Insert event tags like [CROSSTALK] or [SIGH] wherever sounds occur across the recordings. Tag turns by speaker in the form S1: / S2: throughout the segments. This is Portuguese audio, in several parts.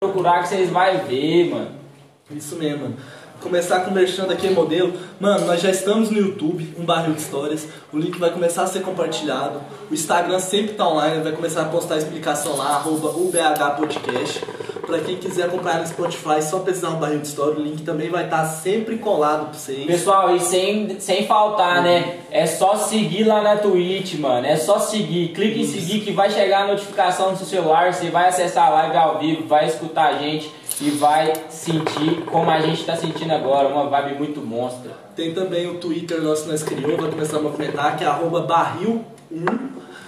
S1: procurar que vocês vão ver, mano.
S2: Isso mesmo, mano. Começar conversando aqui é modelo. Mano, nós já estamos no YouTube, um barril de histórias. O link vai começar a ser compartilhado. O Instagram sempre tá online, vai começar a postar a explicação lá, arroba UBH Podcast. Pra quem quiser acompanhar no Spotify, só pesquisar um barril de história, o link também vai estar sempre colado pra vocês.
S1: Pessoal, e sem, sem faltar, né? É só seguir lá na Twitch, mano. É só seguir. Clique em seguir que vai chegar a notificação no seu celular. Você vai acessar a live ao vivo, vai escutar a gente e vai sentir como a gente tá sentindo agora. Uma vibe muito monstra.
S2: Tem também o Twitter nosso que nós criou, vai começar a movimentar, que é arroba barril1.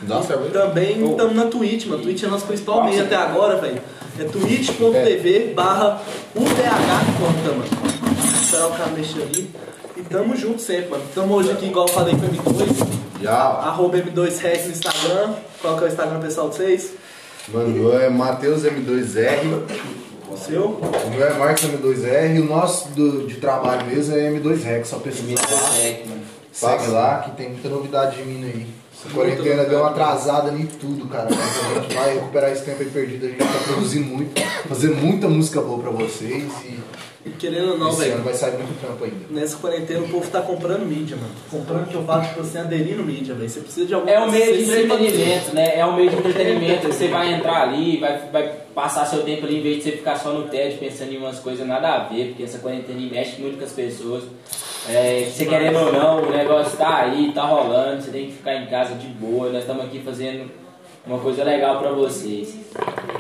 S3: Dá certo.
S2: Também estamos na Twitch, mano. Twitch é nosso principal meio até agora, velho. É twitch.tv barra UDH conta, mano. Esperar o cara mexer ali. E tamo junto sempre, mano. Tamo hoje aqui, igual eu falei com o M2,
S3: Já.
S2: arroba M2Rec no Instagram. Qual que é o Instagram pessoal de vocês?
S3: Mano, é Matheus M2R.
S2: O seu?
S3: O meu é Marcos M2R. E o nosso do- de trabalho mesmo é M2REC. Só pesquisa lá.
S1: É, mano.
S3: Segue lá que tem muita novidade de mina aí. A quarentena deu uma atrasada em tudo, cara. Mas a gente vai recuperar esse tempo aí perdido. A gente vai produzir muito, fazer muita música boa pra vocês. E
S2: E querendo ou não,
S3: esse ano
S2: velho.
S3: vai sair muito trampo ainda.
S2: Nessa quarentena o povo tá comprando mídia, mano. Comprando que eu falo pra você aderir no mídia, velho. Você precisa de alguma
S1: É um meio de
S2: coisa que você
S1: entretenimento, né? É um meio de entretenimento. Você vai entrar ali, vai, vai passar seu tempo ali, em vez de você ficar só no tédio pensando em umas coisas nada a ver, porque essa quarentena mexe muito com as pessoas. É, você querendo ou não, o negócio tá aí, tá rolando, você tem que ficar em casa de boa. Nós estamos aqui fazendo uma coisa legal pra vocês.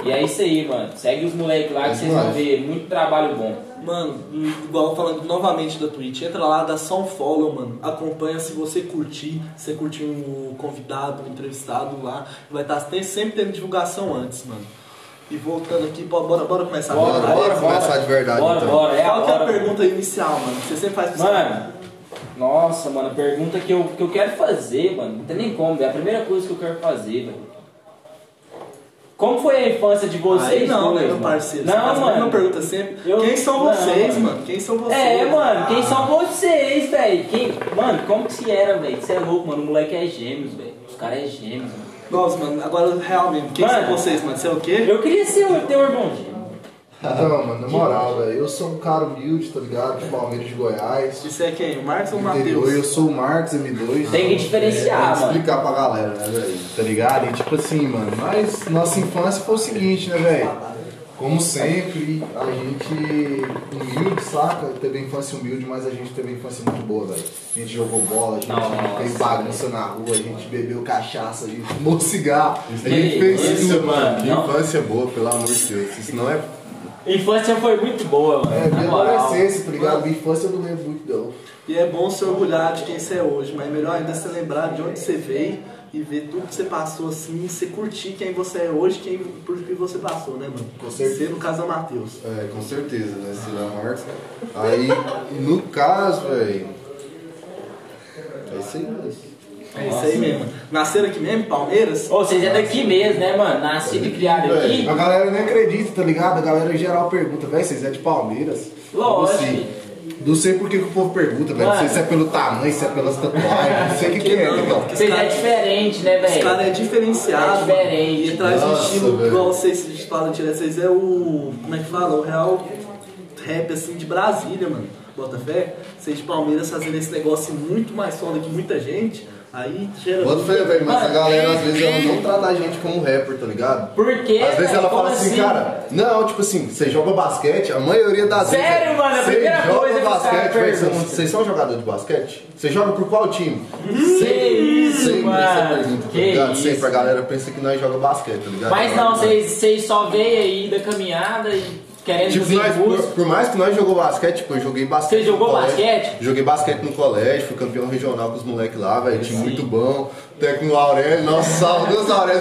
S1: E é isso aí, mano. Segue os moleques
S3: É
S1: lá que vocês vão ver muito trabalho bom.
S2: Mano, igual falando novamente da Twitch, entra lá, dá só um follow, mano. Acompanha se você curtir, se você curtir um convidado, um entrevistado lá. Vai estar tem- sempre tendo divulgação antes, mano. E voltando aqui, bo- bora, bora começar
S3: Bora,
S2: agora.
S3: bora começar de verdade
S1: Bora,
S3: então.
S1: bora. É a
S2: Qual que é a
S1: hora, mano.
S2: pergunta inicial, mano? Que você sempre faz pra você?
S1: Mano, nossa, mano, a pergunta que eu, que eu quero fazer, mano, não tem nem como, é a primeira coisa que eu quero fazer, velho. Como foi a infância de vocês?
S2: Aí não,
S1: dois,
S2: né, meu
S1: mano?
S2: parceiro? Você faz
S1: Não,
S2: a mesma
S1: mano.
S2: pergunta sempre.
S1: Eu-
S2: Quem são
S1: não,
S2: vocês,
S1: mano.
S2: mano? Quem são vocês? Ah,
S1: É, mano, quem são vocês, velho? Quem... Mano, como que se era, velho? Você é louco, mano, o moleque é gêmeos, velho. Os caras é gêmeos, mano.
S2: Nossa, mano, agora real mesmo. Quem
S1: Mano.
S2: são vocês, mano? Você é o quê?
S1: Eu queria ser o teu irmão gêmeo.
S3: Então, mano, na moral, velho, eu sou um cara humilde, tá ligado? De Palmeiras de Goiás.
S2: Você é quem? O Marcos ou o
S3: interior, eu
S2: Matheus?
S3: sou o Marcos M2.
S1: Tem que diferenciar,
S3: É, tem que
S1: mano.
S3: explicar pra galera, né, velho? Tá ligado? E tipo assim, mano, mas nossa infância foi o seguinte, né, velho? Como sempre, a gente humilde, saca? Teve infância humilde, mas a gente teve infância muito boa, velho. A gente jogou bola, a gente
S1: Nossa.
S3: fez bagunça na rua, a gente bebeu cachaça, a gente fumou cigarro, a
S1: Que
S3: gente fez
S1: isso,
S3: tudo,
S1: mano,
S3: Que
S1: não.
S3: infância é boa, pelo amor de Deus. Isso não é
S1: Infância foi muito boa, mano.
S3: é,
S1: na
S3: minha
S1: moral.
S3: adolescência, tá ligado? Minha infância eu não lembro muito, não.
S2: E é bom se orgulhar de quem você é hoje, mas é melhor ainda você lembrar de onde você veio e ver tudo que você passou assim, e você curtir quem você é hoje, quem por que você passou, né, mano?
S3: Com certeza.
S2: Você no caso é o Matheus.
S3: É, com certeza, né? Se não é Marx. Aí, no caso, velho. É isso aí mesmo.
S2: É isso aí mesmo. Nasceram aqui mesmo, Palmeiras?
S1: Ô, vocês é daqui mesmo, né, mano? Nascido e criado aqui.
S3: A galera nem acredita, tá ligado? A galera em geral pergunta, velho, vocês é de Palmeiras?
S1: Lógico.
S3: Não sei. Não sei por que que o povo pergunta, velho. Não sei
S1: Mano.
S3: se é pelo tamanho, se é pelas tatuagens, não sei o que, que é,
S2: não,
S3: legal.
S2: mano.
S1: Vocês é diferente, né,
S2: Esse
S1: velho?
S2: cara é diferenciado.
S1: É diferente.
S2: mano, E traz um
S3: Nossa,
S2: estilo
S3: velho.
S2: igual vocês vocês falam direto. Vocês é o. Como é que fala? O real rap assim de Brasília, mano. Botafé. Vocês de Palmeiras fazendo esse negócio muito mais foda que muita gente. Aí gera.
S3: Bota fé, velho, mas a galera às vezes ela não trata a gente como rapper, tá ligado?
S1: Por quê?
S3: Às vezes
S1: velho?
S3: ela fala
S1: Como
S3: assim, cara, não, tipo assim, você joga basquete, a maioria das vezes.
S1: Sério, mano, a
S3: você
S1: primeira
S3: joga
S1: coisa que os
S3: basquete,
S1: caras
S3: velho, você-
S1: perguntam.
S3: vocês são jogador de basquete? Você joga por qual time?
S1: Que isso, mano,
S3: tá
S1: que
S3: ligado?
S1: isso.
S3: Sempre a galera pensa que nós jogamos basquete, tá ligado?
S1: Mas não, vocês vocês só veio aí da caminhada e querendo
S3: Tipo,
S1: fazer
S3: nós, por,
S1: curso.
S3: por mais que nós jogou basquete, tipo, eu joguei basquete.
S1: Você jogou
S3: no colégio.
S1: basquete?
S3: Joguei basquete no colégio, fui campeão regional com os moleques lá, velho. Time muito bom. Técnico Aurélio, nossa, salve, Deus Aurélio,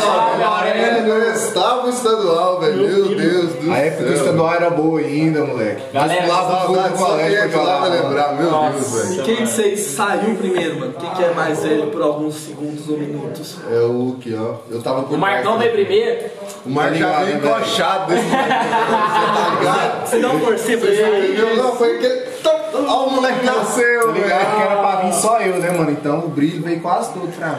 S1: Salve, salve, Aurélio.
S3: Eu estava estadual, velho. Meu Deus do céu.
S4: A época do estadual era boa ainda, moleque.
S1: Galera,
S3: Lá
S4: Saudade
S3: do
S4: só
S3: colégio,
S4: quem é que
S3: lá
S4: lá
S3: vai
S4: vai
S3: lembrar, meu
S1: Nossa.
S3: Deus,
S2: E
S3: velho.
S2: quem que vocês saiu primeiro, mano? Quem que é mais velho por alguns segundos ou minutos?
S3: É o que, ó. Eu tava com
S1: o Marcão veio primeiro.
S3: O Marcão já veio
S4: Tá ligado, [LAUGHS]
S3: encoxado desse moleque, Você tá ligado?
S2: Você dá um torcer pra esse
S3: Entendeu?
S2: aí?
S3: Não, foi aquele. Top, Olha o moleque nasceu,
S4: Tá
S3: velho.
S4: ligado que era pra vir só eu, né, mano? Então o brilho veio quase todo pra mim.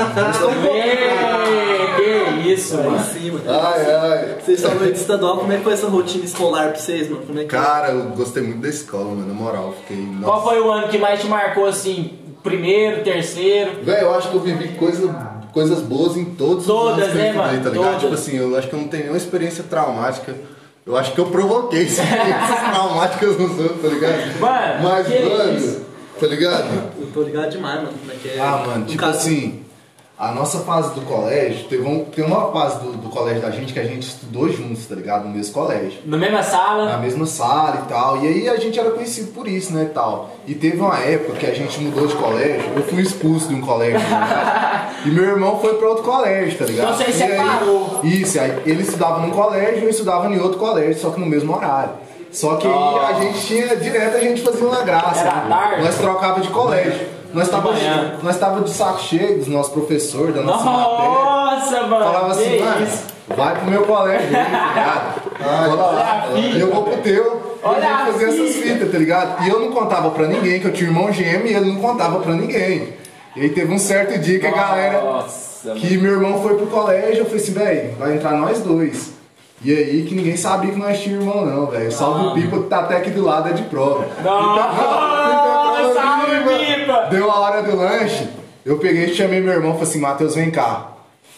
S1: Ê, Que isso,
S2: Aí
S1: mano.
S2: sim, mano.
S4: Ai, ai.
S2: Vocês estão no estadual, como é que foi essa rotina escolar pra vocês, mano? Como é que
S4: Cara, eu gostei muito da escola, mano. Na moral, fiquei. nossa.
S1: Qual foi o ano que mais te marcou assim? Primeiro, terceiro?
S4: Véi, eu acho que eu vivi coisa, coisas boas em todos
S1: Todas,
S4: os anos que eu
S1: né,
S4: estudei,
S1: mano?
S4: tá ligado?
S1: Todas.
S4: Tipo assim, eu acho que eu não tenho nenhuma experiência traumática. Eu acho que eu
S1: [LAUGHS]
S4: provoquei experiências traumáticas nos outros, tá ligado?
S1: Mano,
S4: Mas,
S1: que
S4: mano,
S1: isso?
S4: tá ligado?
S2: Eu tô ligado demais, mano. Como é que é.
S3: Ah, mano,
S2: Um
S3: tipo
S2: cara-
S3: assim, a nossa fase do colégio, teve um- tem uma fase do, do colégio da gente que a gente estudou juntos, tá ligado? No mesmo colégio.
S1: Na mesma sala?
S3: Na mesma sala e tal. E aí a gente era conhecido por isso, né, e tal. E teve uma época que a gente mudou de colégio, eu fui expulso de um colégio.
S1: [LAUGHS]
S3: né? e meu irmão foi pra outro colégio, tá ligado?
S1: Então você
S3: E
S1: separou.
S3: Aí, isso, aí ele estudava num colégio e eu estudava em outro colégio, só que no mesmo horário. Só que aí a gente tinha, direto a gente fazia uma
S1: Ah.
S3: graça.
S1: Era
S3: né?
S1: tarde?
S3: Nós trocava de colégio. Nós tava,
S1: manhã.
S3: nós tava de saco cheio dos nossos professores, da Ah, nossa matéria.
S1: Nossa, mano.
S3: Falava assim,
S1: que
S3: mano,
S1: isso?
S3: vai pro meu colégio, tá ligado?
S4: Ai,
S3: Cola lá,
S1: [LAUGHS] olha a fita.
S3: e eu vou pro teu.
S1: Olha
S3: e a
S1: a
S3: gente fazia essas
S1: fita.
S3: fitas, tá ligado? E eu não contava pra ninguém, que eu tinha um irmão gêmeo e ele não contava pra ninguém. E aí teve um certo dia que a galera.
S1: Nossa, mano.
S3: Que meu irmão foi pro colégio, eu falei assim, velho, vai entrar nós dois. E aí que ninguém sabia que nós tínhamos irmão, não, velho. Salve o pipa que tá até aqui do lado é de prova. [LAUGHS] Então,
S1: Nossa, salve, Pipa!
S3: Deu a hora do lanche, eu peguei e chamei meu irmão e falei assim, Matheus, vem cá.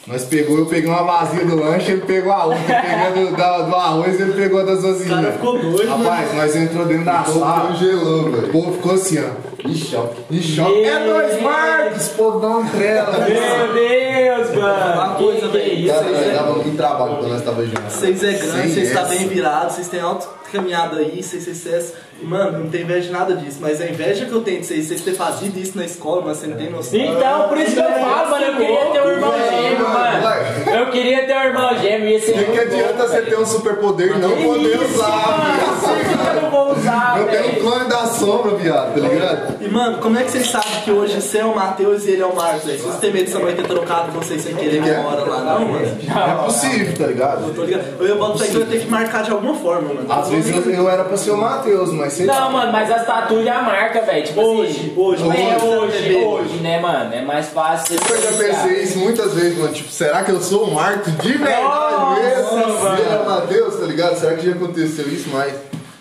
S3: Nós pegou, eu peguei uma vazia do lanche, ele pegou a outra, eu peguei do, da- do arroz, ele pegou das
S2: O cara
S3: vasilhas.
S2: ficou doido, mano.
S3: Rapaz, nós entrou dentro da
S4: Ah,
S3: sala,
S4: congelou,
S3: o
S4: velho.
S3: povo ficou assim, ó. Em choque. Em choque.
S1: Meu
S3: É dois
S1: Deus.
S3: marcos, o povo dá uma trela.
S1: Meu Deus, mano.
S2: Uma
S1: Que
S2: coisa,
S1: que é
S2: velho.
S1: isso?
S4: Cara, nós dava muito trabalho quando nós tava junto.
S2: Vocês é grande,
S4: Sem
S2: vocês tá
S4: essa.
S2: bem virado, vocês têm alta caminhada aí, vocês têm sucesso. E, Mano, não tem inveja de nada disso, mas a inveja que eu tenho de vocês, vocês terem fazido isso na escola, mas você não tem noção.
S1: Então, por isso que eu falo, mano, eu queria ter um irmão gêmeo, mano. Eu queria ter um irmão gêmeo, ia ser
S4: O que, que
S1: muito
S4: adianta
S1: bom,
S4: você
S1: velho.
S4: ter um superpoder e não
S1: Que
S4: poder
S1: isso,
S4: usar?
S1: mano? Por que Eu não vou usar,
S4: Eu tenho um
S1: velho.
S4: clone da sombra, viado, tá ligado?
S2: E mano, como é que vocês sabem que hoje você é o Matheus e ele é o Marcos? velho? Vocês têm medo dessa mãe ter trocado com vocês sem querer uma hora lá, não, mano?
S3: É possível, tá ligado?
S2: Tô ligado? Eu ia botar que eu ia ter que marcar de alguma forma, mano.
S3: Às vezes eu, eu era pra ser o Matheus, mas sei lá.
S1: Não, mano, mas as tatu já marca, velho. Tipo
S2: Hoje,
S1: assim,
S2: hoje,
S1: é
S2: hoje,
S1: hoje,
S2: hoje.
S1: hoje, né, mano? É mais fácil. você
S4: Eu já
S1: diferenciar.
S4: pensei isso muitas vezes, mano. Tipo, será que eu sou o Marco de verdade
S1: Nossa,
S4: mesmo?
S1: mano.
S4: Será, Matheus, tá ligado? Será que já aconteceu isso? Mas.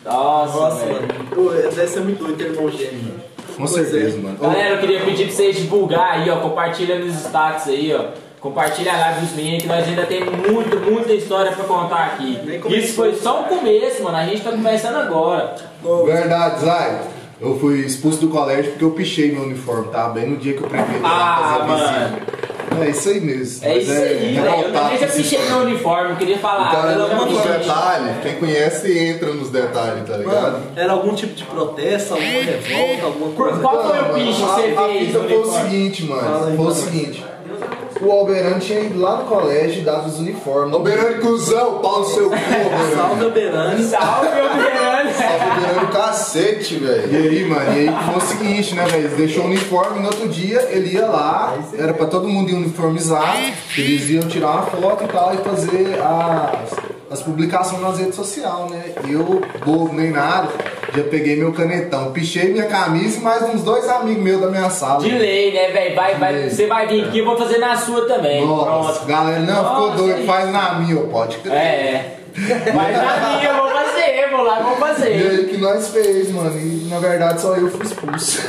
S1: Nossa,
S2: Nossa,
S1: velho.
S2: mano. Pô, Deve ser muito doido ter irmão gêmeo, mano. é.
S3: Com certeza, mano.
S1: Galera, eu queria pedir pra vocês divulgar aí, ó. Compartilha nos status aí, ó. Compartilha a live dos meninos, que nós ainda tem muito, muita história pra contar aqui.
S2: Nem começou.
S1: Isso foi só o começo, mano. A gente tá começando agora.
S3: Verdade, Zay. Eu fui expulso do colégio porque eu pichei meu uniforme, tá? Bem no dia que o prefeito ia lá
S1: Ah,
S3: fazer a
S1: mano.
S3: visita. É isso aí mesmo.
S1: É
S3: é Mas
S1: isso aí, velho. Eu
S3: revoltado
S1: também já
S3: esse-
S1: pichei meu uniforme, eu queria falar.
S4: Cara,
S1: eu
S3: é
S4: não
S1: não
S4: nos
S1: pichei.
S4: detalhes. Quem conhece entra nos detalhes, tá ligado?
S2: Mano, era algum tipo de protesto, alguma revolta, alguma coisa.
S1: Qual foi o piche que
S3: A-
S1: você
S3: a
S1: fez?
S3: fita
S1: no
S3: foi o
S1: uniforme?
S3: seguinte,
S2: Fala aí,
S3: mano. Foi o
S2: mano.
S3: seguinte. O Alberano tinha ido lá no colégio e dado os uniformes.
S4: Alberani cuzão, pau no seu cu,
S3: [LAUGHS]
S4: Alberani.
S2: Salve, Beirani.
S1: Salve, Alberano.
S4: Alberani cacete,
S3: E
S4: velho.
S3: aí, mano, e aí foi o seguinte, né, velho? Ele Deixou o uniforme, no outro dia ele ia lá, era pra todo mundo ir uniformizado, eles iam tirar uma foto e tal e fazer as, as publicações nas redes sociais, né? E eu, bobo nem nada, já peguei meu canetão, pichei minha camisa e mais uns dois amigos meus da minha sala.
S1: De lei, né, velho? Vai, vai,
S3: lei.
S1: você vai vir aqui, eu vou fazer na sua também.
S3: Nossa,
S1: Pronto.
S3: galera, não, ficou
S1: Nossa,
S3: doido,
S1: isso.
S3: faz na minha, ó, pode crer.
S1: É, é. Mas na minha eu vou fazer, eu vou lá e vou
S3: E
S1: fazer.
S3: aí que nós fez, mano, e na verdade só eu fui
S4: [LAUGHS]
S3: expulso.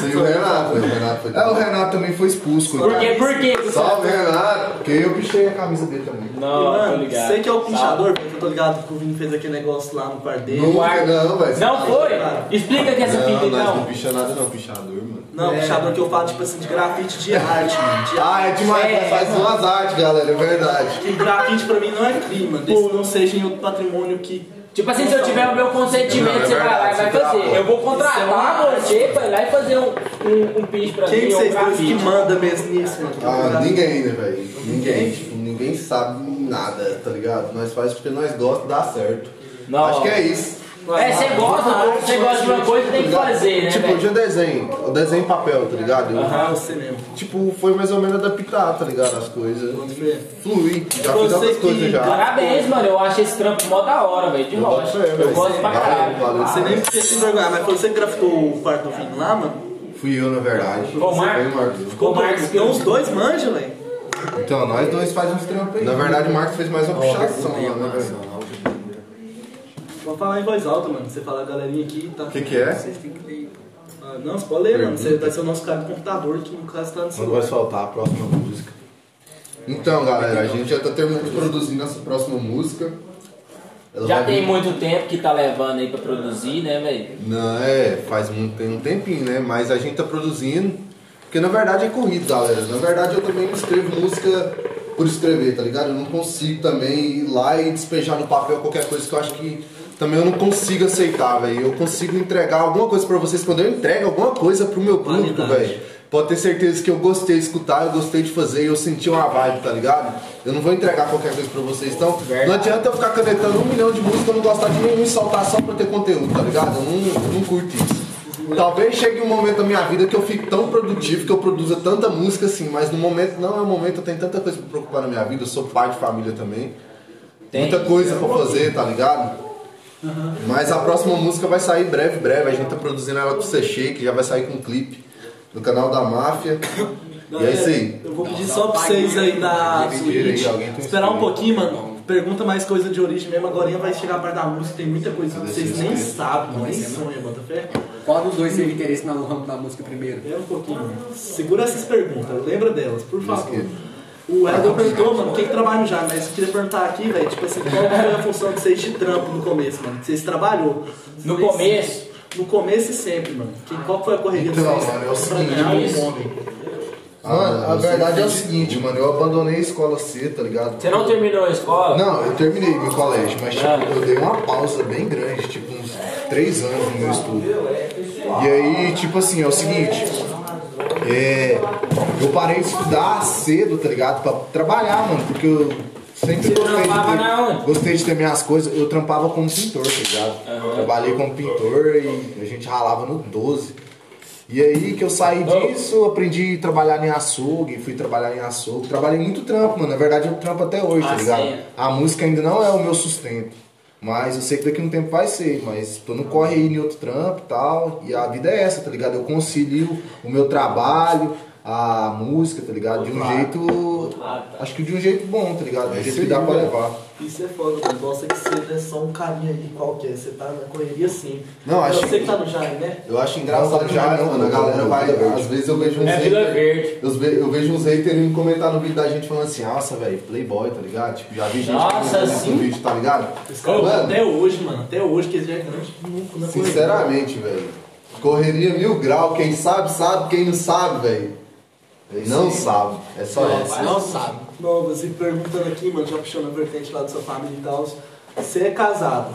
S4: Sem o Renato, o Renato foi.
S3: Ah, o Renato também foi expulso,
S1: Por
S3: coitado.
S1: quê? Por quê?
S4: Salve, Renato.
S3: Porque eu pichei a camisa dele também.
S1: Não, tô
S2: mano,
S1: ligado.
S2: você que é o
S1: Salve.
S2: pichador, porque eu tô ligado que o Vini fez aquele negócio lá no par dele.
S4: Não vai, não, velho.
S1: Não foi? Explica que essa fita
S3: é
S4: Não, nós não
S1: então.
S4: picha nada, não, pichador, mano.
S2: Não, pichador que eu falo, tipo assim, de grafite de arte, mano. De
S4: Ah, é
S2: arte.
S4: demais,
S1: É,
S4: faz umas artes, galera, é verdade.
S2: E grafite pra mim não é crime, mano. Desde que não seja em outro patrimônio que.
S1: Tipo assim, se eu tiver o meu consentimento,
S4: Não, é
S1: você vai lá e
S4: verdade,
S1: vai
S4: você
S1: fazer.
S4: trava.
S1: Eu vou contratar você pra ir lá e fazer um, um, um piche pra
S2: é um Quem
S1: mim
S2: que
S1: ou um
S2: vocês dois que
S1: grafite.
S2: manda mesmo nisso, mano?
S3: É
S4: Ah, ninguém, né, velho? Ninguém. Tipo, ninguém sabe nada, tá ligado? Nós faz porque nós gosta, dá certo.
S1: Não.
S4: Acho que é isso.
S1: É, você gosta, mano, você gosta de uma coisa. tem que
S3: ligado?
S1: fazer, né,
S3: Tipo,
S1: velho?
S3: eu já desenho, eu desenho em papel, tá ligado? Eu-
S1: Aham.
S2: Ah, você mesmo.
S3: Tipo, foi mais ou menos adaptar, tá ligado? As coisas.
S2: Pode ver.
S3: Flui, já
S2: Você
S3: fiz outras
S2: que-
S3: coisas já.
S1: Parabéns, mano. Eu acho esse trampo mó da hora, velho. De
S3: Eu boto
S1: rocha.
S3: fé,
S1: Eu
S3: velho.
S1: gosto pra
S3: Valeu,
S1: caralho.
S3: valeu.
S2: Você nem precisa se envergonhar, mas foi você que grafitou o quarto do fim lá, mano?
S5: Fui eu, na verdade.
S1: Ô, Marcos.
S3: Bem, Marcos.
S1: Ficou Marcos
S2: Então os dois manjam, velho.
S5: Então, nós dois fazemos uns trampos aí.
S3: Na verdade, o Marcos fez mais uma puxação lá, né, velho?
S2: Vou falar em voz alta, mano. Você fala a galerinha aqui e tá.
S3: O que que é?
S2: Vocês têm que ler, pô. Ah, não, você pode ler, mano. Você vai ser o nosso cara do computador, que no caso tá no
S5: Não vai
S2: celular.
S5: soltar a próxima música.
S3: Então, galera, a gente já tá terminando de produzir nossa próxima música. Ela
S1: Já
S3: vai
S1: tem
S3: vir-
S1: muito tempo que tá levando aí pra produzir, né, velho?
S3: Não, é, faz um, tem um tempinho, né? Mas a gente tá produzindo. Porque na verdade é corrido, galera. Na verdade eu também não escrevo música por escrever, tá ligado? Eu não consigo também ir lá e despejar no papel qualquer coisa que eu acho que também eu não consigo aceitar, velho. Eu consigo entregar alguma coisa pra vocês quando eu entrego alguma coisa pro meu público,
S2: Qualidade.
S3: velho. Pode ter certeza que eu gostei de escutar, eu gostei de fazer, eu senti uma vibe, tá ligado? Eu não vou entregar qualquer coisa pra vocês. Então, não adianta eu ficar canetando um milhão de músicas, eu não gostar de nenhum e soltar só pra ter conteúdo, tá ligado? Eu não, eu não curto isso. Talvez chegue um momento da minha vida que eu fique tão produtivo, que eu produza tanta música assim, mas no momento não é o momento, eu tenho tanta coisa pra preocupar na minha vida, eu sou pai de família também.
S1: Tem.
S3: Muita coisa pra fazer, tá ligado? Mas a próxima música vai sair breve, breve. A gente tá produzindo ela com o Sechê, que já vai sair com um clipe no canal da
S5: [COUGHS]
S3: Máfia. E é isso aí.
S2: Eu vou pedir só pra vocês aí da Switch. Esperar um pouquinho, mano. Pergunta mais coisa de origem mesmo. Agora vai chegar a parte da música. Tem muita coisa que vocês nem sabem, nem sonham, Botafé.
S6: Qual dos dois teve interesse no ramo da música primeiro?
S2: Espera um pouquinho, mano. Segura essas perguntas. Lembra delas, por favor.
S3: Esquerda.
S2: O Elder perguntou, mano, quem que trabalha já, mas eu queria perguntar aqui, velho, tipo assim, qual foi a função de vocês de trampo no começo, mano? Que vocês trabalhou?
S1: No
S2: Vocês-
S1: começo?
S2: No começo e sempre, mano. Que, qual foi a correria de
S5: Então,
S2: vocês?
S5: mano, é o
S2: pra
S5: seguinte,
S2: ganhar um
S1: isso.
S2: homem?
S5: Mano,
S3: Ah,
S5: a verdade é o seguinte, mano. Eu abandonei a escola cedo, tá ligado?
S1: Você não terminou a escola?
S5: Não, eu terminei meu colégio, mas tipo,
S1: Ah.
S5: eu dei uma pausa bem grande, tipo uns três anos no meu estudo. E aí, tipo assim, é o seguinte, é, eu parei de estudar cedo, tá ligado? Pra trabalhar, mano, porque eu sempre
S1: Você
S5: gostei de,
S1: trampava na onde?
S5: ter, gostei de ter minhas coisas. Eu trampava como pintor, tá ligado?
S1: Aham.
S5: Trabalhei como pintor e a gente ralava no 12. E aí que eu saí
S1: Oh.
S5: disso, eu aprendi a trabalhar em açougue, fui trabalhar em açougue. Trabalhei muito trampo, mano. Na verdade, eu trampo até hoje,
S1: Ah,
S5: tá ligado?
S1: sim.
S5: A música ainda não é o meu sustento. Mas eu sei que daqui a um tempo vai ser, mas tô no corre aí em outro trampo e tal. E a vida é essa, tá ligado? Eu concilio o meu trabalho, a música, tá ligado? De um jeito. Acho que de um jeito bom, tá ligado? De um
S3: É
S5: jeito
S3: isso
S5: que dá
S3: aí,
S5: pra
S3: velho.
S5: levar.
S2: Isso é foda, mano. Nossa, que você é só um carinha aí qualquer, você tá na correria sim.
S3: Não, acho
S2: Você
S3: que-
S2: tá no Jair, né?
S3: Eu acho engraçado
S5: Não,
S3: já,
S5: não,
S3: mano. A
S5: não,
S3: galera
S5: não,
S3: vai.
S5: Vila Verde.
S3: Às vezes eu vejo uns
S1: É Vila Verde.
S3: Eu ve- Eu vejo uns haters me comentar no vídeo da gente falando assim, nossa, velho, playboy, tá ligado? Tipo, já vi gente
S1: Nossa,
S3: comentando isso
S1: sim.
S3: no vídeo, tá ligado?
S2: Os caras,
S3: Mano,
S2: até hoje, mano, até hoje, que eles já é grande nunca na correria.
S3: Sinceramente, velho. Correria mil grau, quem sabe, sabe, quem não sabe, velho. Não sabe. É só essa.
S2: Não sabe. Não, você perguntando aqui, mano, já puxando a vertente lá da sua família e tal. Você é casado?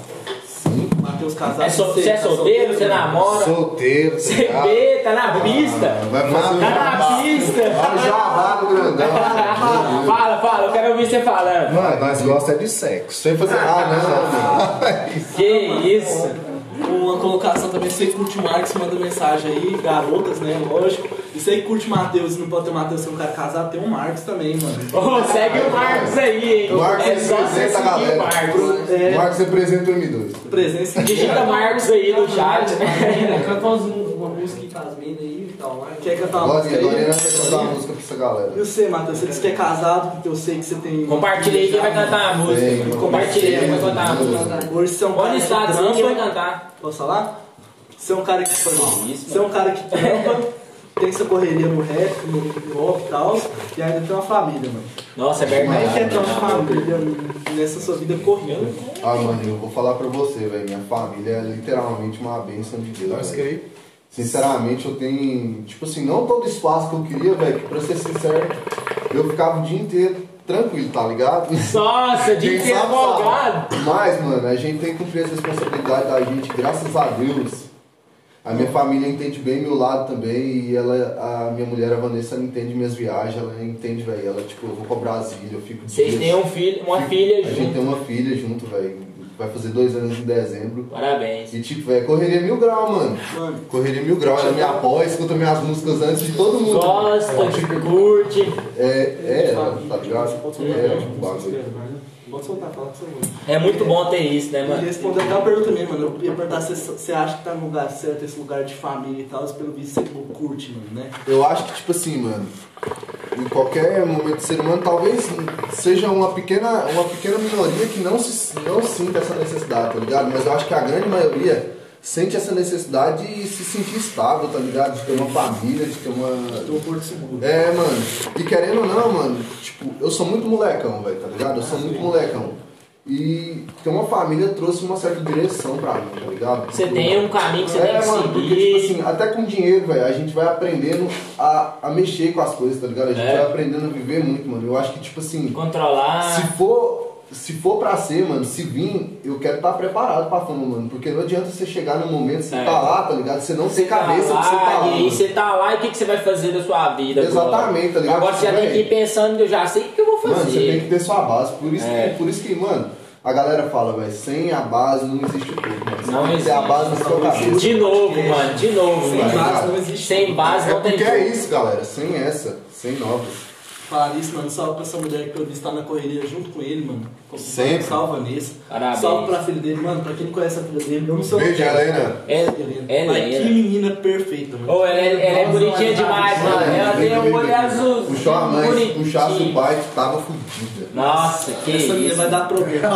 S2: Sim. Matheus casado.
S1: É sol-
S3: Tá
S1: Você é solteiro?
S3: né?
S1: Você namora?
S5: Solteiro, tá
S1: Você
S5: ligado?
S1: vê, tá na pista?
S3: Vai fazer um
S1: Tá na
S3: jabá.
S1: pista?
S3: Olha o jabá do grandão.
S1: Fala, fala, eu quero ouvir você falando.
S5: Mano, nós gostamos de sexo.
S3: Sem fazer nada, né?
S1: Que isso?
S2: Uma colocação também, você que curte o Marcos, manda mensagem aí, garotas, né? Lógico. E você que curte o Matheus, não pode ter o Matheus ser um cara casado, tem o Marcos também, mano.
S1: Ô, segue o Marcos aí, hein?
S3: O Marcos
S1: é só você
S3: representa
S1: seguir
S3: a
S1: o
S3: galera.
S1: Marcos.
S2: É.
S3: O Marcos representa o M2.
S2: Presença
S1: Digita Marcos aí no chat.
S4: né?
S1: né?
S4: Canta umas- uma música com as minas aí e tal. né?
S2: Quer cantar uma música
S3: Glória, Glória
S2: aí?
S3: vai cantar uma música pra essa galera.
S2: E você, Matheus, você disse que é casado, porque eu sei que você tem.
S1: Compartilha aí quem vai cantar a
S3: Tem,
S1: música.
S3: mano.
S1: Compartilha aí quem vai cantar a
S3: Tem,
S1: música.
S3: mano.
S2: Hoje você é um cara
S1: Olha o
S2: que
S1: estado, assim, quem vai
S2: trampa.
S1: cantar.
S2: Posso falar? Você é um cara que foi
S1: isso,
S2: Você é um cara que trampa, tem sua correria no rap, no hip hop e tal, e ainda tem uma família, mano.
S1: Nossa, é
S2: Como é que é
S1: verdade.
S2: ter uma família nessa sua vida correndo?
S3: Ah, mano, eu vou falar pra você, velho. Minha família é literalmente uma bênção de Deus.
S5: Nós
S3: velho.
S5: que aí.
S3: Sinceramente, eu tenho, tipo assim, não todo o espaço que eu queria, velho, que pra ser sincero, eu ficava o dia inteiro tranquilo,
S5: [LAUGHS]
S3: tá ligado?
S1: Nossa, de
S3: Quem
S1: ter
S3: sabe,
S1: folgado.
S3: sabe. Mas, mano, a gente tem que cumprir essa responsabilidade da gente, graças a Deus. A minha família entende bem meu lado também e ela, a minha mulher, a Vanessa, ela entende minhas viagens, ela entende, velho. Ela, tipo, eu vou pra Brasília, eu fico
S1: Vocês
S3: dias.
S1: têm um filho, uma filha
S3: A gente
S1: junto.
S3: tem uma filha junto, velho. vai fazer dois anos em dezembro.
S1: Parabéns.
S3: E tipo, velho, correria mil grau, mano.
S2: Mano.
S3: Correria mil grau, ela me apoia, escuta minhas músicas antes de todo mundo.
S1: Gosta, curte.
S3: É, é, tá ligado? É, um bagulho.
S2: Pode soltar, fala que você vai.
S1: É muito bom ter isso, né,
S2: E
S1: mano?
S2: respondendo até uma pergunta minha, mano. Eu ia perguntar se você acha que tá no lugar certo, esse lugar de família e tal, mas pelo visto você tipo, curte, mano, né?
S3: Eu acho que, tipo assim, mano, em qualquer momento do ser humano, talvez seja uma pequena, uma pequena minoria que não, se, não sinta essa necessidade, tá ligado? Mas eu acho que a grande maioria sente essa necessidade de se sentir estável, tá ligado? De ter uma família, de ter uma,
S2: Tô um porto seguro.
S3: é, mano. E querendo ou não, mano, tipo, eu sou muito molecão, velho, tá ligado? Eu sou muito molecão. E ter uma família trouxe uma certa direção pra mim, tá ligado?
S1: Você
S3: Tipo,
S1: tem um caminho que você tem
S3: é,
S1: que
S3: mano, porque, tipo
S1: seguir.
S3: assim, até com dinheiro, velho, a gente vai aprendendo a, a mexer com as coisas, tá ligado? A gente
S1: É. Ah.
S3: vai aprendendo a viver muito, mano. Eu acho que, tipo assim, se
S1: Controlar.
S3: for. Se for pra ser, mano, se vir, eu quero estar preparado pra fama, mano. Porque não adianta você chegar num momento, você
S1: É.
S3: tá lá, tá ligado? Você não tem cabeça
S1: lá,
S3: que você tá lá.
S1: E aí
S3: mano.
S1: você tá lá e o que, que você vai fazer da sua vida? agora?
S3: Exatamente, tá ligado?
S1: Agora você já
S3: Véi.
S1: tem que ir pensando, eu já sei o que eu vou fazer.
S3: Mano, você tem que ter sua base. Por isso,
S1: É.
S3: que, por isso que, mano, a galera fala, velho, sem a base não existe o corpo, mano. Você
S1: Não
S3: tem que ter a
S1: existe.
S3: base na sua cabeça.
S1: De novo, mano, de novo,
S3: Sem
S1: mano.
S3: base
S2: não existe.
S1: Sem base
S3: É
S1: não tem
S3: porque é
S1: jogo.
S3: isso, galera. Sem essa, sem nova.
S2: Falar isso, mano, salve pra essa mulher que eu vi está na correria junto com ele, mano.
S3: Sempre.
S2: Salve, Vanessa.
S1: Parabéns.
S2: Salve pra filha dele, mano. Pra quem não conhece a filha dele, eu não sou
S3: Beijo, Helena.
S1: É, é
S2: Mas que
S1: lenda.
S2: menina perfeita, mano.
S1: Ô, ela, é- ela é bonitinha demais, mano. Ela tem um olho azul. um
S3: Puxou a mãe, se
S1: bonitinho.
S3: puxasse o pai, tava fudida.
S1: Nossa, que
S2: Essa menina
S1: isso.
S2: vai dar problema.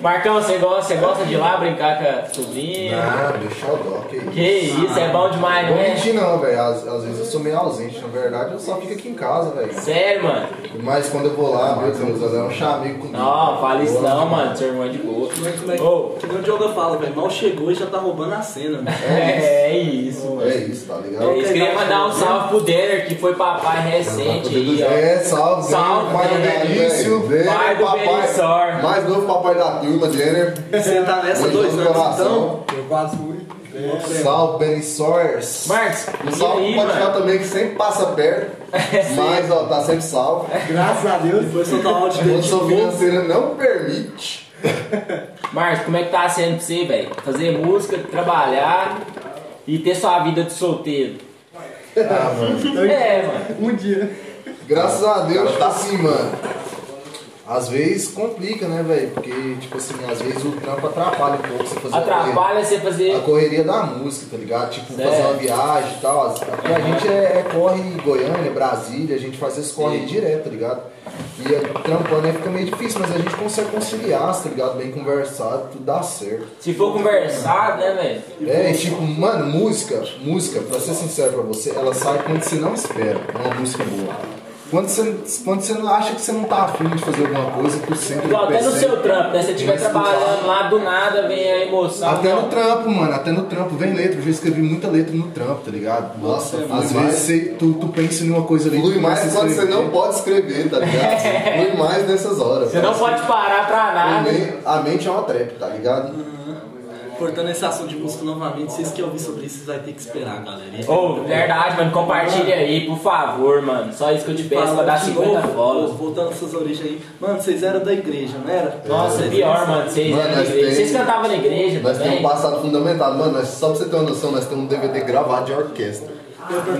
S1: Marcão, você gosta, você gosta de ir lá brincar com a sobrinha?
S3: Ah, deixa o dó, que isso.
S1: Que isso, é bom demais,
S3: Não vou
S1: né?
S3: mentir não, velho. Às, às vezes eu sou meio ausente. Na verdade, eu só fico aqui em casa, velho.
S1: Sério, mano?
S3: Mas quando eu vou lá, meu Deus, ela é um chamego comigo.
S1: Não, fala isso não, mano. Seu irmão é de boa.
S2: Como é que-
S1: Ô,
S2: Que nem o Diogo fala, velho. Mal chegou e já tá roubando a cena, mano.
S1: é isso, mano.
S3: É isso, tá ligado?
S1: É isso, queria mandar um salve pro Denner, que foi papai recente aí, ó.
S3: É, salve,
S1: Salve,
S3: pai do
S1: Denner.
S3: Benício,
S1: Pai do Benissor.
S3: mais novo papai da turma, Jenner.
S2: Você tá nessa
S3: Beijo
S2: dois
S3: no
S2: anos, então.
S3: coração.
S6: Eu quase fui.
S3: Salve, Benissors.
S1: Marcos,
S3: Um
S1: então. e
S3: salve
S1: aí,
S3: pro Patinal
S1: mano? É assim.
S3: também, que sempre passa perto,
S1: [LAUGHS]
S3: mas ó, tá sempre salvo.
S6: Graças a Deus.
S2: Depois soltar o áudio dele. de
S3: Condição
S1: tipo,
S2: novo.
S3: financeira não permite.
S1: Marcos, como é que tá sendo pra você, velho? Fazer música, trabalhar e ter sua vida de solteiro. É, mano.
S6: Um dia.
S3: Graças a Deus, tá assim, mano. Às vezes complica, né, velho? Porque, tipo assim, às vezes o trampo atrapalha um pouco você fazer a
S1: Atrapalha você
S3: correria-
S1: fazer.
S3: a correria da música, tá ligado? Tipo,
S1: Certo.
S3: fazer uma viagem e tal. Porque a gente é, é corre em Goiânia, Brasília, a gente faz esse corre direto, tá ligado? E é, trampando aí fica meio difícil, mas a gente consegue conciliar, tá ligado? Bem conversado, tudo dá certo.
S1: Se for conversado, né, velho?
S3: É, e tipo, mano, música, música, pra ser sincero pra você, ela sai quando você não espera é uma música boa. Quando você, quando você não acha que você não tá afim de fazer alguma coisa, tu sempre
S1: Igual até no
S3: percebe.
S1: seu trampo, né? Se você estiver
S3: Começa a
S1: trabalhando
S3: escutar.
S1: lá, do nada vem a emoção. né?
S3: Até
S1: Tá, não.
S3: no trampo, mano, até no trampo, vem letra, eu já escrevi muita letra no trampo, tá ligado?
S2: Nossa, é
S3: às
S2: muito
S3: vezes você- tu, tu pensa em uma coisa ali. Flui mais quando você não pode escrever, tá ligado? Flui mais nessas horas.
S1: Você não pode parar pra nada.
S3: A mente é uma trap, tá ligado?
S2: Cortando esse assunto de música novamente, vocês que ouvir sobre isso, vocês vão ter que esperar, galera. E-
S1: Ô, verdade, mano, compartilha aí, por favor, mano. Só isso que eu te peço pra
S2: Falando
S1: dar
S2: de
S1: 50
S2: novo,
S1: follows.
S2: Voltando às suas origens aí. Mano, vocês eram da igreja, não era?
S1: Nossa, é
S2: Vocês
S1: pior,
S2: eram-
S1: mano. Vocês
S3: Mano,
S1: eram na
S3: nós
S1: igreja.
S3: tem-
S1: Vocês cantavam na igreja
S3: Nós temos um
S1: também?
S3: passado fundamentado, mano. Nós, só pra você ter uma noção, nós temos um DVD gravado de orquestra.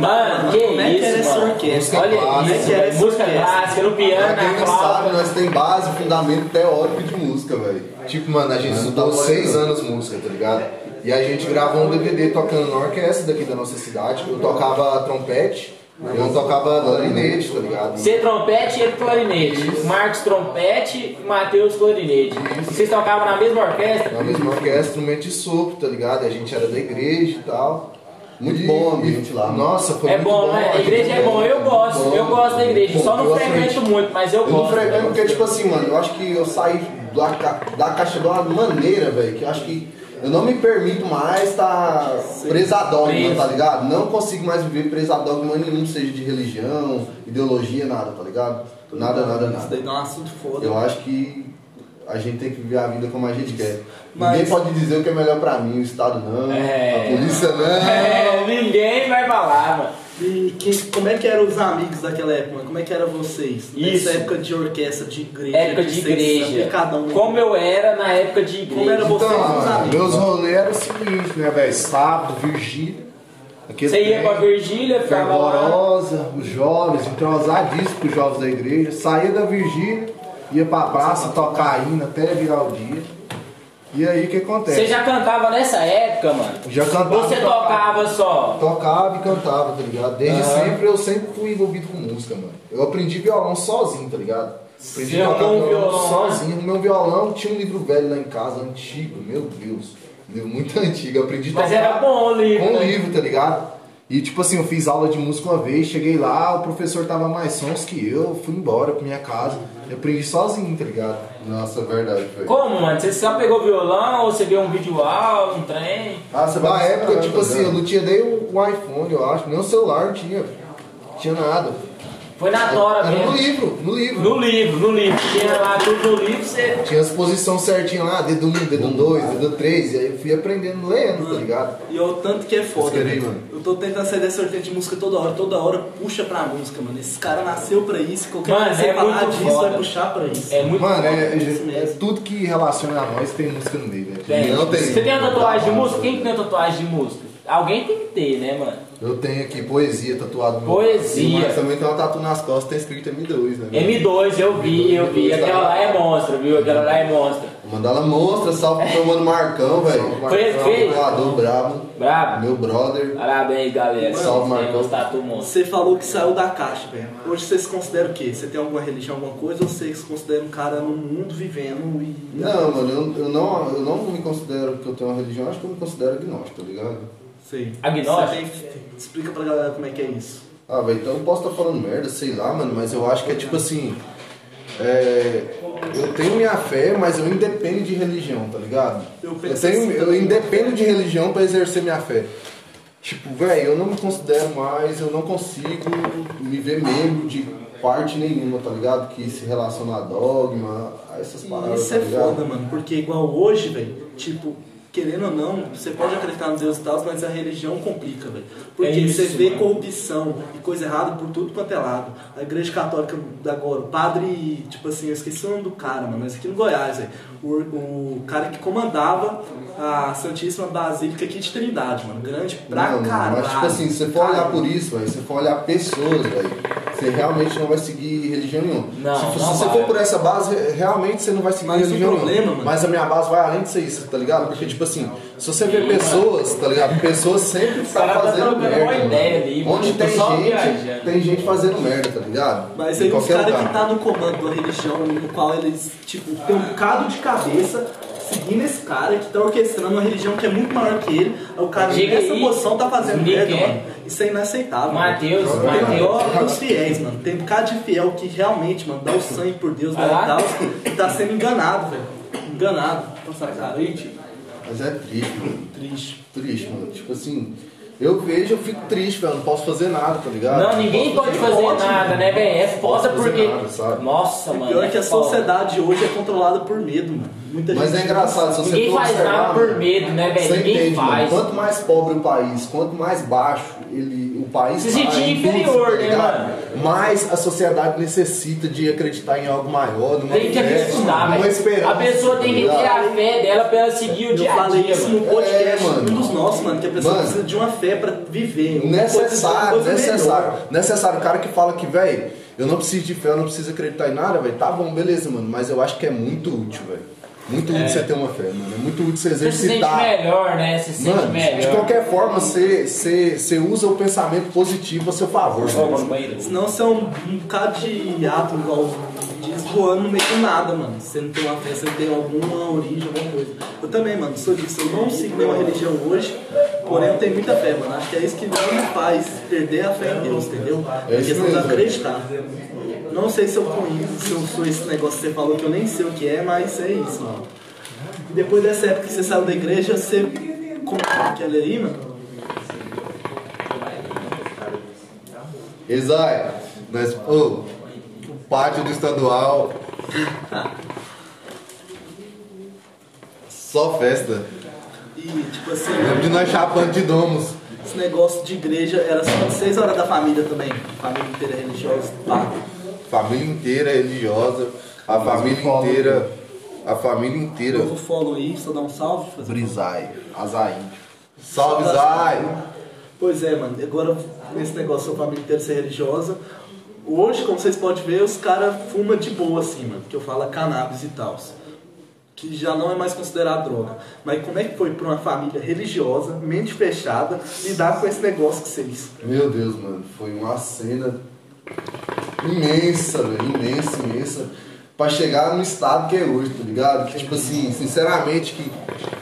S1: Mano, que
S2: Como é que era
S1: isso,
S2: essa
S1: mano.
S2: orquestra?
S1: Olha
S3: Como
S2: é
S1: isso,
S2: que era
S1: velho.
S2: essa
S1: música
S2: orquestra?
S1: clássica, no
S3: Pra
S1: piano,
S3: quem
S1: na
S3: não sabe,
S1: flauta.
S3: nós tem base, fundamento teórico de música, velho. Tipo, mano, a gente estudou seis anos música, tá ligado? E a gente gravou um DVD tocando na orquestra daqui da nossa cidade. Eu tocava trompete, eu tocava clarinete, tá ligado?
S1: Você é trompete e ele clarinete. Marcos trompete e Matheus clarinete. Vocês tocavam na mesma orquestra?
S3: Na mesma orquestra, um mente de sopro, tá ligado? E A gente era da igreja e tal. Muito bom o ambiente lá. Nossa, foi
S1: É
S3: muito
S1: bom, né?
S3: a gente
S1: Igreja é
S3: foi
S1: bom, eu
S3: muito
S1: gosto.
S3: bom.
S1: Eu gosto da igreja.
S3: Bom,
S1: Só não
S3: eu acho
S1: frequento muito, mas eu
S3: Eu não
S1: gosto.
S3: frequento porque, tipo assim, mano, eu acho que eu saí da, ca- da caixa de uma maneira, velho, que eu acho que eu não me permito mais tá presa a dogma,
S1: Preso.
S3: tá ligado? Não consigo mais viver presa a dogma nenhum, seja de religião, ideologia, nada, tá ligado? Nada, nada,
S2: Isso
S3: nada.
S2: daí dá um assunto foda.
S3: Eu acho que a gente tem que viver a vida como a gente quer.
S2: Mas-
S3: Ninguém pode dizer o que é melhor pra mim, o Estado não,
S1: É.
S3: a polícia não.
S1: É, ninguém vai falar, mano.
S2: E quem- como é que eram os amigos daquela época, mano? Como é que eram vocês?
S1: Isso.
S2: Nessa época de orquestra, de igreja.
S1: Época de
S2: vocês,
S1: igreja.
S2: Cada um.
S1: Como eu era na época de igreja.
S2: Como era você
S7: Então,
S2: com os
S7: mano,
S2: amigos?
S7: meus
S8: Meus rolês eram o seguinte, né, velho? Sábado, Virgília. aquele
S1: Você ia
S8: trem,
S1: pra Virgília, ficava lá.
S8: fervorosa, os jovens,
S7: então
S8: entrosadíssimo com os jovens da igreja. Saía da Virgília, ia pra praça tocar hino até virar o dia. E aí o que acontece?
S1: Você já cantava nessa época, mano?
S8: Já cantava.
S1: Você tocava só.
S7: Tocava e cantava, tá ligado? Desde
S8: Aham.
S7: sempre eu sempre fui envolvido com música, mano. Eu aprendi violão sozinho, tá ligado? Aprendi
S1: Você
S7: a tocar
S1: arrumou um
S7: violão,
S1: violão,
S7: sozinho. No meu violão tinha um livro velho lá em casa, antigo, meu Deus. Um livro muito [LAUGHS] antigo. Eu aprendi a
S1: Mas
S7: tocar
S1: era bom o livro.
S7: com o
S1: né?
S7: livro, tá ligado? E tipo assim, eu fiz aula de música uma vez, cheguei lá, o professor tava mais sons que eu, fui embora pra minha casa. Eu aprendi sozinho, tá ligado?
S3: Nossa, verdade, velho.
S1: Como, mano? Você só pegou violão ou você viu um vídeo aula, um trem?
S3: Ah, você
S7: Na
S3: vai
S7: época, tipo
S3: tá
S7: assim, eu
S3: ligado?
S7: não tinha nem o o iPhone, eu acho, nem o celular não tinha. Não tinha nada.
S1: Foi na tora
S7: Era no
S1: mesmo.
S7: livro, no livro.
S1: No livro, no livro. Tinha lá tudo no livro, você.
S7: Tinha as posições certinhas lá, dedo 1, dedo 2, dedo 3, e aí eu fui aprendendo, lendo, tá ligado?
S2: E o tanto que é foda.
S7: Escreve aí,
S2: né?
S7: mano.
S2: Eu tô tentando sair dessa vertente de música toda hora, toda hora puxa pra música, mano. Esse cara nasceu pra isso, qualquer
S1: Mano,
S2: coisa que você
S1: é
S2: falar
S1: muito
S2: disso
S1: foda.
S2: vai puxar pra isso.
S1: É muito.
S7: Mano, é,
S2: isso
S7: é,
S2: mesmo.
S7: tudo que relaciona a nós tem música no meio, velho.
S1: Tem.
S7: Não tem.
S1: Você tem a tatuagem de música? Quem que tem a tatuagem de música? Alguém tem que ter, né, mano?
S7: Eu tenho aqui poesia tatuado no
S1: Poesia.
S7: Mas também tem uma tatu nas costas, tem escrito M2, né? velho?
S1: M2, eu vi, eu vi. Aquela lá é monstro, viu? Aquela lá é monstro.
S3: Mandala monstra, salve pro meu mano Marcão, velho.
S1: Fez, fez.
S3: Voador brabo,
S1: Brabo.
S3: meu brother.
S1: Parabéns, galera.
S3: Salve,
S1: Tem
S3: Marcão.
S1: uns um tatu monstro.
S2: Você falou que saiu da caixa, velho. Hoje vocês consideram o quê? Você tem alguma religião, alguma coisa, ou você se considera um cara no mundo vivendo e.
S3: Não, mano, eu, eu não, eu não me considero que eu tenho uma religião, acho que eu me considero agnóstico, tá ligado?
S2: Sei.
S1: Agnóstico?
S2: Você tem- Explica pra galera como é que é isso.
S3: Ah, velho, então eu posso estar falando merda, sei lá, mano, mas eu acho que é tipo assim. é, eu tenho minha fé, mas eu independo de religião, tá ligado?
S2: Eu
S3: Eu,
S2: penso
S3: tenho,
S2: assim
S3: eu
S2: também.
S3: independo de religião pra exercer minha fé. Tipo, velho, eu não me considero mais, eu não consigo me ver membro de parte nenhuma, tá ligado? Que se relaciona a dogma, a essas paradas.
S2: Isso
S3: tá
S2: é
S3: ligado?
S2: foda, mano, porque igual hoje, velho, tipo, querendo ou não, você pode acreditar no Deus e tal, mas a religião complica, velho. Porque
S1: É isso,
S2: você vê
S1: mano.
S2: corrupção e coisa errada por tudo quanto é lado. A igreja católica da agora, o padre, tipo assim, eu esqueci o nome do cara, mano, mas aqui no Goiás, velho, o, o cara que comandava a Santíssima Basílica aqui de Trindade, mano, grande pra
S3: não,
S2: caralho.
S3: Mas, tipo assim, se você for olhar
S2: Caralho.
S3: por isso, velho, se você for olhar pessoas, velho, você realmente não vai seguir religião nenhuma.
S1: Não,
S3: se for- se
S1: não
S3: você
S1: vai. é
S3: for por essa base, re- realmente você não vai seguir
S2: Mas
S1: um
S2: o
S3: religião
S2: problema,
S3: nenhuma.
S2: mano-
S3: Mas a minha base vai além disso, isso, tá ligado? Porque, tipo assim, se você vê pessoas, tá ligado? Pessoas
S1: cara
S3: sempre estão
S1: tá
S3: fazendo
S1: trocando
S3: merda.
S1: uma
S3: mano.
S1: ideia ali, mano,
S3: Onde
S1: tô
S3: tem
S1: só
S3: gente,
S1: viajando.
S3: tem gente fazendo merda, tá ligado?
S2: Mas
S3: Em
S2: aí os
S3: qualquer
S2: caras
S3: lugar.
S2: que tá no comando da religião, no qual eles, tipo, tem um cado de cabeça seguindo esse cara que tá orquestrando uma religião que é muito maior que ele. Aí o cara
S1: Diga
S2: nessa
S1: aí.
S2: posição tá fazendo
S1: Ninguém
S2: merda,
S1: quer.
S2: mano. Isso é inaceitável.
S1: Mateus,
S2: mano.
S1: Mateus.
S2: Pior dos fiéis, mano. Tem um bocado de fiel que realmente, mano, dá o sangue por Deus, né,
S1: Vai lá.
S2: e tal, e tá sendo enganado, velho. Enganado. Nossa, cara, aí, tipo,
S3: Mas é triste, mano.
S2: triste.
S3: Triste, mano. Tipo assim, eu vejo, eu fico triste, velho. Não posso fazer nada, tá ligado?
S1: Não, ninguém pode fazer
S2: pode,
S1: nada, né, velho? É foda
S3: fazer
S1: porque.
S3: nada, sabe?
S1: Nossa,
S2: O
S1: mano.
S2: pior é que a
S1: foda.
S2: sociedade hoje é controlada por medo, mano. Muita
S3: Mas
S2: gente
S3: é engraçado, se você
S1: Ninguém
S3: for
S1: faz
S3: observar,
S1: nada por
S3: mano,
S1: medo, né, velho?
S3: Você
S1: Ninguém
S3: entende,
S1: faz.
S3: mano? Quanto mais pobre o país, quanto mais baixo ele, o país
S1: Se sentir
S3: tá em
S1: inferior, né,
S3: ligado?
S1: mano?
S3: Mais a sociedade necessita de acreditar em algo maior, numa
S1: Tem que
S3: fé,
S1: acreditar,
S3: numa
S1: velho.
S3: esperança,
S1: A pessoa tem que
S3: tá
S1: ter
S3: ligado?
S1: a fé dela pra ela seguir o
S2: Eu
S1: dia a
S2: falei
S1: dia,
S2: isso
S1: mano.
S2: no podcast,
S3: É, mano.
S2: um dos nossos, mano, que a pessoa
S3: Mano.
S2: precisa de uma fé pra viver. uma
S3: Necessário,
S2: coisa- uma coisa
S3: necessário.
S2: melhor.
S3: Necessário. O cara que fala que, velho, eu não preciso de fé, eu não preciso acreditar em nada, velho. Tá bom, beleza, mano. Mas eu acho que é muito útil, velho. Muito útil você ter uma fé, mano. É muito útil você
S1: Você se sente
S3: exercitar.
S1: melhor, né? Você se sente
S3: Mano,
S1: melhor.
S3: de qualquer forma, você- você você usa o pensamento positivo a seu favor.
S1: Ô, mano,
S3: mano.
S1: banheiro.
S2: Senão você é um, um bocado de ato igual diz voando no meio do nada, mano. Você não tem uma fé, você não tem alguma origem, alguma coisa. Eu também, mano, sou disso. Eu não sigo nenhuma religião hoje, porém eu tenho muita fé, mano. Acho que é isso que não me faz perder a fé em Deus, entendeu? É
S3: isso
S2: questão de
S3: mesmo.
S2: acreditar. Não sei se eu conheço, se eu sou esse negócio que você falou que eu nem sei o que é, mas é isso, mano. E depois dessa época que você saiu da igreja, você comprou aquela aí, mano?
S3: Isai, nós, ô, o pátio do estadual. Só festa.
S2: E tipo assim. tipo
S3: Lembro de nós chapando de domos.
S2: esse negócio de igreja era só de 6 horas da família também. Família inteira religiosa, tá? pá.
S3: Família inteira religiosa, a família inteira. A família inteira.
S2: Novo follow aí, só dá um salve. Fazer
S3: Brisai, Azaí. Salve, Zai!
S2: Pois é, mano. Agora, nesse negócio da família inteira ser religiosa, hoje, como vocês podem ver, os caras fumam de boa, assim, mano. Que eu falo cannabis e tal. Que já não é mais considerado droga. Mas como é que foi pra uma família religiosa, mente fechada, lidar com esse negócio que vocês...
S3: Meu Deus, mano, foi uma cena imensa, velho, imensa, imensa, pra chegar no estado que é hoje, tá ligado? Que, tipo assim, sinceramente, que,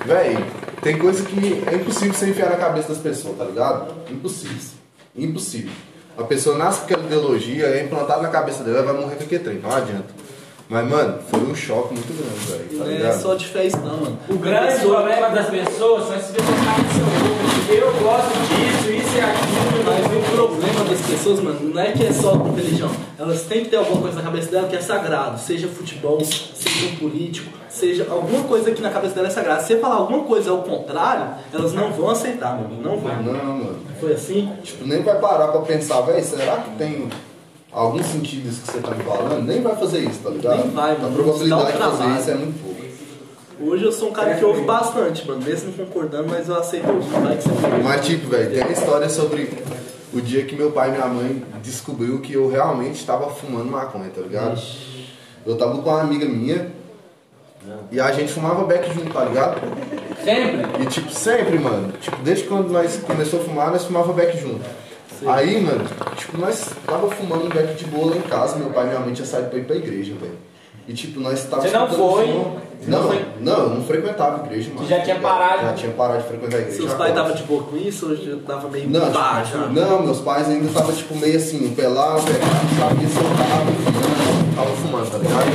S3: velho, tem coisa que é impossível você enfiar na cabeça das pessoas, tá ligado? Impossível, impossível. A pessoa nasce com aquela ideologia, é implantada na cabeça dela, ela vai morrer com aquele trem, não adianta. Mas, mano, foi um choque muito grande, velho, tá
S2: não é
S3: ligado?
S2: só de fé isso, não, mano.
S1: O grande problema das pessoas são essas pessoas que falam seu mundo. Eu gosto disso, isso e aquilo,
S2: Mas
S1: mas
S2: o problema das pessoas, mano, não é que é só com religião. Elas têm que ter alguma coisa na cabeça dela que é sagrado. Seja futebol, seja um político, seja alguma coisa que na cabeça dela é sagrada. Se você falar alguma coisa ao contrário, elas não vão aceitar, mano. Não vão.
S3: Não, mano.
S2: Foi assim?
S3: Tipo, nem vai parar pra pensar, velho, será que tem algum sentido isso que você tá me falando? Nem vai fazer isso, tá ligado?
S2: Nem vai,
S3: A
S2: mano. Dá um
S3: probabilidade de fazer
S2: trabalho.
S3: isso é muito pouco.
S2: Hoje eu sou um cara que ouve bastante, mano. Mesmo não concordando, mas eu aceito ouvir. Vai que você
S3: Mas, tipo, velho, tem a história sobre o dia que meu pai e minha mãe descobriu que eu realmente estava fumando maconha, tá ligado? Eu tava com uma amiga minha
S2: Ah.
S3: e a gente fumava beck junto, tá ligado?
S1: sempre.
S3: E, tipo, sempre, mano. Tipo, desde quando nós começou a fumar, nós fumava beck junto. Aí, mano, tipo, nós tava fumando beck de boa lá em casa. Meu pai e minha mãe tinha saído pra ir pra igreja, velho. E, tipo, nós tava
S1: Você não
S3: escutando
S1: foi?
S3: som.
S1: Você não
S3: Não,
S1: foi?
S3: não, eu não frequentava a igreja, mano.
S1: já tinha parado?
S3: Já tinha parado de frequentar a igreja.
S2: Seus pais
S3: já quase.
S2: estavam de boa com isso? Hoje eu tava meio
S3: Não,
S2: pá,
S3: tipo,
S2: já.
S3: não, meus pais ainda estavam tipo meio assim, pelado, pelado, sabia se eu tava fumando, tava fumando, tá ligado?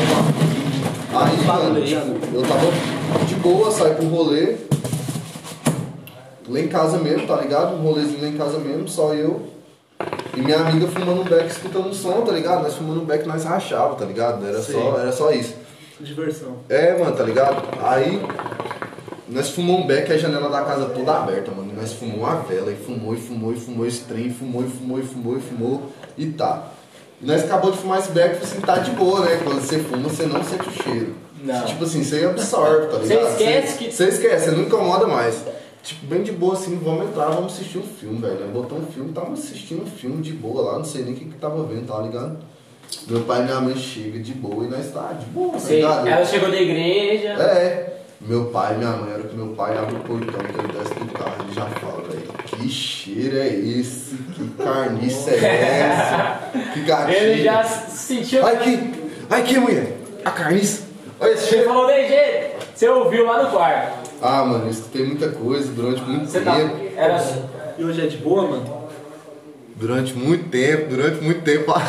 S3: Aí,
S2: Fala,
S3: mano,
S2: Leandro.
S3: tipo, eu tava de boa, saí pro rolê, lá em casa mesmo, tá ligado? Um rolezinho lá em casa mesmo, só eu e minha amiga fumando um beck, escutando um som, tá ligado? Nós fumando um beck, nós rachava, tá ligado? Era só, era só isso.
S2: Diversão.
S3: É, mano, tá ligado? Aí nós fumamos um beck, a janela da casa toda aberta, mano. E Nós fumamos uma vela e fumou, e fumou, e fumou esse trem, e fumou, e fumou, e fumou, e fumou, e tá. E nós acabou de fumar esse beck, tipo assim, tá de boa, né? Quando você fuma, você não sente o cheiro.
S1: Não.
S3: Tipo assim, você absorve, tá
S1: Você
S3: ligado?
S1: esquece
S3: Você-
S1: que-
S3: Você esquece, você não incomoda mais. Tipo, bem de boa assim, vamos entrar, vamos assistir um filme, velho. Nós botamos um filme, tava assistindo um filme de boa lá, não sei nem o que que tava vendo, tá ligado? Meu pai e minha mãe chega de boa e nós tá de boa, tá
S1: Você-
S3: ligado?
S1: ela chegou da igreja.
S3: É. Meu pai, minha mãe, era que meu pai abre o portão um que ele desce do carro, ele já fala, velho, que cheiro é esse? Que carniça é essa? Que gatilho.
S1: Ele já se sentiu.
S3: É, Ai que, ai que mulher, a carniça. Olha esse
S1: Você
S3: cheiro.
S1: falou de jeito. Você ouviu lá no quarto.
S3: Ah, mano, eu escutei muita coisa durante muito
S1: Você tá.
S3: tempo.
S1: Era.
S2: E hoje é de boa, mano?
S3: Durante muito tempo, durante muito tempo. [LAUGHS]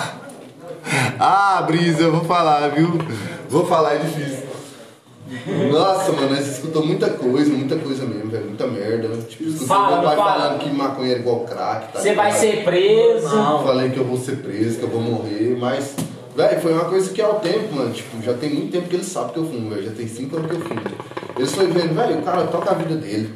S3: Ah, Brisa, eu vou falar, viu? Vou falar, é difícil. Nossa, mano, nós escutou muita coisa, muita coisa mesmo, velho. Muita merda. Tipo, escutei
S1: Fala,
S3: meu pai
S1: fala.
S3: falando que maconha era igual crack, tá
S1: Você vai
S3: ligado?
S1: ser preso.
S3: Eu Falei que eu vou ser preso, que eu vou morrer, mas. Velho, foi uma coisa que ao tempo, mano. Tipo, já tem muito tempo que ele sabe que eu fumo, velho. Já tem 5 anos que eu fumo. Eles foi vendo, velho, o cara toca a vida dele,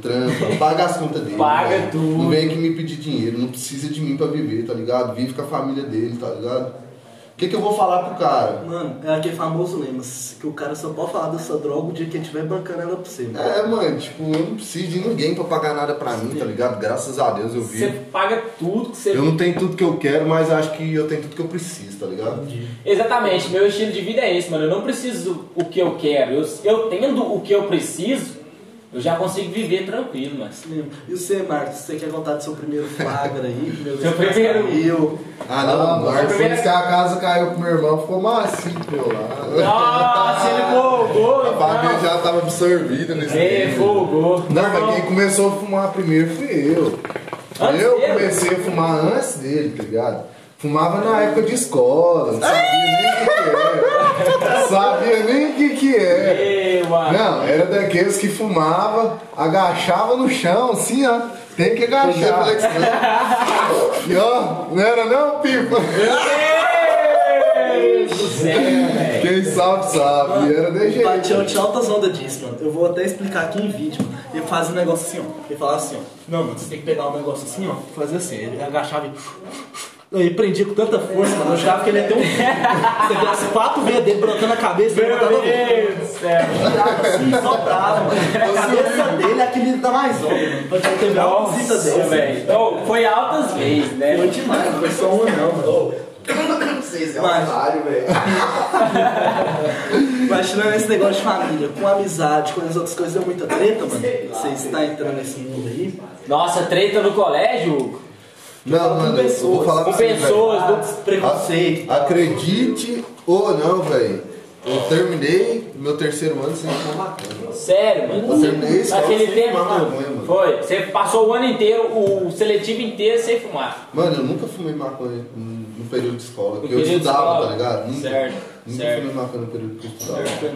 S1: [LAUGHS]
S3: trampa, paga as contas dele.
S1: Paga
S3: velho.
S1: tudo.
S3: Não vem aqui me pedir dinheiro, não precisa de mim pra viver, tá ligado? Vive com a família dele, tá ligado? O que, que eu vou falar pro cara?
S2: Mano, é aquele famoso lema, que o cara só pode falar dessa droga o dia que ele estiver bancando ela pra você, mano.
S3: É, mano, tipo, eu não preciso de ninguém pra pagar nada pra mim, tá ligado? Graças a Deus eu
S1: Você
S3: vivo.
S1: paga tudo que você.
S3: Eu não tenho tudo que eu quero, mas acho que eu tenho tudo que eu preciso, tá ligado?
S1: Exatamente, meu estilo de vida é esse, mano. Eu não preciso o que eu quero. Eu, eu tendo o que eu preciso, eu já consigo viver tranquilo,
S3: [LAUGHS]
S1: mas.
S2: Sim. E você, Marcos, você quer contar do seu primeiro flagra
S1: [LAUGHS]
S2: aí? Primeiro
S1: Seu
S2: vez que
S1: primeiro?
S2: caiu?
S3: Ah,
S5: Ah,
S3: não,
S5: mano,
S3: Marcos.
S5: depois que a casa caiu pro meu irmão, ficou macio pro meu lado.
S1: Nossa, ele
S3: A família
S1: folgou!
S3: já tava absorvida nesse
S1: Ele
S3: tempo.
S1: folgou.
S5: Não, mas quem começou a fumar primeiro fui eu.
S1: Antes
S5: eu
S1: dele?
S5: comecei a fumar antes dele, tá ligado? Fumava na época de escola, não sabia nem o que, que
S1: [LAUGHS]
S5: era. Sabia nem o que, que era.
S1: Meu amigo.
S5: Não, era daqueles que fumava, agachava no chão, assim, ó. Tem que agachar. E ó, não era não, pipa?
S1: Ei! Deus do céu, velho.
S3: Quem sabe, sabe. Era de
S2: O
S3: jeito.
S2: Patião tinha altas ondas disso, mano. Eu vou até explicar aqui em vídeo, mano. Ele fazia um negócio assim, ó. Ele falava assim, ó. Não, mano, você tem que pegar um negócio assim, ó. Fazia assim. Ele agachava e... Ele prendia com tanta força, mano. Eu achava que ele ia ter um... Você vê as quatro veias dele brotando a cabeça. Ele botava...
S1: Deus do céu.
S2: assim, soltava, mano. A cabeça dele é aquele da mais óbvio, mano. Patião teve uma visita
S1: Nossa,
S2: dele, velho.
S1: velho. Ô, Então, foi altas vezes, né?
S2: É, Foi demais, não foi só uma não, mano. Vocês é otário, [LAUGHS] velho. Imaginando esse negócio de família, com amizade, com as outras coisas, é muita treta, mano. Você está entrando nesse mundo aí.
S1: Nossa, treta no colégio?
S3: Não, mano, eu vou falar pra
S1: Com
S3: você. velho.
S1: pessoas, do...
S2: Preconceito.
S3: Acredite ou não, velho. Eu terminei meu terceiro ano sem fumar maconha.
S1: Sério, mano.
S3: Eu terminei esse
S1: Naquele
S3: ano sem
S1: tempo,
S3: fumar
S1: mano,
S3: maconha, mano.
S1: foi. Você passou o ano inteiro, o seletivo inteiro sem fumar.
S3: Mano, eu nunca fumei maconha no no período de escola.
S1: No
S3: Porque eu
S1: período de
S3: estudava,
S1: escola.
S3: tá ligado? Nunca.
S1: Certo,
S3: Nunca
S1: certo.
S3: fumei maconha no período que eu estudava.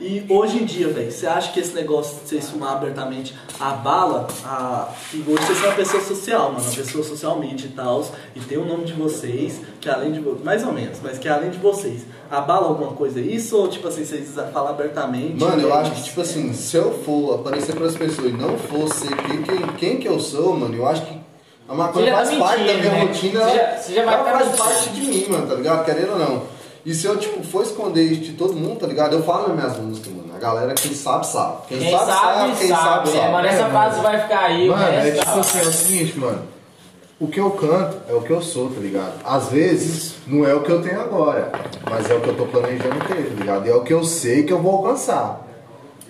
S2: E hoje em dia, velho, você acha que esse negócio de vocês fumar abertamente abala a figura? Vocês são uma pessoa social, mano, uma pessoa socialmente e tal, e tem o nome de vocês, que é além de vocês, mais ou menos, mas que é além de vocês, abala alguma coisa isso? Ou tipo assim, vocês falam abertamente?
S3: Mano, eu
S2: né?
S3: acho que, tipo assim, se eu for aparecer pras pessoas e não for ser quem, quem, quem que eu sou, mano, eu acho que a
S1: Você
S3: maconha
S1: já tá
S3: faz parte da
S1: mentindo,
S3: minha
S1: né? Você
S3: rotina. ela-
S1: já- você já vai
S3: ela
S1: ficar
S3: faz
S1: mentindo.
S3: parte de mim, mano, tá ligado? Querendo ou não. E se eu, tipo, for esconder isso de todo mundo, tá ligado? Eu falo nas minhas músicas, mano. A galera, quem sabe, sabe. Quem,
S1: Quem, sabe, sabe,
S3: quem sabe,
S1: né?
S3: sabe. É,
S1: Mano, essa frase vai ficar aí.
S5: Mano,
S1: o
S5: é
S1: resto, tá
S5: tipo
S1: ó.
S5: assim, é o seguinte, mano. O que eu canto é o que eu sou, tá ligado? Às vezes não é o que eu tenho agora, mas é o que eu tô planejando ter, tá ligado? E é o que eu sei que eu vou alcançar.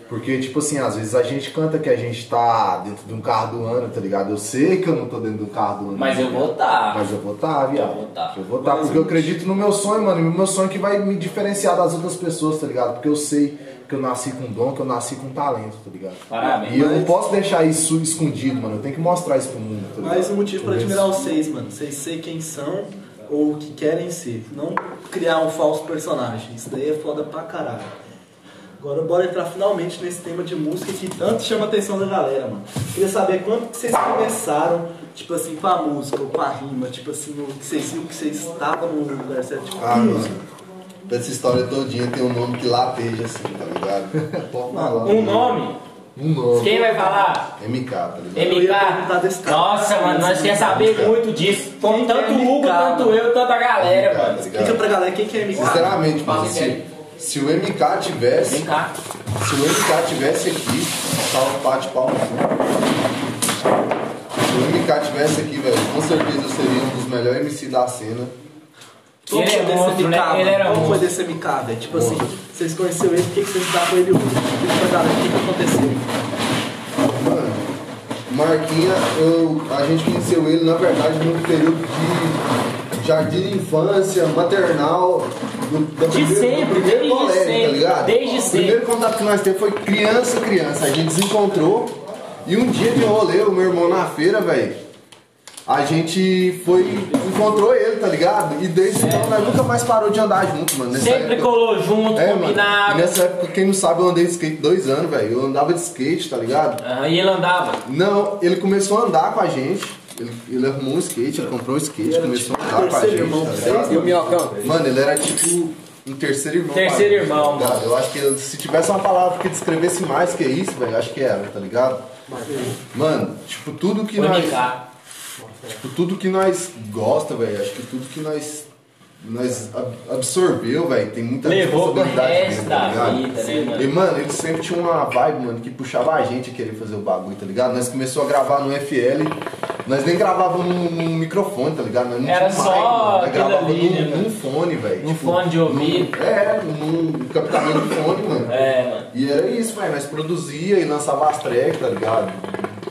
S5: Porque, tipo assim, às vezes a gente canta que a gente tá dentro de um carro do ano, tá ligado? Eu sei que eu não tô dentro do carro do ano.
S1: Mas eu
S5: tá ligado?
S1: vou tá.
S5: Mas eu vou tá, viado.
S1: Eu vou tá.
S5: Eu vou tá, porque eu acredito no meu sonho, mano. E o meu sonho é que vai me diferenciar das outras pessoas, tá ligado? Porque eu sei que eu nasci com dom, que eu nasci com talento, tá ligado?
S1: Parabéns.
S5: E eu não posso deixar isso escondido, mano. Eu tenho que mostrar isso pro mundo. tá ligado?
S2: Mas o motivo pra
S5: Entendeu?
S2: admirar vocês, mano, vocês sei quem são ou o que querem ser, não criar um falso personagem. Isso daí é foda pra caralho. Agora bora entrar finalmente nesse tema de música que tanto chama a atenção da galera, mano. Queria saber quando que vocês começaram, tipo assim, com a música ou com a rima, tipo assim, o que vocês viram que vocês estavam no lugar certo, tipo,
S3: Ah,
S2: hum,
S3: mano. Pra essa história todinha tem um nome que lateja assim, tá
S2: [LAUGHS]
S3: ligado?
S5: Toma
S2: mano,
S5: lá.
S1: Um nome?
S3: Um nome.
S1: Quem vai falar?
S3: MK, tá ligado?
S2: Eu ia perguntar desse
S1: MK?
S2: cara.
S1: Nossa, mano, nós quer saber muito disso.
S2: Quem que é
S1: Tanto o Hugo,
S2: MK,
S1: tanto
S2: mano?
S1: eu, tanto a galera,
S3: Tá
S1: mano.
S3: ligado?
S2: Explica pra galera quem que é MK.
S3: Sinceramente, mano,
S1: Fala,
S3: se,
S1: sério.
S3: se o MK tivesse.
S1: Vem cá.
S3: Se o MK tivesse aqui, salve bate palma. Se o MK tivesse aqui, velho, com certeza eu seria um dos melhores MC da cena.
S2: Como
S1: Ele
S2: foi
S1: é
S2: desse
S1: monstro,
S2: MK,
S1: né?
S2: mano?
S1: Ele era
S2: Como foi
S1: monstro.
S2: desse MK, velho? Tipo assim, vocês conheceram ele, por que que vocês dá com ele hoje? Diz pra galera, O que, que aconteceu?
S3: Mano, Marquinha, eu, a gente conheceu ele, na verdade, num período de jardim de infância, maternal, do, da
S1: De
S3: primeiro- do
S1: sempre,
S3: primeiro
S1: desde
S3: colégio,
S1: sempre,
S3: tá ligado?
S1: desde
S3: O primeiro contato que nós teve foi criança, criança. A gente se encontrou e um dia de rolê, o meu irmão na feira, velho, a gente foi, encontrou ele, tá ligado? E desde então, nós nunca mais parou de andar junto, mano. nessa
S1: Sempre
S3: época.
S1: colou junto,
S3: É, mano. E
S1: combinava.
S3: nessa época, quem não sabe, eu andei de skate dois anos, velho. Eu andava de skate, tá ligado?
S1: Aham, e ele andava.
S3: Não, ele começou a andar com a gente. Ele, ele arrumou um skate, ele comprou um skate, começou
S1: tipo
S3: a andar com a
S2: terceiro
S3: gente.
S2: irmão
S3: tá
S2: pra
S3: ligado?
S6: E o Minhocão?
S3: Mano, ele era tipo um terceiro irmão.
S1: Terceiro
S3: pra gente,
S1: irmão,
S3: tá ligado?
S1: mano.
S3: Eu acho que se tivesse uma palavra que descrevesse mais que isso, velho, eu acho que era, tá ligado? Mano, tipo, tudo que
S1: O
S3: nós.
S1: MK.
S3: Tipo, tudo que nós gosta, velho, acho que tudo que nós. Nós ab- absorveu, velho, tem muita
S1: Levou pro
S3: responsabilidade
S1: resto
S3: mesmo,
S1: da
S3: tá ligado?
S1: vida, né, mano?
S3: E, mano, ele sempre tinha uma vibe, mano, que puxava a gente a querer fazer o bagulho, tá ligado? Nós começamos a gravar no FL, nós nem gravávamos num, num microfone, tá ligado? Nós não
S1: Era
S3: tinha
S1: só
S3: mano. Nós
S1: aquilo
S3: gravava
S1: ali, né,
S3: num,
S1: mano?
S3: num fone, velho. tipo,
S1: Num fone de ouvido.
S3: num- é, num captamento de fone, mano.
S1: É, mano.
S3: E era isso, velho, nós produzia e lançava as tracks, tá ligado?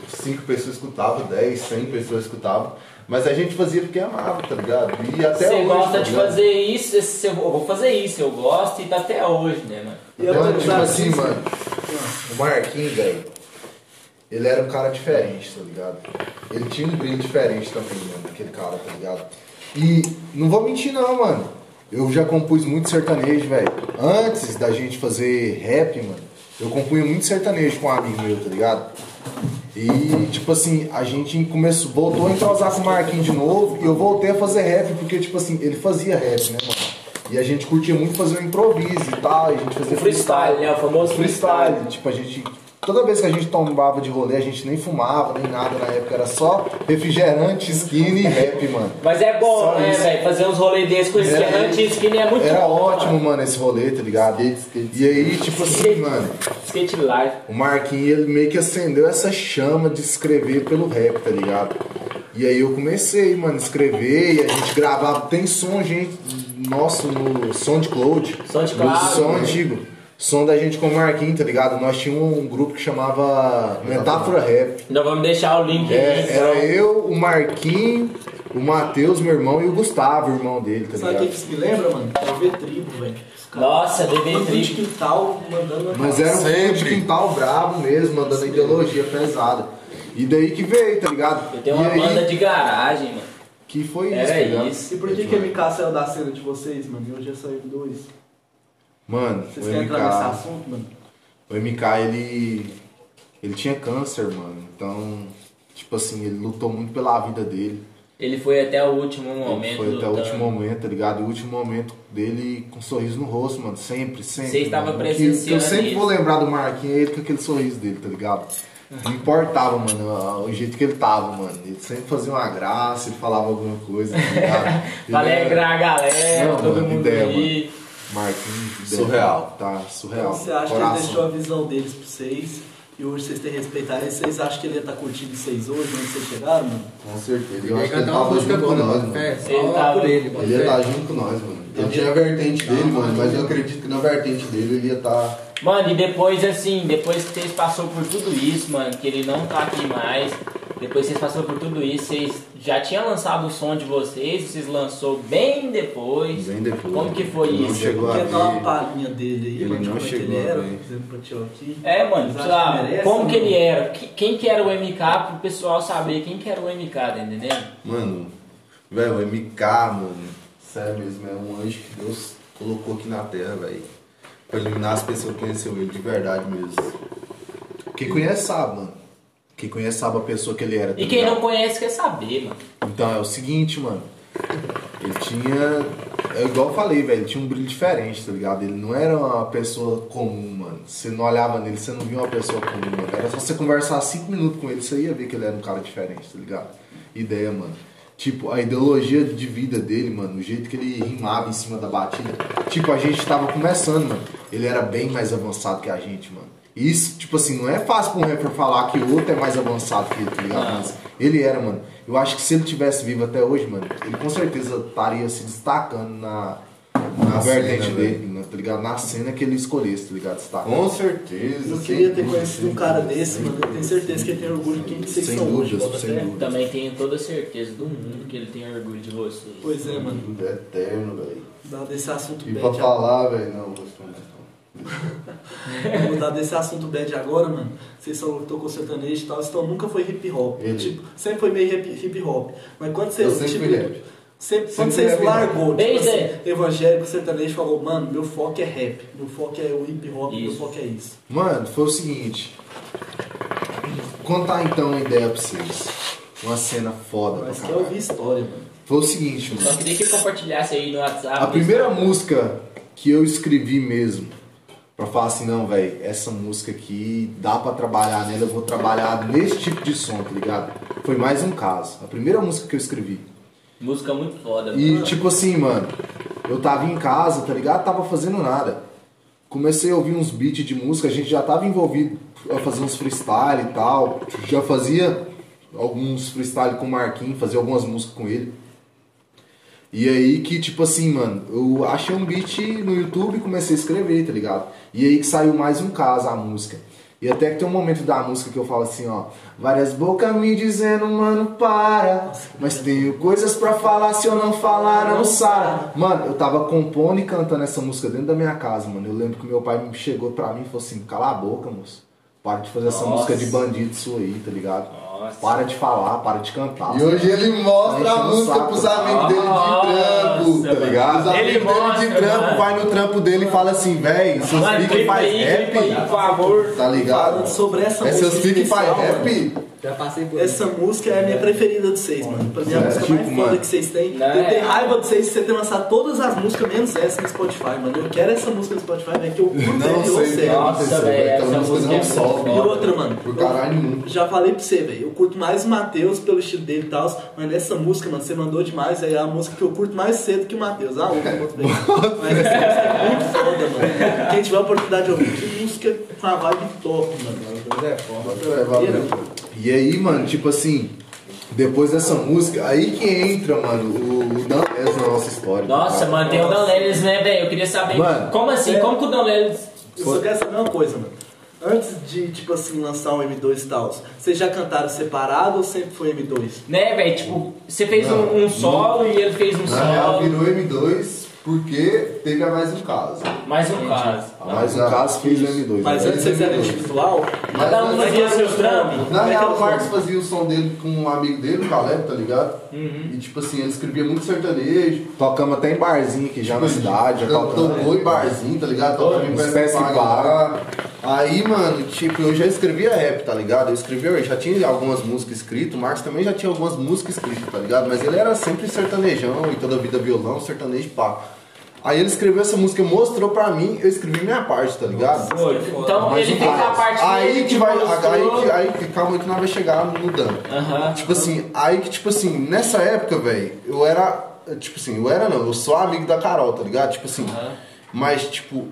S3: Cinco pessoas escutavam, dez, cem pessoas escutavam. Mas a gente fazia porque amava, tá ligado? E até
S1: Você
S3: hoje,
S1: gosta
S3: tá
S1: de
S3: ligado?
S1: fazer isso, esse- eu vou fazer isso, eu gosto e tá até hoje, né, mano?
S2: E eu
S3: Então, tipo
S2: perguntar
S3: assim, mano, o Marquinhos, velho, ele era um cara diferente, tá ligado? Ele tinha um brilho diferente também, mano, aquele cara, tá ligado?
S5: E não vou mentir não, mano. Eu já compus muito sertanejo, velho. Antes da gente fazer rap, mano, eu compunha muito sertanejo com um amigo meu, tá ligado? E tipo assim, a gente começou, voltou a entrosar com o Marquinhos de novo e eu voltei a fazer rap, porque tipo assim, ele fazia rap, né, mano?
S3: E a gente curtia muito fazer um improviso e tal, a gente fazia
S1: O freestyle, né? O famoso freestyle.
S3: freestyle. Tipo, a gente. Toda vez que a gente tombava de rolê, a gente nem fumava, nem nada na época, era só refrigerante, skinny e rap, mano.
S1: Mas é bom,
S3: Só
S1: né,
S3: isso.
S1: velho? Fazer uns rolês desses com esse
S3: Era
S1: é, anti-skinny é muito
S3: Era
S1: bom.
S3: ótimo, mano, esse rolê, tá ligado? E aí, tipo assim, mano,
S1: Skate life.
S3: o Marquinhos ele meio que acendeu essa chama de escrever pelo rap, tá ligado? E aí eu comecei, mano, a escrever e a gente gravava, tem som, gente, nosso no SoundCloud.
S1: SoundCloud,
S3: No som
S1: né?
S3: antigo. Som da gente com o Marquinhos, tá ligado? Nós tínhamos um grupo que chamava Metáfora Rap.
S1: Nós Então vamos deixar o link aí.
S3: É,
S1: então.
S3: era eu, o Marquinhos, o Matheus, meu irmão, e o Gustavo, o irmão dele,
S2: Sabe
S3: tá
S2: o que
S3: ligado?
S2: que isso me lembra, mano? É o V-Tribo, velho. Os caras
S1: Nossa,
S2: mandando
S1: DB
S2: de
S1: Trip.
S2: quintal, mandando... a
S3: Mas era um fundo de
S9: Sempre.
S3: quintal brabo mesmo, mandando a ideologia pesada. E daí que veio, tá ligado?
S1: Eu tenho uma
S3: e aí,
S1: banda de garagem, mano.
S3: que foi isso, tá
S1: Era
S3: ligado?
S1: isso.
S2: E por que que o MK saiu da cena de vocês, mano? E hoje é só eu dois.
S3: Mano,
S2: Vocês
S3: o
S2: querem entrar nesse
S3: MK,
S2: assunto, mano?
S3: o MK, ele. Ele tinha câncer, mano. Então, tipo assim, ele lutou muito pela vida dele.
S1: Ele foi até o último
S3: Ele
S1: momento.
S3: foi até o
S1: lutando.
S3: último momento, tá ligado? E o último momento dele com um sorriso no rosto, mano. Sempre, sempre.
S1: Você estava
S3: mano. Que-
S1: presenciando
S3: que Eu sempre
S1: isso. Uhum.
S3: vou lembrar do Marquinhos, é ele com aquele sorriso dele, tá ligado? Não importava, mano, a- o jeito que ele tava, mano. Ele sempre fazia uma graça, ele falava alguma coisa, tá
S1: [LAUGHS]
S3: ligado? Ele
S1: Pra alegrar a galera,
S3: Não,
S1: todo
S3: mano,
S1: mundo
S3: ideia,
S1: aí.
S3: era- Marquinhos,
S9: Surreal.
S3: Tá, surreal.
S2: Então, você acha que ele
S3: Coração.
S2: deixou a visão deles pra vocês? E hoje vocês têm respeitado isso? Vocês acham que ele ia estar curtindo vocês hoje, onde vocês chegaram, mano?
S3: Com certeza.
S9: Eu
S6: Vai
S9: acho que ele
S6: cantar uma
S9: tava
S6: música
S9: junto com
S6: boa,
S9: nós,
S6: bota
S9: mano.
S6: fé.
S1: Ele
S6: Só
S1: tava-
S6: por ele, bota
S9: Ele ia
S6: fé.
S9: estar
S3: tá
S4: tá
S9: junto né? com nós, mano. Eu tinha a vertente dele, mano, mas eu acredito que na vertente dele ele ia tá estar.
S1: Mano, e depois assim, depois que vocês passou por tudo isso, mano, que ele não tá aqui mais, depois que vocês passou por tudo isso, vocês já tinham lançado o som de vocês, vocês lançou bem depois.
S3: Bem depois.
S1: Como que foi
S3: Não
S1: isso?
S3: chegou a
S2: Quer dar uma
S3: ver.
S2: palhinha dele aí,
S3: Ele
S2: mano, de
S3: não
S2: como é que ele
S3: chegou né? a
S2: era?
S3: ver.
S2: Por exemplo, pra tirar aqui.
S1: É, mano,
S2: Vocês
S1: sei
S2: acham
S1: lá,
S2: que merece,
S1: como que
S2: mano?
S1: ele é? era? Que- Quem que era o MK pro pessoal saber quem que era o MK, tá entendendo?
S9: Mano, velho, o MK, mano, sério mesmo, é um anjo que Deus colocou aqui na terra, velho. Pra iluminar as pessoas que conheceu ele de verdade mesmo.
S3: Quem conhece sabe, mano. Quem conhece sabe a pessoa que ele era. tá
S1: E quem
S3: ligado?
S1: não conhece quer saber, mano.
S3: Então é o seguinte, mano. Ele tinha. É igual eu falei, velho. Ele tinha um brilho diferente, tá ligado? Ele não era uma pessoa comum, mano. Você não olhava nele, você não via uma pessoa comum, mano. Era só você conversar cinco minutos com ele, você ia ver que ele era um cara diferente, tá ligado? Ideia, mano. Tipo, a ideologia de vida dele, mano, o jeito que ele rimava em cima da batida. Tipo, a gente tava começando, mano. Ele era bem mais avançado que a gente, mano. Isso, tipo assim, não é fácil pra um rapper falar que o outro é mais avançado que ele, tá ligado?
S9: Ah.
S1: Não.
S3: Mas ele era, mano. Eu acho que se ele tivesse vivo até hoje, mano, ele com certeza estaria se destacando na, na
S9: Na
S3: vertente
S9: cena,
S3: dele, né, tá ligado? Na cena que ele escolhesse, tá ligado? Destacar.
S9: Com certeza.
S2: Eu
S9: sem
S2: queria ter
S9: dúvida,
S2: conhecido um
S9: sem
S2: cara
S9: dúvida,
S2: desse,
S9: sem
S2: mano. Eu tenho
S9: dúvida,
S2: certeza
S9: sem
S2: que ele tem
S9: dúvida,
S2: orgulho de quem
S3: dúvida,
S2: que vocês
S3: sem
S2: são hoje,
S3: dúvidas,
S2: bota
S3: sem
S2: fé?
S3: dúvidas.
S1: Também tenho toda certeza do mundo que ele tem orgulho de vocês.
S2: Pois é, mano. é
S9: Tudo é eterno, velho.
S2: Dá desse assunto
S9: E pra
S2: bad agora.
S9: falar, velho, não, gostou não.
S2: Vamos dar desse assunto bad agora, mano. Vocês só lutou com sertanejo e tal, então nunca foi hip hop.
S9: Ele.
S2: Tipo, sempre foi meio hip, hip hop. Mas quando
S9: Eu
S2: vocês.
S9: sempre
S2: tipo,
S9: fui rap.
S2: Sempre, quando
S9: Sempre
S2: vocês
S9: fui rap.
S2: largou, tipo
S1: Desde-
S2: assim, evangélico, sertanejo falou, mano, meu foco é rap, meu foco é o hip hop, meu
S1: Isso.
S2: foco é isso.
S3: Mano, foi o seguinte. Contar então uma ideia pra vocês. Uma cena foda pra
S2: Mas quer
S3: caralho.
S2: ouvir história, mano.
S3: Foi o seguinte, mano.
S1: Só queria que compartilhasse aí no WhatsApp.
S3: A primeira música que eu escrevi mesmo, pra falar assim, não, velho, essa música aqui dá pra trabalhar nela, eu vou trabalhar nesse tipo de som, tá ligado? Foi mais um caso. A primeira música que eu escrevi.
S1: Música muito foda,
S3: E
S1: mano.
S3: tipo assim, mano, eu tava em casa, tá ligado? Tava fazendo nada. Comecei a ouvir uns beats de música, a gente já tava envolvido a fazer uns freestyle e tal. Já fazia alguns freestyle com o Marquinhos, fazia algumas músicas com ele. E aí que, tipo assim, mano, eu achei um beat no YouTube e comecei a escrever, tá ligado? E aí que saiu mais um caso a música. E até que tem um momento da música que eu falo assim, ó. Várias bocas me dizendo, mano, para. Mas tenho coisas pra falar, se eu não falar, não sara. Mano, eu tava compondo e cantando essa música dentro da minha casa, mano. Eu lembro que meu pai me chegou pra mim e falou assim, cala a boca, moço. Para de fazer essa
S1: Nossa.
S3: música de bandido sua aí, tá ligado?
S1: Nossa.
S3: Para de falar, para de cantar.
S9: E hoje ele mostra
S3: Tá
S9: a
S3: enchendo o
S9: música
S3: saco.
S9: pros amigos dele
S1: Nossa,
S9: de trampo, tá ligado? Os
S1: mano. Ele
S9: amigos dele
S1: mostra,
S9: de trampo,
S1: mano.
S9: vai no trampo dele e fala assim, velho, seus
S1: Mano,
S9: piques
S1: clipa
S9: faz
S1: aí, clipa aí,
S9: rap,
S1: por favor.
S9: tá ligado?
S2: Falando sobre essa
S9: É seus
S2: música
S9: piques faz
S2: especial,
S9: rap,
S4: Já passei por
S2: Essa música é a minha preferida de vocês, mano. Pra mim é a música mais
S3: tipo,
S2: foda
S3: mano.
S2: que vocês têm.
S1: Não,
S2: eu
S1: é.
S2: tenho raiva de vocês de você ter lançado todas as músicas, menos essa no Spotify, mano. Eu quero essa música no Spotify, velho, que eu curto
S3: Não
S2: e eu
S3: sei o que
S2: sei.
S1: Nossa,
S3: aconteceu,
S1: velho,
S3: velho.
S1: essa
S3: Aquela música
S1: música é
S3: não
S1: muito
S3: sobe.
S2: E
S1: foda.
S2: outra, mano.
S3: Por caralho nenhum.
S2: Já falei pra você, velho. Eu curto mais o Matheus pelo estilo dele e tal. Mas nessa música, mano, você mandou demais. É a música que eu curto mais cedo que o Matheus. Ah, outra, outra vez.
S3: [LAUGHS]
S2: Mas essa música é muito foda, mano. Quem tiver a oportunidade de ouvir, que música com a vibe top, mano.
S3: É, valeu.
S9: E aí, mano, tipo assim, depois dessa música, aí que entra, mano, o, o Dantes na nossa história. tá
S1: Nossa,
S9: cara.
S1: mano, tem o Dan Lelis, né, velho? Eu queria saber
S9: Mano.
S1: como assim, como que o Dan Lelis.
S2: Eu só quero saber uma coisa, mano. Antes de, tipo assim, lançar um M2 e tal, vocês já cantaram separado ou sempre foi M2?
S1: Né, velho? Tipo, você fez um, um solo e ele fez um
S3: Na real,
S1: solo.
S3: virou M2 porque teve a mais um caso.
S1: Mais um caso.
S9: Mas o caso fez o M2.
S2: Mas
S9: né?
S2: antes vocês eram individual?
S1: Cada um
S2: Como é que
S1: fazia
S2: é o
S1: seus
S2: seu
S1: trampos.
S2: trampo?
S3: Na
S2: Como é que é
S3: real, o
S2: seu
S3: Marcos
S2: trampo?
S3: fazia o som dele com um amigo dele, o Caleb, tá ligado?
S2: Uhum.
S3: E tipo assim, ele escrevia muito sertanejo. Tipo assim,
S9: Tocamos até em barzinho aqui já na cidade, já tocando.
S3: Tocou em barzinho, tá ligado? Tocou em
S9: Uns
S3: festa
S9: festival.
S3: lá. Aí, mano, tipo, eu já escrevia rap, tá ligado? Eu escrevia, eu já tinha algumas músicas escritas, o Marcos também já tinha algumas músicas escritas, tá ligado? Mas ele era sempre sertanejão e toda vida violão, sertanejo pá. Aí ele escreveu essa música, mostrou pra mim, eu escrevi minha parte, tá ligado?
S1: Então
S3: Mas
S1: ele
S3: o
S1: fez a
S3: cara-
S1: parte
S3: aí
S1: dele,
S3: que vai,
S1: mostrou.
S3: aí que, aí que calma que nós vai chegar no Dan.
S1: Aham.
S3: Tipo assim, aí que tipo assim, nessa época, velho, eu era tipo assim, eu era não, eu sou amigo da Carol, tá ligado? Tipo assim, mas tipo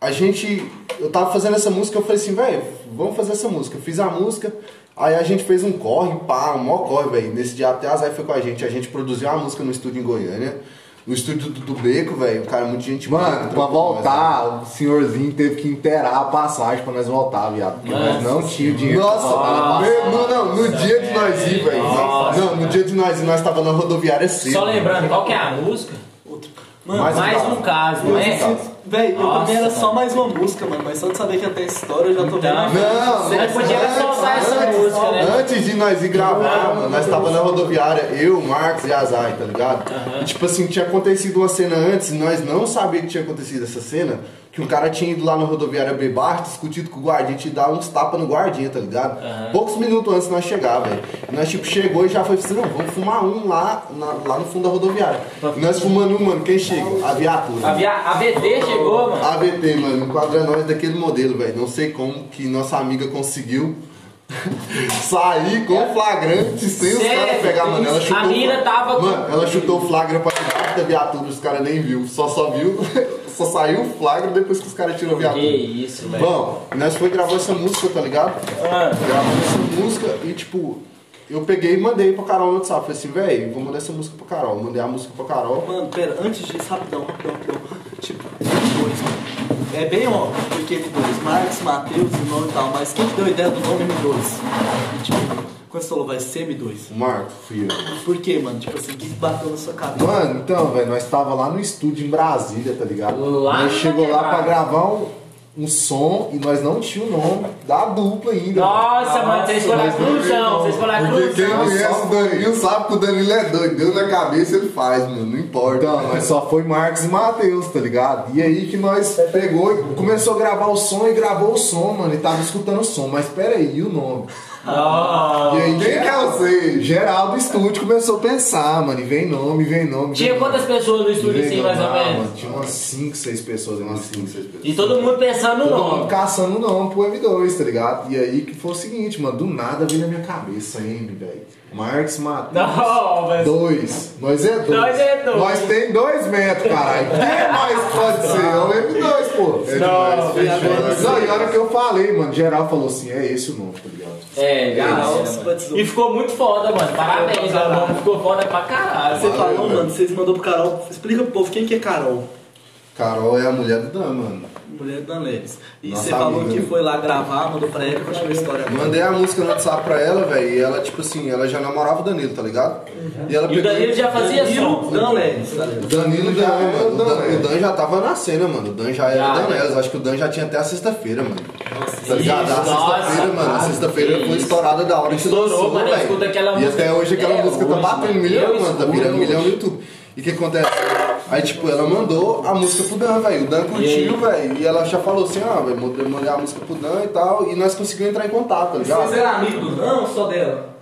S3: a gente eu tava fazendo essa música, eu falei assim, velho, vamos fazer essa música. Eu fiz a música, aí a gente fez um corre, pá, um mó corre, velho. Nesse dia até a Zay foi com a gente, a gente produziu uma música no estúdio em Goiânia. No estúdio do, do Beco, velho, o cara é muito gente boa,
S9: Mano, pra
S3: tranquilo,
S9: voltar, o senhorzinho teve que inteirar a passagem pra nós voltar, viado. Porque nós não tínhamos dinheiro.
S3: Nossa, meu- não, não, no dia de nós ir, velho.
S1: Nossa.
S3: Não, no dia de nós ir, nós tava na rodoviária cedo.
S1: Só
S3: velho.
S1: lembrando, qual que é a música?
S3: Mais um
S1: Mais
S3: caso.
S1: um caso, não é?
S2: Véi, eu
S1: Nossa,
S2: também era só
S1: mano.
S2: mais uma música, mano. Mas só de saber que até essa história eu já tô
S1: Então,
S2: vendo.
S3: Não,
S1: Você
S3: nós-
S1: podia
S3: antes-
S1: soltar essa
S3: antes-
S1: música, né?
S3: Antes de nós ir gravar, mano, nós tava na rodoviária, eu, Marcos e Azai, tá ligado? E, tipo assim, tinha acontecido uma cena antes, e nós não sabíamos que tinha acontecido essa cena, que um cara tinha ido lá na rodoviária bebar, discutido com o guardinha, te dar uns tapas no guardinha, tá ligado? Poucos minutos antes de nós chegar, velho. E Nós, tipo, chegou e já foi assim, não, vamos fumar um lá, na- lá no fundo da rodoviária. E nós fumando um, mano, quem chega? A viatura.
S1: A, via... a VD chegou, mano.
S3: ABT, mano, enquadra nós daquele modelo, velho. Não sei como que nossa amiga conseguiu [LAUGHS] sair com flagrante sem os
S1: Sério?
S3: caras pegar, mano. Ela chutou,
S1: A mina tava com-
S3: Mano, ela chutou o flagra pra debaixo da viatura, os caras nem viu. Só só viu, [LAUGHS] só saiu o flagra depois que os caras tiram a
S1: Que
S3: viatura.
S1: isso, velho.
S3: Bom, nós foi gravar essa música, tá ligado?
S1: Ah.
S3: Gravamos essa música e, tipo, eu peguei e mandei pra Carol no WhatsApp. Falei assim, velho, vou mandar essa música pra Carol. Mandei a música pra Carol.
S2: Mano, pera, antes disso, rapidão, rapidão, rapidão. Tipo, M2, mano. É bem óbvio, porque M2, Marcos, Matheus, o nome e tal, mas quem que deu a ideia do nome M2? E, tipo, quando você falou, vai ser M2.
S3: O Marco, fui eu.
S2: Por quê, mano? Tipo assim, o que que bateu na sua cabeça?
S9: Mano, então, velho, nós tava lá no estúdio em Brasília, tá ligado?
S1: Lá
S9: nós
S1: na
S9: chegou lá
S1: quebrada.
S9: pra gravar um, um som e nós não tinha o nome da dupla ainda.
S1: Nossa, é mano, vocês foram na cruzão, vocês foram na
S3: Porque quem
S1: cruzão.
S3: conhece o Danilo sabe que o Danilo é doido. Deu na cabeça, ele faz, mano. Não importa.
S9: Então, nós só foi Marcos e Matheus, tá ligado? E aí que nós pegou e começou a gravar o som e gravou o som, mano, e tava escutando o som. Mas peraí, e o nome?
S1: Nossa.
S9: E aí,
S3: Quem que é você?
S9: Geral do estúdio começou a pensar, mano, e vem nome, vem nome.
S1: Tinha
S9: vem
S1: quantas pessoas no
S9: nome,
S1: estúdio
S9: vem
S1: assim, mais ou
S9: nome. Ah,
S1: menos?
S9: mano, Tinha umas 5, 6 pessoas, umas 5, 6 pessoas.
S1: E todo mundo pensando no
S9: Todo mundo
S1: nome.
S9: caçando o nome pro M2, tá ligado? E aí que foi o seguinte, mano, do nada veio na minha cabeça M, velho. Marx Matheus.
S1: Não, mas...
S9: Dois. Nós é dois.
S1: Nós é dois.
S9: Nós tem dois
S1: [LAUGHS]
S9: metros, caralho. Quem mais pode ser? É o M2, pô. É
S1: Não,
S9: demais, fechou. Não, e a hora que eu falei, mano, geral falou assim, é esse o nome, tá ligado?
S1: É, já
S2: Caralho,
S9: assim,
S1: era,
S2: se
S1: mano.
S2: batizou.
S9: né?"
S1: E ficou muito foda, mano. Parabéns,
S2: Caralho.
S1: o nome ficou foda pra caralho.
S2: Você falou,
S3: velho.
S2: mano, vocês
S9: assim.
S2: mandou pro Carol. Explica pro povo quem que é Carol,
S3: Carol é a mulher do Dan, mano.
S2: mulher do Danelis. E
S3: Nossa
S2: você falou
S3: amiga.
S2: que foi lá gravar, mandou pra ela, continua a história agora.
S3: Mandei a música no WhatsApp pra ela, velho. E ela, tipo assim, ela já namorava o Danilo, tá ligado? E ela
S1: E o Danilo já fazia
S2: Danilo
S1: som.
S2: Danelis, tá
S3: O
S2: ligado?
S3: Danilo já, é,
S9: Já era
S3: mano, o Dan-
S9: Danés.
S3: o Dan já tava na cena, mano. O Dan já era
S1: Já, né?
S3: Danés. Acho que o Dan já tinha até a sexta-feira, mano. Tá ligado?
S1: Isso,
S3: A sexta-feira,
S1: nossa,
S3: mano. A
S1: cara,
S3: sexta-feira
S1: que
S3: foi
S1: isso.
S3: estourada da hora que
S1: Estourou,
S3: lançou,
S1: mano, eu
S3: velho.
S1: escuto aquela
S3: E
S1: música
S3: até hoje aquela
S1: até
S3: música tá
S1: hoje,
S3: batendo
S1: mano.
S3: milhão,
S1: Eu
S3: mano. Tá virando
S1: escuto
S3: milhão no
S1: hoje.
S3: YouTube. E o que acontece?
S9: Aí, tipo, ela mandou a música pro Dan, velho. O Dan curtiu, velho. E ela já falou assim, ah, velho, mandei mandei a música pro Dan e tal. E nós conseguimos entrar em contato, tá ligado?
S10: Vocês eram amigos do Dan ou só dela?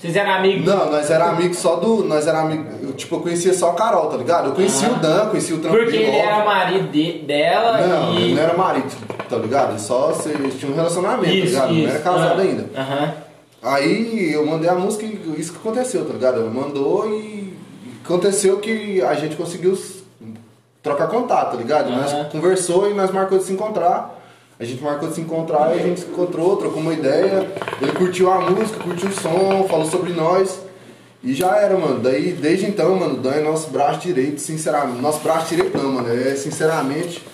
S1: Vocês eram amigos?
S9: Não, nós era amigo só do. Nós era amigo. eu, Tipo, eu conhecia só a Carol, tá ligado? Eu conhecia o Dan, conhecia o Trampo
S1: Ah. Porque
S9: de
S1: ele era
S9: Lopes.
S1: marido de- dela
S9: Não,
S1: e.
S9: ele não era marido, tá ligado? Ele Só se- tinha um relacionamento,
S1: Isso,
S9: tá ligado?
S1: isso.
S9: Não era casado
S1: Ah,
S9: ainda.
S1: Aham.
S9: Aí eu mandei a música e isso que aconteceu, tá ligado? Ela mandou e aconteceu que a gente conseguiu s- trocar contato, tá ligado?
S1: Aham.
S9: Nós conversou e nós marcou de se encontrar. A gente marcou de se encontrar e a gente se encontrou, trocou uma ideia. Ele curtiu a música, curtiu o som, falou sobre nós. E já era, mano. Daí, desde então, mano, o Dan é nosso braço direito, sinceramente. Nosso braço direito não, mano. É sinceramente.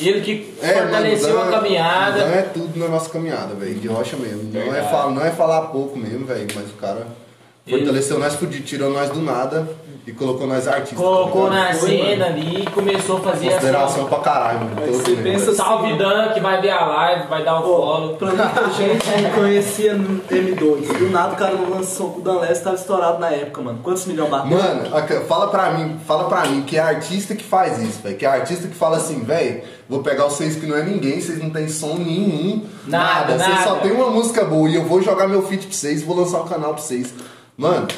S1: Ele que
S9: É, mano,
S1: fortaleceu
S9: Dan-
S1: a caminhada.
S9: Dan é tudo na nossa caminhada, velho. De rocha mesmo. Não é,
S1: Verdade.
S9: fa- não é falar pouco mesmo, velho. Mas o cara
S1: Ele-
S9: fortaleceu nós fudido, tirou nós do nada e colocou nós artistas.
S1: Colocou
S9: tá ligado?
S1: na cena ali e começou a fazer
S9: Consideração
S1: essa.
S9: pra caralho, mano.
S2: Mas
S9: todo
S2: você
S9: mundo.
S2: pensa assim,
S1: Salve Dan, que vai ver a live, vai dar o follow.
S2: Pra muita gente que conhecia no M2. Do nada o cara lançou o Dan Les tava estourado na época, mano. Quantos milhões bateu?
S9: Mano, aca- fala pra mim, fala pra mim que é artista que faz isso, velho. Que é artista que fala assim, velho, vou pegar vocês que não é ninguém, vocês não tem som nenhum,
S1: Nada,
S9: Vocês só
S1: nada.
S9: tem uma música boa e eu vou jogar meu feat pra vocês, vou lançar o canal pra vocês. Mano,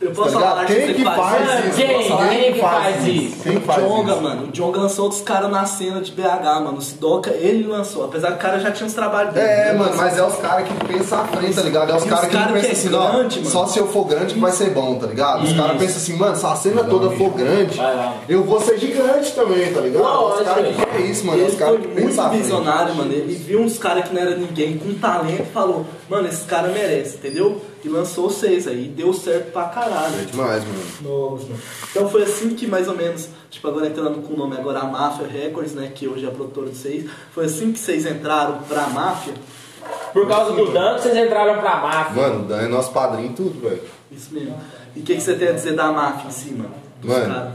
S2: Eu
S9: Tá
S2: posso falar
S9: ligado? Quem
S2: artista
S9: que faz
S10: É,
S1: Mano,
S9: isso?
S1: quem?
S9: Nossa,
S1: Quem que faz isso?
S9: Quem
S2: O
S9: faz
S2: Jonga,
S9: isso?
S2: mano. O Jonga lançou outros caras na cena de BH, mano. O Sidoca, ele lançou. Apesar que o cara já tinha uns trabalhos dele. né,
S9: É,
S2: Ele
S9: mano,
S2: lançou.
S9: mas é os caras que pensam à frente, tá ligado? É os
S2: E
S9: caras
S2: os
S9: que
S2: cara
S9: não
S2: que
S9: pensam
S2: é
S9: assim, não,
S2: grande, mano.
S9: só se eu for grande que vai ser bom, tá ligado? Os caras pensam assim, mano, se a cena toda for grande,
S1: Vai lá.
S9: eu vou ser gigante também, tá ligado?
S1: Não,
S9: os caras
S1: lógico,
S9: que é isso, mano,
S2: Ele
S9: os caras
S2: foi
S9: que pensam à
S2: muito
S9: frente.
S2: visionário, mano. Ele viu uns caras que não era ninguém com talento e falou, mano, esse cara merece, entendeu? E lançou seis aí. E deu certo pra caralho.
S9: É demais, mano.
S2: Nossa, mano. Então foi assim que mais ou menos, tipo, agora entrando com o nome agora a Máfia Records, né? Que hoje é a produtora de vocês. Foi assim que vocês entraram pra máfia.
S1: Por causa do Dan, que vocês entraram pra máfia.
S9: Mano, o Dan é nosso padrinho em tudo, velho.
S2: Isso mesmo. E o que, que você tem a dizer da máfia em cima? Dos
S9: Mano,
S2: caras?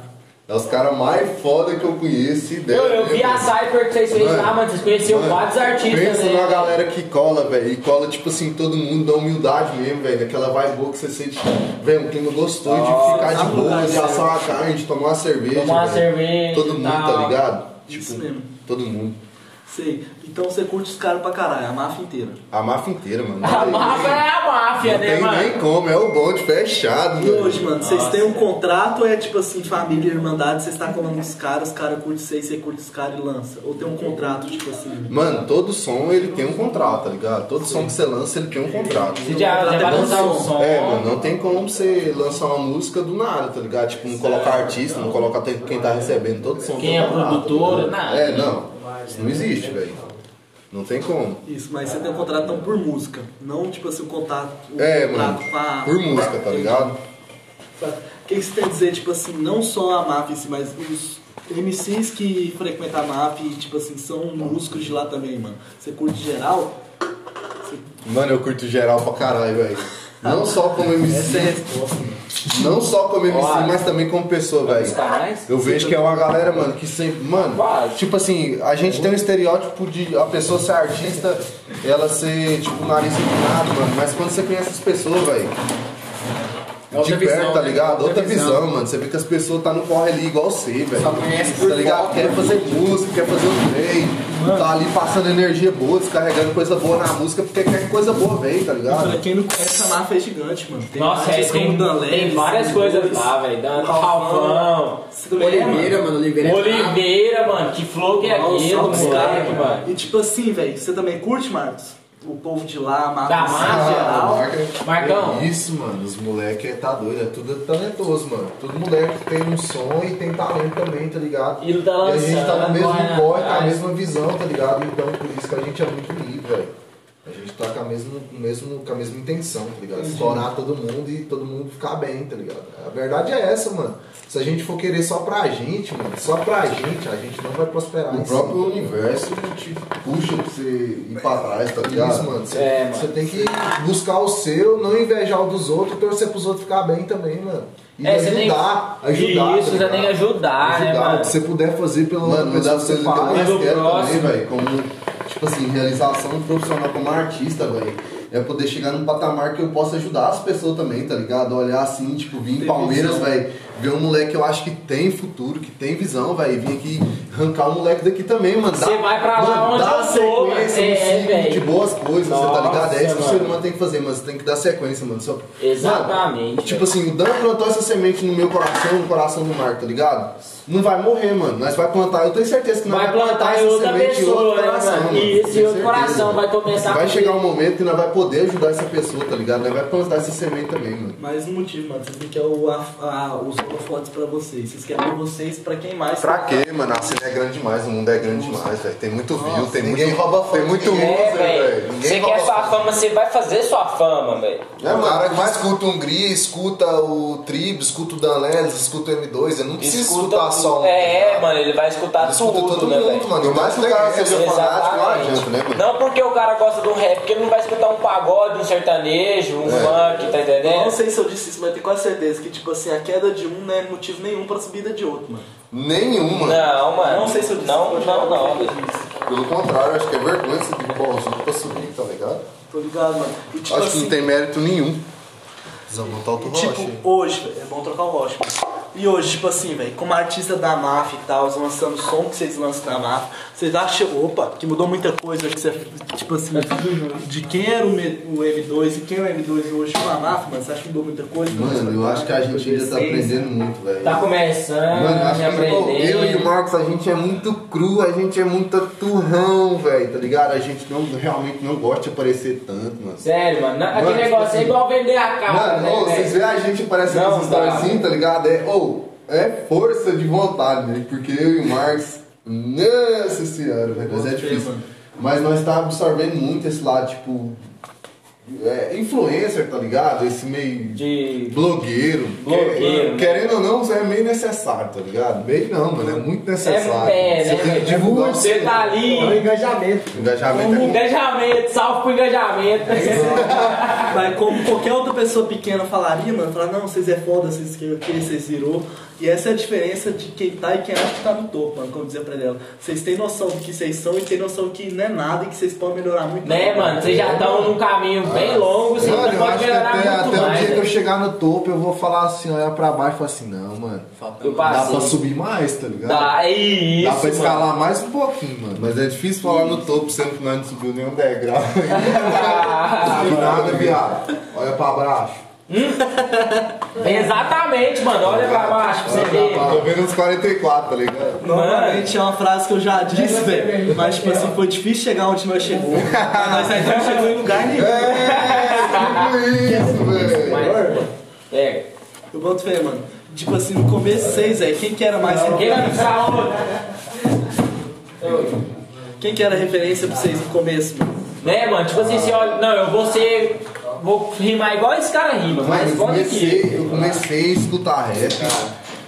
S9: é os caras mais foda que eu conheço. se der,
S1: Eu, eu vi
S9: né,
S1: a
S9: mano?
S1: Cypher que vocês fez
S9: Mano,
S1: lá, mano. Vocês conheciam
S9: Mano,
S1: vários artistas,
S9: Pensa
S1: né?
S9: na galera que cola, velho. E cola, tipo assim, todo mundo da humildade mesmo, velho. Daquela vibe boa que você sente, velho, um clima gostoso de ficar de boa, de assar uma carne, de tomar uma cerveja.
S1: Tomar uma
S9: velho.
S1: cerveja
S9: Todo
S1: e
S9: mundo,
S1: tal.
S9: tá ligado?
S2: Isso mesmo.
S9: Todo mundo.
S2: Sei. Então você curte os caras pra caralho, a máfia inteira.
S9: A máfia inteira, mano.
S1: A
S9: Não
S1: máfia é a máfia,
S9: tem-
S1: né,
S9: Não
S1: mano?
S9: tem nem como, é o bonde fechado,
S2: E
S9: velho.
S2: hoje, mano, vocês têm um contrato ou é tipo assim, família, irmandade, vocês estão colando os caras, os caras curtem vocês, você curte os caras e lança? Ou tem um contrato, tipo assim.
S9: Mano, todo som ele tem um contrato, tá ligado? Todo som que você lança ele tem um contrato.
S1: Você já, já vai lançar um som.
S9: É, mano, não tem como você lançar uma música do nada, tá ligado? Tipo, não colocar artista, não colocar te- quem tá recebendo todo som.
S1: Quem é
S9: tá parado,
S1: produtora,
S9: tá ligado?
S1: nada.
S9: É, não. Isso não existe, velho. Não tem como.
S2: Isso, mas você tem um contrato então, por música, não tipo assim, o contato. O
S9: É, mano,
S2: contrato com a-
S9: por música, tá ligado?
S2: O que, que você tem a dizer, tipo assim, não só a MAF, em si, mas os MCs que frequentam a MAF, e, tipo assim, são músicos de lá também, mano. Você curte geral?
S9: Mano, eu curto geral pra caralho, velho. Não só como
S2: Essa é a
S9: MC,
S2: resposta, mano.
S9: não só como MC,
S1: Olha.
S9: mas também como pessoa,
S1: Os
S9: velho.
S1: canais?
S9: Eu vejo que é uma galera, mano, que sempre. Mano,
S1: Vai.
S9: tipo assim, a gente tem um estereótipo de a pessoa ser artista, ela ser, tipo, nariz empinado, mano. Mas quando você conhece as pessoas, velho.
S4: É outra
S9: de perto,
S4: visão,
S9: tá
S4: né?
S9: ligado?
S4: Outra
S9: Outra, visão.
S4: visão.
S9: mano. Você vê que as pessoas tá no corre ali igual você, velho.
S4: Só conhece por
S9: Tá ligado?
S4: foto,
S9: Quer fazer música, quer fazer o trem. Tá ali passando energia boa, descarregando coisa boa na música, porque quer que coisa boa vem,
S2: Pra
S9: tá ligado?
S2: quem não conhece, a MAF é gigante, mano. Tem
S1: Nossa, é,
S2: artistas como
S1: tem,
S2: Dan
S1: tem
S2: Leves,
S1: várias
S2: Sam
S1: coisas tá?
S2: Flores.
S1: lá, velho. um Dan
S2: Ralfão.
S1: Ralfão,
S2: Você também é, mano?
S4: Oliveira, mano, Oliveira. é brabo.
S1: Oliveira, mano. Que flow que é
S2: Nossa,
S1: aquele,
S2: os
S1: moleque,
S2: caras,
S1: mano.
S2: mano. E tipo assim, velho, você também curte, Marcos? O povo de lá, a MAF,
S1: Da
S2: em si,
S1: Mafra?
S2: geral.
S1: Marcão.
S3: É isso, mano. Os moleques tá doido. É tudo talentoso, mano. Todo moleque tem um som e tem talento também, tá ligado?
S1: E ele tá
S3: E a gente tá
S1: lançando,
S3: no mesmo
S1: corre
S3: corre, tá na
S1: atrás.
S3: mesma visão, tá ligado? Então por isso que a gente é muito livre, velho. A gente tá com a, mesma, com o mesmo, com a mesma intenção, tá ligado? Explorar todo mundo e todo mundo ficar bem, tá ligado? A verdade é essa, mano. Se a gente for querer só pra gente, mano, só pra gente, a gente não vai prosperar.
S9: O
S3: em si.
S9: próprio universo te puxa pra você ir pra trás, tá ligado?
S3: Isso, mano. Você
S1: É, mano.
S3: você tem que buscar o seu, não invejar o dos outros, torcer pros outros ficar bem também, mano. E
S1: É, você tem que-
S3: ajudar, ajudar.
S1: Isso,
S3: tá
S1: você tem que
S3: ligado?
S1: ajudar, né,
S3: Ajudar. O
S1: mano?
S3: que você puder fazer pela
S9: Mano,
S3: mano,
S9: uma
S3: pessoa
S9: das
S3: que você
S9: coisas que eu
S3: faz.
S9: mais
S1: Mas o
S9: quero também,
S1: próximo-
S9: velho, como, tipo assim, realização profissional como artista, velho. é poder chegar num patamar que eu possa ajudar as pessoas também, tá ligado? Olhar assim, tipo, vir em Palmeiras, velho, ver um moleque que eu acho que tem futuro, que tem visão, velho, vir aqui arrancar um moleque daqui também, mano. Dá-
S1: Você vai pra lá
S9: mano,
S1: onde
S9: dá
S1: eu tô, mano.
S9: sequência no
S1: É,
S9: ciclo
S1: velho.
S9: de boas coisas, você tá ligado? É isso que o
S1: Nossa,
S9: ser
S1: mano.
S9: humano tem que fazer, mas você tem que dar sequência, mano. Só...
S1: Exatamente,
S9: Mano, tipo
S1: velho.
S9: assim, o Dan plantou essa semente no meu coração, no coração do Marco, tá ligado? Não vai morrer, mano. Nós vai plantar, eu tenho certeza que nós
S1: Vai plantar em
S9: essa
S1: outra
S9: semente em
S1: pessoa,
S9: outro
S1: né,
S9: coração,
S1: mano?
S9: mano.
S1: E esse
S9: Tenho
S1: outro
S9: certeza,
S1: coração vai começar
S9: Vai
S1: a-
S9: chegar um momento que nós vai poder ajudar essa pessoa, tá ligado? Nós vai plantar essa semente também, mano.
S2: Mais um motivo, mano. Vocês não querem o, a, a, os holofotes pra vocês. Vocês querem vocês pra quem mais.
S3: Pra quê, mano? A cena é grande demais, o mundo é grande demais, velho. Tem muito view, tem muito.
S9: ninguém rouba fã
S3: Tem
S9: de
S3: muito
S9: ninguém,
S3: user,
S11: É, velho.
S3: velho.
S11: Você
S3: Ninguém
S11: quer
S3: rouba
S11: sua
S3: fã.
S11: fama, você vai fazer sua fama, velho.
S3: É, mano, o cara que mais escuta o Hungria, escuta o Trib, escuta o Danelles, escuta o M2, ele não precisa escutar só um.
S11: É,
S3: tá ligado?
S11: mano, ele vai escutar
S3: Ele
S11: tudo,
S3: escuta todo
S11: né,
S3: mundo,
S11: velho?
S3: mano. E mais que o cara seja
S11: Exatamente.
S3: fanático, não adianta, né,
S1: é
S3: mano?
S11: Não porque o cara gosta do rap, porque ele não vai escutar um pagode, um sertanejo,
S3: É.
S11: um funk, tá
S2: Eu não
S11: entendendo?
S2: sei se eu disse isso, mas eu tenho quase certeza que, tipo assim, a queda de um não é motivo nenhum pra subida de outro, mano.
S3: é Nenhum,
S1: É.
S3: mano.
S11: Não, mano.
S2: Não sei se eu disse
S11: Não,
S2: isso,
S11: não, não.
S2: eu disse.
S3: Pelo contrário, acho que é vergonha você derrubar os outros pra subir, tá ligado?
S2: Tô ligado, mano. E, tipo
S3: Acho que
S2: assim,
S3: não tem mérito nenhum. Precisamos montar outro
S2: E,
S3: rocha.
S2: tipo, hoje, velho, é bom trocar o rocha. mano. E hoje, tipo assim, velho, como artista da MAF e tal, lançando o som que vocês lançam na MAF, vocês acham, opa, que mudou muita coisa, que você, tipo assim, de quem era o, M- o M2 e quem é o M2 hoje com a MAF, mano, você acha que mudou muita coisa?
S9: Mano, eu acho que a gente ainda tá aprendendo muito, velho.
S1: Tá começando,
S9: Mano, eu acho
S1: me
S9: que pô, eu e o
S1: aprendendo.
S9: Marcos, a gente é muito cru, a gente é muito turrão, velho, tá ligado? A gente não, realmente não gosta de aparecer tanto, mano.
S1: Sério, mano. na-
S9: Mano,
S1: Aquele
S9: tipo
S1: negócio é
S9: assim,
S1: igual vender a casa,
S9: Mano,
S1: né,
S9: ô,
S1: velho?
S9: vocês veem a gente parece
S1: Não,
S9: nos stories
S1: tá.
S9: assim, tá ligado? É, ou, é força de vontade, né? Porque eu e o Marcos, nossa senhora, velho, mas é difícil. Mas nós tá absorvendo muito esse lado, tipo, é, influencer, tá ligado? Esse meio
S1: De.
S9: blogueiro.
S1: Blogueiro. né?
S9: Querendo ou não, isso é meio necessário, tá ligado? Meio não, mano, é muito necessário.
S1: É,
S9: Você
S1: né,
S9: tem que
S1: velho?
S9: divulgar o seu
S1: Você tá ali.
S12: É o engajamento.
S9: engajamento. é
S1: Engajamento, salve pro engajamento.
S2: Mas como qualquer outra pessoa pequena falaria, mano, falar, não, vocês é foda, vocês que que vocês virou. E essa é a diferença de quem tá e quem acha que tá no topo, mano, como dizia pra ela. Vocês têm noção do que vocês são e têm noção que não é nada e que vocês podem melhorar muito.
S1: né, mano? Vocês já estão num caminho bem longo, vocês
S9: Mano,
S1: ainda
S9: eu acho
S1: podem
S9: que
S1: melhorar
S9: até,
S1: muito
S9: até o
S1: mais. né?
S9: dia que eu
S1: velho.
S9: chegar no topo, eu vou falar assim, olhar pra baixo e falar assim, não, mano,
S1: Eu
S9: dá pra
S1: passei.
S9: subir mais, tá ligado?
S1: Dá, é isso.
S9: Dá pra
S1: mano.
S9: escalar mais um pouquinho, mano.
S3: Mas é difícil falar no topo, sendo que nós não subiu nenhum degrau.
S1: Ah, [LAUGHS]
S9: Do nada, viado. Olha pra baixo.
S1: Exatamente, mano. Olha pra baixo pra você ver.
S3: Tô vendo uns 44, tá ligado?
S2: Normalmente é uma frase que eu já disse, velho. Mas, tipo assim, foi difícil chegar onde nós chegou. Mas nós ainda não chegou em lugar nenhum.
S3: Isso, velho.
S1: Mas, é.
S2: Eu boto fé, mano. Tipo assim, no começo, vocês, velho, quem que era mais...
S1: Quem vai ficar outro?
S2: Quem que era referência pra vocês no começo, mano?
S1: Né, mano? Tipo assim, você olha. Não, eu vou ser. Vou rimar igual esse cara rima,
S9: Mas
S1: mas
S9: eu
S1: pode aqui.
S9: comecei, eu comecei a escutar rap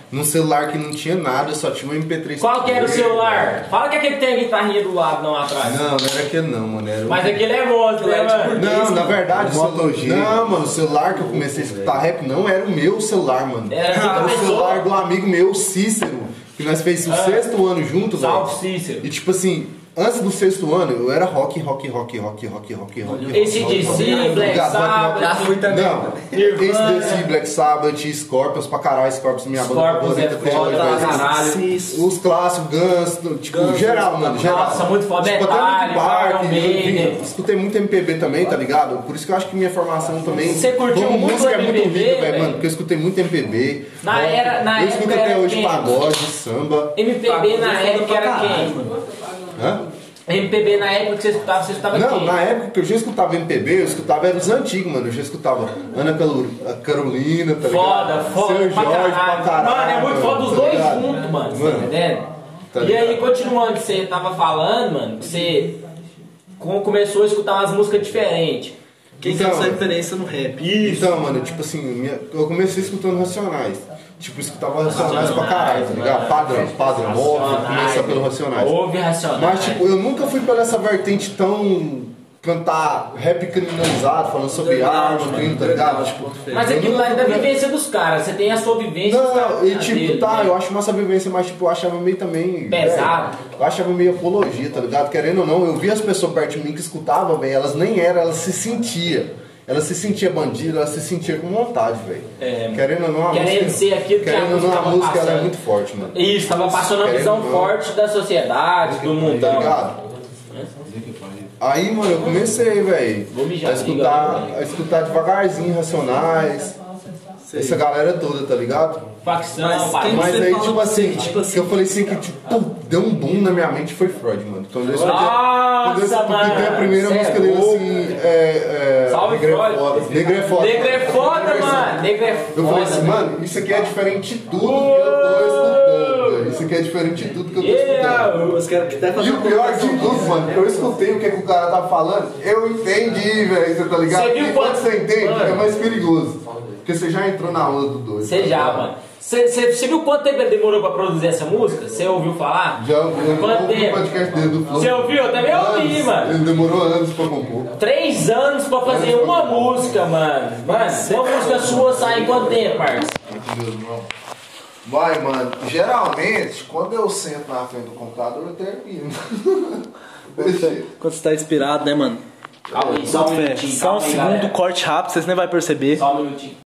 S9: num celular que não tinha nada, só tinha um MP3.
S1: Qual que era o celular? Fala que aquele que tem a guitarrinha do lado, não atrás.
S9: Não, não era aquele não, mano. Era o-
S1: Mas aquele é monstro, né, mano?
S9: Não, na verdade, o
S13: Moto G.
S9: celular. Não, mano, o celular que eu comecei a escutar rap não era o meu celular, mano.
S1: Era assim de outra
S9: Ah, o
S1: pessoa.
S9: celular do amigo meu, Cícero, que nós fez o sexto ano junto, velho.
S1: Ah. Salve, Cícero.
S9: E tipo assim, antes do sexto ano, eu era rock, rock, rock, rock, rock, rock, rock.
S1: Esse
S9: rock, rock, rock,
S1: DC,
S9: rock,
S1: Black
S9: rock, rock, rock.
S1: Sabbath.
S9: Não,
S1: Nirvana.
S9: tá esse DC, Black Sabbath, Scorpions pra caralho, Scorpions minha banda
S1: Scorpions é
S9: favorita. até hoje,
S2: Tá,
S1: foda
S9: velho.
S1: pra caralho.
S2: Sim,
S9: Os clássicos, Guns, tipo,
S2: Guns,
S9: geral, mano, geral.
S1: Nossa, muito foda.
S9: Escutei
S1: Metallica,
S9: muito Park,
S1: Iron Maiden.
S9: escutei muito MPB também, tá ligado? Por isso que eu acho que minha formação também...
S1: Você curtiu
S9: como
S1: muito
S9: música é
S1: MPB,
S9: muito rica, velho,
S1: velho?
S9: mano, porque eu escutei muito MPB.
S1: Na
S9: rock.
S1: era- na
S9: Eu escuto
S1: época
S9: até
S1: era
S9: hoje
S1: quem?
S9: pagode, samba.
S1: MPB
S9: Tá, é
S1: na época era quem?
S9: Hã?
S1: MPB na época que você escutava, você escutava
S9: Não,
S1: quem?
S9: na época que eu já escutava MPB, eu escutava era os antigos, mano. Eu já escutava Ana Calor- a Carolina, tá ligado?
S1: Foda, foda,
S9: Seu Jorge pra caralho.
S1: Mano, é muito foda os
S9: tá
S1: dois
S9: ligado?
S1: juntos, mano, você tá
S9: Mano,
S1: entendendo?
S9: tá
S1: e aí, continuando o que você tava falando, mano, que você com- começou a escutar umas músicas diferentes.
S2: Quem que era
S9: Então,
S2: sua referência no rap?
S9: Então, mano, tipo assim, minha- eu comecei escutando Racionais. Tipo, escutava Racionais pra caralho, tá ligado? Padrão, padrão, óbvio,
S1: Racionais,
S9: começar pelo Racionais. tipo,
S1: Ouve racional.
S9: Mas, tipo, eu nunca fui pela essa vertente tão cantar rap criminalizado, falando sobre armas, crime, tá ligado? Tipo,
S1: Mas aquilo lá é da vivência dos caras, você tem a sua vivência dos
S9: não,
S1: caras.
S9: e tipo,
S1: dele,
S9: tá,
S1: é né?
S9: eu acho massa a vivência, mas tipo, eu achava meio também.
S1: Pesado.
S9: velho, eu achava meio apologia, tá ligado? Querendo ou não, eu via as pessoas perto de mim que escutavam, velho, elas nem eram, elas se sentiam. Elas se sentiam bandidas, elas se sentiam com vontade, velho.
S1: É, mano.
S9: Querendo ou não, a
S1: Querendo
S9: música.
S1: ser aquilo que a
S9: querendo ou não,
S1: música
S9: a
S1: tava
S9: música ela é
S1: passando.
S9: muito forte, mano.
S1: Isso, tava passando uma
S9: Querendo
S1: visão
S9: ou não.
S1: forte da sociedade, do
S9: Tá
S1: mundão.
S9: ligado? Aí, mano, eu comecei, velho,
S1: Vou mijar,
S9: a escutar,
S1: né?
S9: a escutar devagarzinho, Racionais, essa galera toda, tá ligado?
S1: Facção, pá.
S2: quem-
S9: Mas
S2: Você
S9: aí,
S2: fala
S9: tipo
S2: pra
S9: assim,
S2: você, tipo assim,
S9: que eu falei assim, que tipo, pum, deu um boom na minha mente foi Freud, mano. Quando eu escutei,
S1: Nossa,
S9: quando eu
S1: mano,
S9: escutei a primeira
S1: cê é
S9: música dele,
S1: louco,
S9: assim, é, é,
S1: Salve,
S9: Negro é
S1: Freud.
S9: foda. Negro é foda.
S1: Negro é foda, mano. Negro é foda.
S9: Eu falei assim,
S1: velho.
S9: mano, isso aqui é diferente de tudo que eu tô escutando, velho. Isso aqui é diferente de tudo que eu tô escutando.
S1: Yeah.
S2: Eu quero que até fazer
S9: E o
S2: uma
S9: pior de
S2: comparação.
S9: tudo, mano, eu escutei o que, que o cara tá falando, eu entendi, velho, você tá ligado?
S1: Você viu
S9: E quando
S1: quanto-
S9: você entende,
S1: Mano.
S9: é mais perigoso. Porque você já entrou na onda do doido.
S1: Você
S9: tá
S1: já,
S9: ligado?
S1: mano. Você viu quanto tempo ele demorou pra produzir essa música? Você ouviu falar?
S9: Já ouviu
S1: Quanto
S9: o
S1: tempo?
S9: podcast dele do Flow.
S1: Você ouviu? Eu também ouvi,
S9: Anos.
S1: mano.
S9: Ele demorou anos pra compor.
S1: Três anos pra fazer uma música, mano. Mano, uma música sua sai em quanto tempo, parça?
S3: Deus, não. Vai, mano. Geralmente, quando eu sento na frente do computador, eu
S9: [LAUGHS]
S3: termino.
S2: Quando você tá inspirado, né, mano?
S1: Calma aí, só um minutinho.
S2: Só um
S1: calma aí,
S2: segundo,
S1: galera.
S2: corte rápido, vocês nem vai perceber.
S1: Só um minutinho.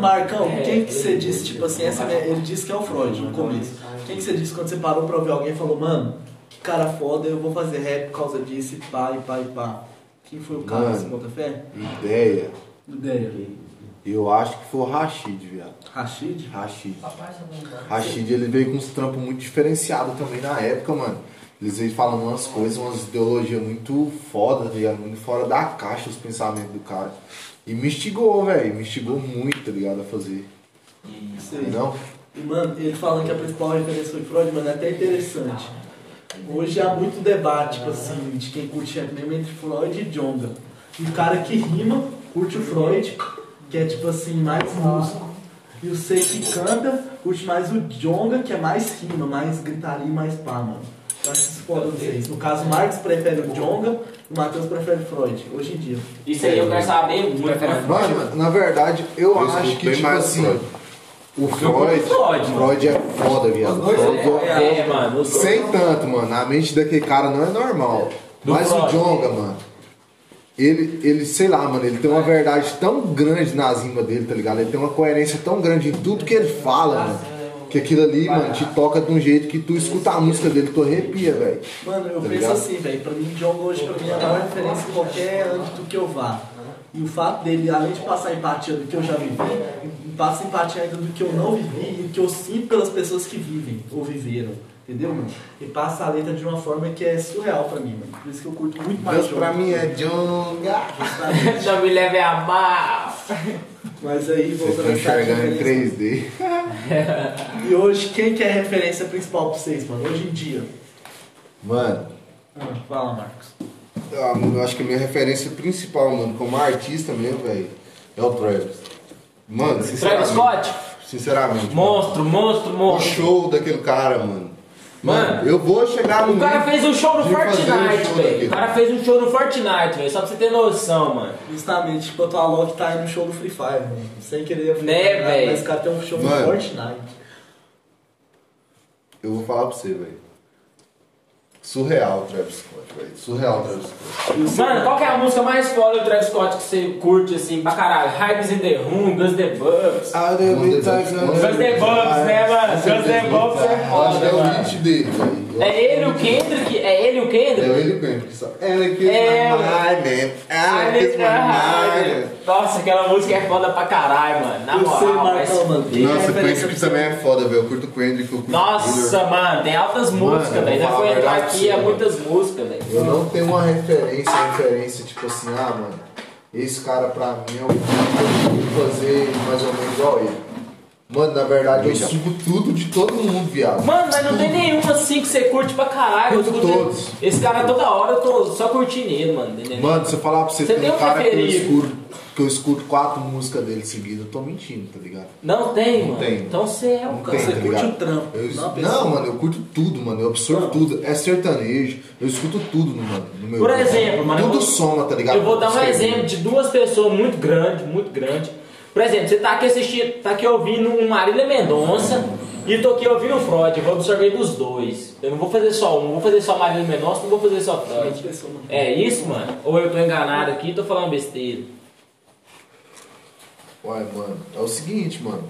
S2: Marcão, quem que você disse, tipo assim, essa, é- ele disse que é o Freud no começo. Quem que você disse quando você parou pra ouvir alguém e falou, mano, que cara foda, eu vou fazer rap por causa disso, e pá, e pá, e pá. Quem foi o cara
S9: Mano.
S2: desse Fé?
S9: Ideia,
S2: Ideia.
S9: eu acho que foi o Rashid, viado.
S2: Rashid?
S9: Rashid. Rashid, ele veio com uns trampos muito diferenciados também na época, mano. Eles veio falando umas coisas, umas ideologias muito foda, tá ligado? Muito fora da caixa os pensamentos do cara. E me instigou, velho. Me instigou muito, tá ligado? A fazer.
S2: Isso aí.
S9: Entendeu?
S2: E, mano, ele falando que a principal referência foi Freud, mano, é até interessante. Hoje há muito debate, tipo assim, de quem curte rap mesmo entre Freud e Jonga. E o cara que rima curte o Freud, que é tipo assim, mais músico. E o C que canta curte mais o Jonga, que é mais rima, mais gritaria, e mais pá, mano. Eu acho isso foda vocês. No caso, o Marcos prefere o Jonga, o Matheus prefere o Freud, hoje em dia.
S1: Isso aí eu quero saber muito, mano.
S9: Mano, na verdade, eu,
S3: Eu
S9: acho
S3: escuto
S9: que,
S3: bem
S9: tipo
S3: mais
S9: assim,
S3: Freud.
S9: o Freud,
S1: Freud, mano.
S9: Freud é foda, viado. Freud
S1: É, mano. os-
S9: Sem tanto, mano. A mente daquele cara não é normal.
S1: Do
S9: Mas o
S1: Freud.
S9: Jonga, mano. Ele, ele, sei lá, mano, ele tem uma verdade tão grande nas rimas dele, tá ligado? Ele tem uma coerência tão grande em tudo que ele fala, mano. Que aquilo ali, mano, te toca de um jeito que tu escuta a música dele, tu arrepia, velho.
S2: Mano, eu
S9: Tá
S2: penso
S9: ligado?
S2: assim, velho. Pra mim, John hoje pra mim é a maior referência em qualquer âmbito que eu vá. E o fato dele, além de passar empatia do que eu já vivi, passa empatia ainda do que eu não vivi e que eu sinto pelas pessoas que vivem ou viveram. Entendeu, mano? E passa a letra de uma forma que é surreal pra mim, mano. Por isso que eu curto muito mais
S9: Deus
S2: John.
S9: pra mim é Jonga.
S2: Justamente.
S1: Não me leve é a mal.
S2: Mas aí,
S9: Vocês
S3: tá
S2: voltando
S9: estão
S2: a essa
S9: enxergando em
S2: referência-
S9: 3D.
S2: E hoje, quem que é a referência principal pra vocês, mano? Hoje em dia.
S9: Mano,
S2: Ah, fala, Marcos.
S9: Ah, mano, eu acho que a minha referência principal, mano, como artista mesmo, velho, é o Travis. Mano,
S1: Travis
S9: sinceramente.
S1: Scott?
S9: Sinceramente.
S1: Monstro, monstro,
S3: um
S9: O
S1: monstro.
S9: show daquele cara, mano.
S1: Mano,
S9: eu vou chegar no.
S1: O cara fez um show no
S9: De fazer um
S1: Fortnite,
S9: show
S1: velho.
S9: daqui.
S1: O cara fez um show no Fortnite, velho. Só pra você ter noção, mano.
S2: Justamente, tipo, a tua Loki tá aí no show do Free Fire, mano. Sem querer.
S1: Né,
S2: nada,
S1: véi?
S2: Mas o cara tem um show no
S9: Mano.
S2: Fortnite.
S9: Eu vou falar pra você, velho. Surreal, Travis Scott, velho. Surreal, Travis Scott.
S1: Mano, qual que é a música mais foda do Travis Scott que você curte, assim, pra caralho? Hypes in the Room, Guns the Bugs.
S9: Ah, Guns N' Roses,
S1: Guns the Bugs, né, mano? Guns the Bugs é
S9: Eu acho que é
S1: foda, né,
S9: o
S1: mano.
S9: hit dele, velho.
S3: Eu acho
S1: É
S3: que
S1: ele o Kendrick? É ele o
S3: É
S1: Kendrick?
S3: o Ele Quento que sabe. Ele Quento,
S1: É,
S3: my mind, I kiss my mind.
S1: Nossa, aquela música é foda pra caralho, mano. Na moral, mas...
S3: Nossa, o
S2: referência
S3: Kendrick também é foda, velho. Eu curto o Kendrick, eu curto o Thriller.
S1: Nossa, mano, tem altas músicas,
S3: Mano,
S1: velho. Já
S3: fala
S1: foi
S3: a
S1: entrar
S3: verdade pra
S1: aqui,
S3: você,
S1: é
S3: mano.
S1: muitas músicas, velho.
S5: Eu não tenho uma referência, referência, tipo assim, ah, mano, esse cara pra mim
S3: um
S5: é o que eu vou fazer mais ou menos igual ele.
S3: Mano, na verdade, eu sugo tudo de todo mundo, viado.
S1: Mano, mas não tem nenhuma assim que você curte pra caralho. Eu
S3: Curto
S1: escuto-
S3: todos.
S1: Esse cara toda hora eu tô só curtindo ele, mano. Entendeu?
S3: Mano, se eu falar pra você,
S1: Você
S3: tem
S1: tem um
S3: um cara que eu,
S1: preferido?
S3: escuto, que eu escuto quatro músicas dele seguidas, eu tô mentindo, tá ligado?
S1: Não tem, mano.
S3: tem.
S1: Então você é um
S3: Não
S1: cara.
S3: tem,
S2: Você
S3: tá
S2: curte
S3: ligado?
S2: o trampo,
S3: Eu-
S2: não a
S3: não,
S2: pessoa.
S3: mano, eu curto tudo, mano. Eu absorvo tudo. É sertanejo, eu escuto tudo no, mano, no meu.
S1: Por
S3: dia.
S1: exemplo, mano, eu
S3: Tudo
S1: vou-
S3: soma, tá ligado?
S1: Eu vou dar um
S3: Sei.
S1: exemplo de duas pessoas muito grandes, muito grandes. Por exemplo, você tá aqui assistindo, tá aqui ouvindo um Marília Mendonça e tô aqui ouvindo o Freud. Eu vou absorver dos dois. Eu não vou fazer só um, não vou fazer só Marília Mendonça, não vou fazer só Freud. É isso, mano? Ou eu tô enganado aqui e tô falando besteira?
S3: Uai, mano, é o seguinte, mano.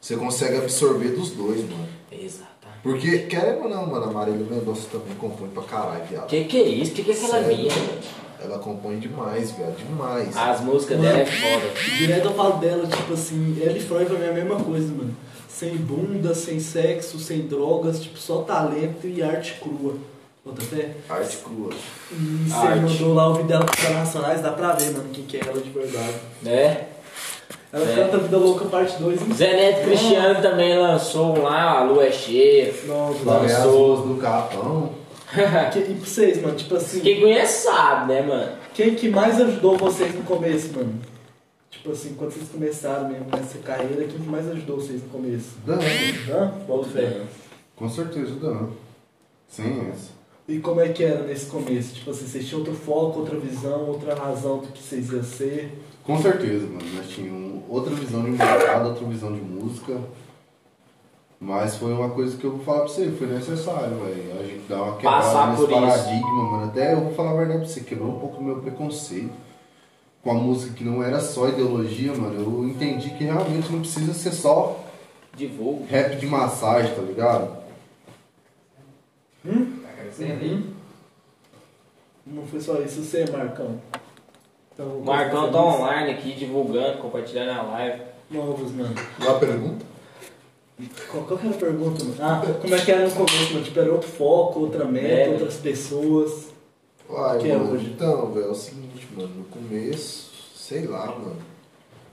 S3: Você consegue absorver dos dois, mano.
S1: Exato.
S3: Porque, querendo ou não, mano, a Marília Mendonça também compõe pra caralho, viado.
S1: Que que é isso? Que que é aquela
S3: Sério,
S1: minha?
S3: mano. Ela compõe demais, viado, demais.
S1: As músicas dela é foda.
S2: Direto eu falo dela, tipo assim, ela e Freud pra mim é a mesma coisa, mano. Sem bunda, sem sexo, sem drogas, tipo, só talento e arte crua. Bota fé?
S3: Arte crua.
S2: E você
S1: Arte.
S2: mandou lá o vídeo dela pros Nacionais, dá pra ver, mano, quem que é ela de verdade.
S1: Né?
S2: Ela
S1: É.
S2: canta Vida Louca Parte 2, hein?
S1: Zé Neto Cristiano também lançou um lá, a Lua é Cheia.
S2: Nossa,
S3: Lá é as
S1: Lançou.
S3: ruas do capão.
S2: que- e pra vocês, mano, tipo assim,
S1: Quem conhece sabe, né, mano?
S2: quem que mais ajudou vocês no começo, mano? Tipo assim, quando vocês começaram mesmo nessa carreira, quem que mais ajudou vocês no começo?
S9: Dan,
S2: Hã? Bota fé.
S9: com certeza, Dan. Sem essa.
S2: E como é que era nesse começo? Tipo assim, vocês tinham outro foco, outra visão, outra razão do que vocês iam ser.
S9: Com certeza, mano. Nós tínhamos outra visão de mercado, outra visão de música. Mas foi uma coisa que eu vou falar pra você, foi necessário, velho. A gente dá uma quebrada
S1: Passar
S9: nesse
S1: por isso.
S9: paradigma, mano. Até eu vou falar a verdade pra você, quebrou um pouco o meu preconceito com a música que não era só ideologia, mano. Eu entendi que realmente não precisa ser só
S1: Divulgo.
S9: rap de massagem, tá ligado?
S2: Uhum. Não foi só isso, você, Marcão. Então,
S1: O Marcão tá online aqui, divulgando, compartilhando a live.
S2: Novos, mano.
S3: Uma pergunta?
S2: Qual, qual que era a pergunta, mano? Ah, como é que era no começo, mano? Tipo, era outro foco, outra meta,
S1: É.
S2: outras pessoas.
S3: Uai,
S2: Que é
S3: mano,
S2: hoje?
S3: então, velho, é o seguinte, mano, no começo, sei lá, mano.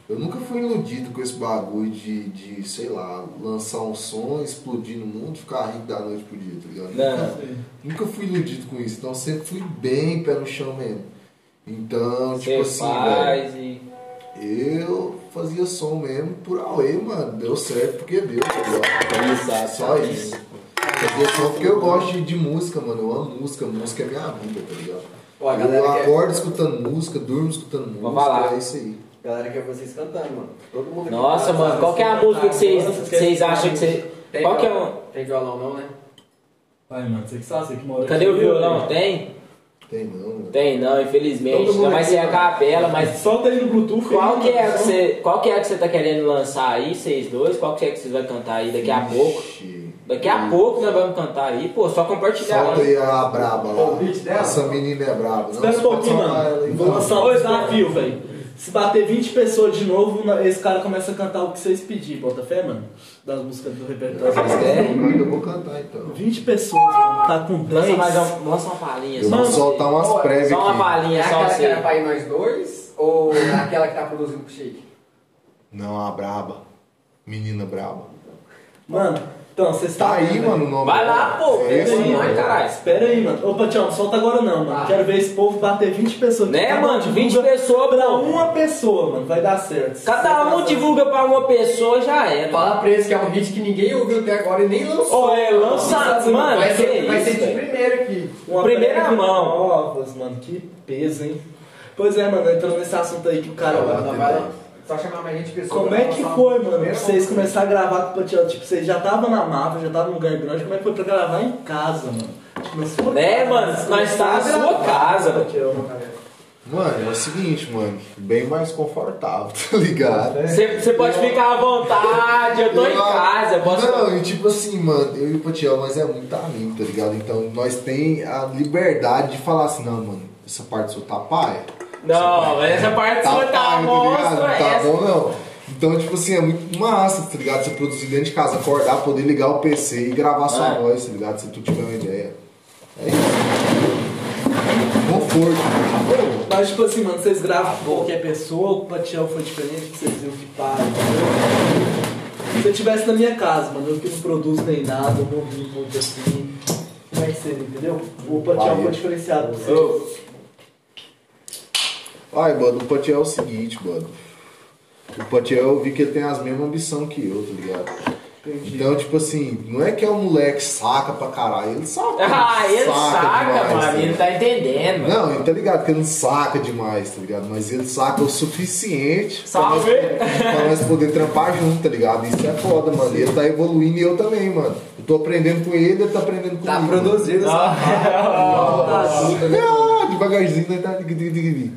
S3: Eu nunca fui iludido com esse bagulho de, de sei lá, lançar um som, explodir no mundo, ficar rico da noite pro dia, tá ligado?
S1: Não.
S3: Nunca fui iludido com isso, então sempre fui bem pé no chão mesmo. Então,
S1: Você
S3: tipo assim, velho,
S1: faz e.
S3: eu fazia som mesmo por Aue, mano. Deu certo porque deu, tá ligado? Só isso. Fazia som porque eu gosto de, de música, mano. Eu amo música, música é minha vida, tá ligado?
S4: Ó, a
S3: eu
S4: galera quer-
S3: acordo escutando música, durmo escutando música,
S1: falar.
S3: é isso aí.
S4: A galera quer vocês cantando, mano. Todo mundo aqui
S1: Nossa,
S4: tá
S1: mano, qual que é a
S4: cantando,
S1: música que vocês,
S4: cantando,
S1: vocês
S4: esquece
S1: acham que
S4: de
S1: você.
S4: Tem
S1: Qual que é
S4: violão-
S1: uma.
S4: Tem violão não, né?
S2: Vai, mano, você que sabe, você que mora
S1: Cadê o violão? Tem?
S3: Tem não, mano.
S1: Tem não, infelizmente.
S2: Todo mundo
S1: Não vai
S2: aqui,
S1: ser a
S2: mano.
S1: capela, mas.
S2: Solta aí no Bluetooth.
S1: Qual
S2: aí,
S1: que, é
S2: mano,
S1: que
S2: só-
S1: você, qual que é que você tá querendo lançar aí, vocês dois? Qual que é que vocês vão cantar aí daqui a pouco?
S3: Ixi.
S1: Daqui a pouco nós vamos cantar aí, pô, só compartilhar.
S3: Solta
S1: né?
S3: aí a braba
S4: Qual o
S3: lá.
S4: beat dela?
S3: Essa menina é braba.
S2: Espera um pouquinho, mano. Vou lançar um desafio, velho. Se bater 20 pessoas de novo, na- esse cara começa a cantar o que vocês pedir, bota fé, mano? Das músicas do repertório.
S3: É? Eu vou cantar então.
S2: 20 pessoas, mano. Tá com
S1: Lança,
S2: dois.
S1: mais uma, lança uma palhinha.
S3: Eu
S1: só
S3: vou
S1: pra
S3: soltar
S1: você.
S3: umas prévias
S1: Só uma
S3: aqui.
S4: É
S1: palhinha, só
S4: aquela que era
S1: você.
S4: pra ir nós dois ou aquela que tá produzindo pro Chique?
S3: Não, a braba. Menina braba.
S2: Mano, então, vocês
S3: Tá aí,
S2: vendo,
S3: mano, o nome.
S1: Vai lá, pô.
S3: É esse,
S1: Pega aí, vai,
S3: mano.
S2: Ah,
S1: caralho.
S2: Espera aí, mano. Ô, Patião, não solta agora não, mano.
S4: Ah.
S2: Quero ver esse povo bater 20 pessoas.
S1: Né,
S2: Cada um
S1: mano? 20
S2: divulga
S1: pessoas,
S2: Pra
S1: pô.
S2: uma pessoa, mano. Vai dar certo.
S1: Cada um divulga pra uma pessoa, já era.
S4: Fala pra eles que é um hit que ninguém ouviu até agora e nem
S1: Ô,
S4: lançou.
S1: é, lança- mano,
S4: vai
S1: que
S4: ser, vai
S1: isso,
S4: ser de
S1: velho.
S4: primeiro aqui.
S2: Uma
S1: Primeira
S2: prévia
S1: mão.
S2: Novas, mano. Que peso, hein? Pois é, mano. Entrando nesse assunto aí que o cara...
S3: Ah,
S4: Não, vai lá. Só chamar mais gente pessoa. um
S2: Como é que foi, mano? pra Vocês começaram a gravar com o Patião, tipo, vocês já estavam na mata, já estavam num lugar grande, como é que foi pra gravar em casa, mano? Tipo, na sua
S1: Né,
S2: casa,
S1: mano?
S2: vocês
S1: Nós tá na
S2: começaram a
S1: sua
S2: gravar
S1: casa,
S2: com o Patião, mano.
S3: Mano, é o seguinte, mano, bem mais confortável, [LAUGHS] tá ligado?
S1: Você pode ficar à vontade, eu tô em casa, eu posso.
S3: Não, e tipo assim, mano, eu e o Patiel, nós é muito amigo, tá ligado? Então nós tem a liberdade de falar assim, não, mano, essa parte sua tá paia.
S1: Não, essa parte sua tá
S3: paia,
S1: monstro,
S3: Não tá
S1: essa.
S3: bom, não. Então, tipo assim, é muito massa, tá ligado? Você produzir dentro de casa, acordar, poder ligar o PC e gravar sua
S1: É.
S3: voz, tá ligado? Se tu tiver uma ideia. É isso. Conforto.
S2: Mas tipo assim, mano, vocês
S1: Ah,
S2: gravam com qualquer pessoa, o Patiel foi diferente, vocês viram que para. entendeu? Se eu estivesse na minha casa, mano, eu que não produzo nem nada, eu não vivo muito assim. Como é que seria, entendeu? O Patiel
S3: Vai.
S2: foi diferenciado.
S1: Ô,
S3: Ai, mano, o Patiel é o seguinte, mano. O Patiel eu vi que ele tem as mesmas ambições que eu, tá ligado? Então, tipo assim, não é que é um moleque saca pra caralho, ele
S1: [LAUGHS]
S3: saca.
S1: Ah, ele saca,
S3: demais,
S1: mano,
S3: né?
S1: ele não tá entendendo, mano.
S3: Não, ele tá ligado que ele não saca demais, tá ligado? Mas ele saca o suficiente pra nós,
S1: Salve!
S3: pra nós poder trampar junto, tá ligado? Isso é foda, mano. Ele tá evoluindo e eu também, mano. Eu tô aprendendo com ele, ele tá aprendendo comigo.
S2: Tá né?
S3: mano.
S2: produzido essa
S3: Ah, ah, devagarzinho, né? Tá? Dig, dig, dig, dig.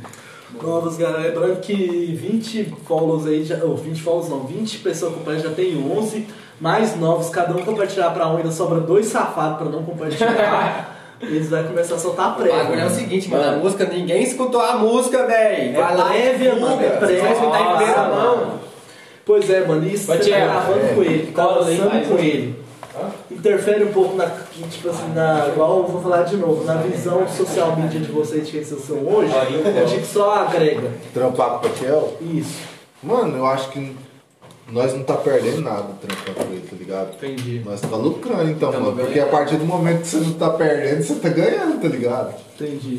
S2: Novos, galera. Lembrando que 20 follows aí, já, ou 20 follows não, 20 pessoas compartilhando já tem 11. Mais novos, cada um compartilhar pra um, ainda sobra dois safados pra não compartilhar. Eles vão começar a soltar né?
S4: O bagulho é o
S2: prévia.
S4: seguinte, mano, a música, ninguém escutou a música, véi. Vai lá e
S2: É prévia,
S4: escuta.
S2: mano, é
S4: Você vai
S2: prévia.
S4: escutar em primeira
S1: Nossa,
S4: mão.
S2: Pois é, mano, isso
S1: Ô,
S2: você tá
S1: Thiago,
S2: gravando
S3: é.
S2: com ele, tá
S1: Cola aí, vai,
S2: dançando com
S1: vai.
S2: ele. Interfere um pouco na, tipo assim, na, igual eu vou falar de novo, na visão social media de vocês de quem vocês são hoje, eu digo que só agrega.
S3: Trampar um com o Patiel?
S2: Isso.
S3: Mano, eu acho que nós não tá perdendo nada trampando com ele, tá ligado?
S2: Entendi.
S3: Nós tá lucrando então,
S2: Tamo
S3: mano. Porque a partir do momento que você não tá perdendo, você tá ganhando, tá ligado?
S2: Entendi.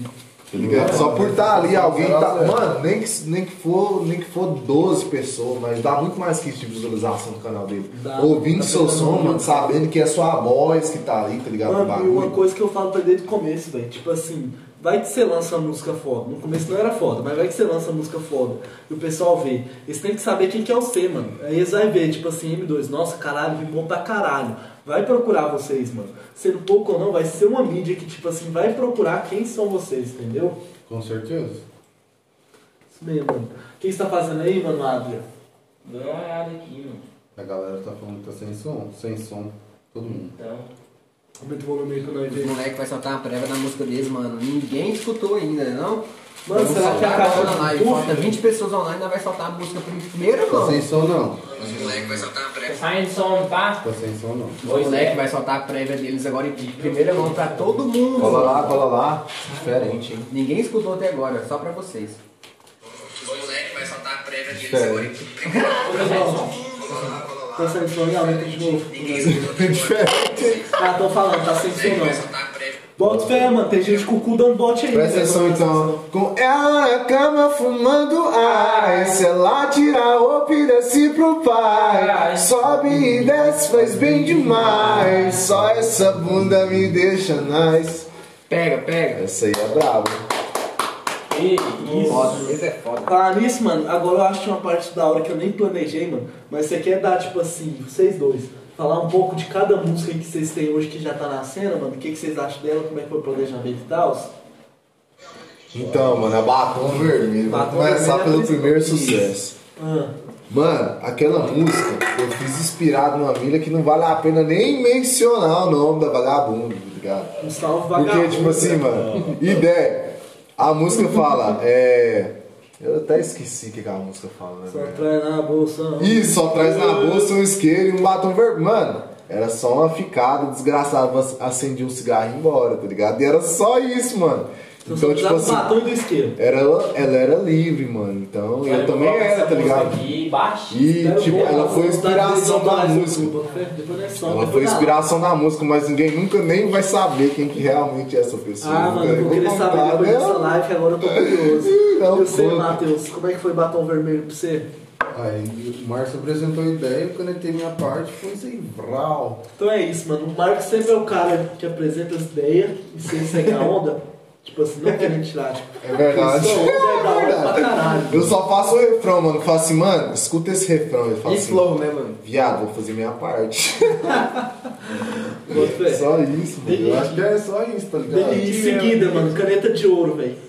S3: Tá ligado? Só por tá ali, alguém
S9: Zero a
S3: tá.
S9: zero.
S3: Mano, nem que, nem, que for, nem que for 12 pessoas, mas dá muito mais que isso de visualização do canal dele.
S2: Dá.
S3: Ouvindo
S2: Tá
S3: seu
S2: pegando
S3: som,
S2: muito.
S3: mano, sabendo que é sua voz que tá ali, tá ligado? no
S2: Mano, e uma
S3: bagulho.
S2: coisa que eu falo pra ele desde o começo, velho. Tipo assim, vai que você lança uma música foda. No começo não era foda, mas vai que você lança uma música foda. E o pessoal vê. Eles têm que saber quem que é você, mano. Aí eles vão ver, tipo assim, M2, nossa, caralho, que bom pra caralho. Vai procurar vocês, mano. Sendo pouco ou não, vai ser uma mídia que, tipo assim, vai procurar quem são vocês, entendeu?
S9: Com certeza.
S2: Isso mesmo, mano. O que você tá fazendo aí, mano, Adria?
S1: Dá uma olhada aqui, mano.
S9: A galera tá falando que tá sem som. Sem som, todo mundo.
S1: Então.
S2: Aumenta o volume aí que eu não
S4: Os
S2: vejo.
S4: moleques vai soltar uma prévia da música deles, mano. Ninguém escutou ainda, não?
S2: Mano, será que
S4: Acabou na
S2: acabou
S4: live,
S2: de
S4: falta
S2: tudo?
S4: 20 pessoas online, nós vai soltar a música primeiro,
S9: Tá
S4: mano.
S9: sem som não.
S4: Os moleques vai soltar a
S1: Tá
S4: prévia.
S1: saindo som, tá?
S9: Tá sem som não.
S4: Os moleques vai soltar a prévia deles agora em primeira mão pra todo mundo.
S3: Cola lá, cola lá. Diferente, hein?
S4: Ninguém escutou até agora, só pra vocês. Os moleques vai soltar a prévia deles agora em
S2: Tá saindo som, não, aumenta de novo.
S3: Diferente.
S2: Ah, tão falando, tá sem som não.
S4: soltar a prévia.
S2: Bota fé, mano. Tem gente com o cu dando bote aí.
S3: Presta
S2: né?
S3: atenção então. Com ela na cama fumando ai. Se ela tirar o oferece pro pai. Sobe e desce, faz bem demais. Só essa bunda me deixa nice.
S4: Pega, pega.
S3: Essa aí é brava.
S1: Ih,
S4: Foda, esse é foda.
S2: Ah, nisso, mano, agora eu acho que uma parte da hora que eu nem planejei, mano. Mas você quer dar, tipo assim, vocês dois, falar um pouco de cada música que vocês têm hoje que já tá na cena, mano. O que, que vocês acham dela, como é que foi o planejamento e tal?
S3: Então, mano, é batom vermelho. Vamos
S2: Batom
S3: começar
S2: Vermelho é
S3: pelo
S2: principal.
S3: primeiro
S2: Isso.
S3: sucesso.
S2: Ah,
S3: Mano, aquela música eu fiz inspirado numa mina que não vale a pena nem mencionar o nome da vagabunda, tá ligado?
S2: um salve vagabundo.
S3: Porque, tipo assim, mano, ideia. A música fala, é. Eu até esqueci o que que a música fala, né?
S2: Só
S3: velho?
S2: traz na bolsa. mano.
S3: Ih, só traz na bolsa um isqueiro e um batom vermelho. Mano, era só uma ficada desgraçada. Acendia um cigarro e ia embora, tá ligado? E era só isso, mano.
S2: Então,
S3: Então,
S2: você
S3: tipo
S2: precisava do
S3: assim,
S2: batom do esquerdo.
S3: era, ela era livre, mano. Então, eu também
S1: coloca
S3: era,
S1: essa
S3: tá ligado?
S1: música né? Aqui, baixo.
S3: E, tipo, ela foi inspiração da música.
S2: Depois é só,
S3: Ela
S2: depois
S3: foi
S2: dá-
S3: inspiração na música, mas ninguém nunca nem vai saber quem que realmente é essa pessoa.
S2: Ah, mano, eu
S3: vou
S2: queria
S3: contar,
S2: saber depois
S3: né? é um
S2: dessa live, que agora eu tô curioso.
S3: Não,
S2: eu sei,
S3: conta.
S2: Matheus, como é que foi batom vermelho pra você?
S9: Aí o Márcio apresentou a ideia, eu conectei minha parte, foi isso aí, vral.
S2: Então é isso, mano. O Marco sempre é o cara que apresenta as ideias e sem seguir a onda. tipo assim, não querendo tirar.
S3: [LAUGHS]
S2: Tipo,
S3: É verdade.
S2: Essa onda é da hora pra caralho.
S3: Eu só faço o refrão, mano. Falo assim, mano, escuta esse refrão. Eu falo
S4: E
S3: assim,
S4: flow, né, mano?
S3: viado, vou fazer minha parte.
S2: Bota fé.
S3: [LAUGHS] só isso, mano.
S2: Delícia.
S3: Eu acho que é só isso, tá ligado?
S2: Dele, em seguida, mano, caneta de ouro, velho.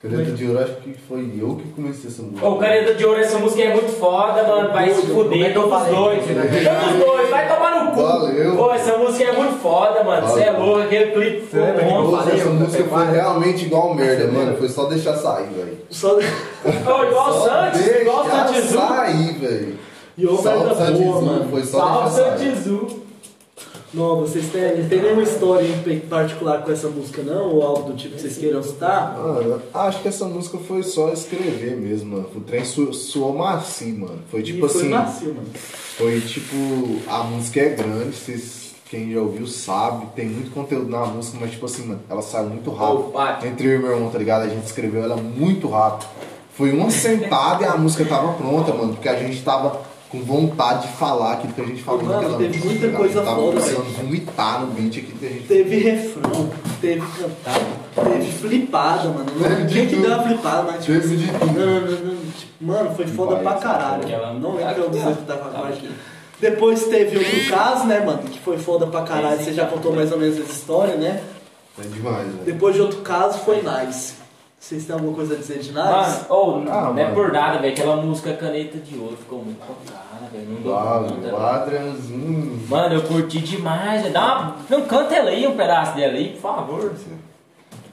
S3: Caneta de ouro, acho que foi eu que comecei essa música.
S1: Ô, Caneta de Ouro, essa música é muito foda, mano. Vai se
S2: é
S1: fuder, todos os dois. Todos os dois, vai tomar no cu.
S3: Valeu.
S1: Pô, essa música é muito foda, mano. Você é
S3: Valeu.
S1: louco, aquele clipe foi bom.
S3: Nossa,
S2: Valeu,
S3: essa
S2: tá
S3: música foi
S2: pegado.
S3: realmente igual
S2: é
S3: merda, mano. Foi só deixar sair, velho.
S2: Só... [LAUGHS]
S1: Ô, igual o Santos, igual o
S3: Deixar
S1: Santizu.
S3: sair, velho.
S2: E ô,
S3: Salve,
S2: coisa
S3: Santizu,
S2: boa, mano.
S3: Foi só
S1: Salve
S3: deixar sair.
S1: Santizu.
S2: Não, vocês têm, tem nenhuma história em pe- particular com essa música, não? Ou algo do tipo que vocês queiram citar?
S3: Mano, Ah, acho que essa música foi só escrever mesmo, mano. O trem su suou macio, mano. Foi tipo
S2: e foi
S3: assim.
S2: macio, mano.
S3: Foi tipo, a música é grande, vocês, quem já ouviu sabe, tem muito conteúdo na música, mas tipo assim, mano, ela saiu muito rápido.
S1: Opa.
S3: Entre eu e meu irmão, tá ligado? A gente escreveu ela muito rápido. Foi uma sentada e a música tava pronta, mano, porque a gente tava com vontade de falar aquilo que a gente falou
S2: Mano,
S3: naquela
S2: teve
S3: música,
S2: muita
S3: tá ligado?
S2: coisa
S3: Tava
S2: foda,
S3: precisando vomitar no beat aqui que a gente...
S2: Teve refrão, teve cantado, teve flipada, mano. Não,
S3: Teve
S2: quem
S3: de
S2: que
S3: tudo.
S2: deu a flipada, mas tipo.
S3: Teve tá de tudo.
S2: Não, não, não, não, tipo, mano, foi foda
S3: Vai,
S2: pra
S3: essa
S2: caralho.
S1: aquela-
S2: Não lembro o que
S1: Tá,
S2: eu tava
S1: tá
S2: agora
S1: aqui.
S2: aqui. Depois teve outro caso, né, mano? Que foi foda pra caralho. Você já contou mais ou menos essa história, né?
S3: É demais, velho.
S2: Depois de outro caso foi Nice. Vocês têm alguma coisa a dizer de Nice?
S1: Mano, ou não,
S3: Ah,
S1: é
S3: mano.
S1: por nada, velho. Aquela música Caneta de Ouro ficou muito bacana, velho. Não deu
S3: Suave,
S1: conta.
S3: Adrianzinho.
S1: Mano, eu curti demais, velho. Dá uma... Não, canta ela aí, um pedaço dela aí, por favor.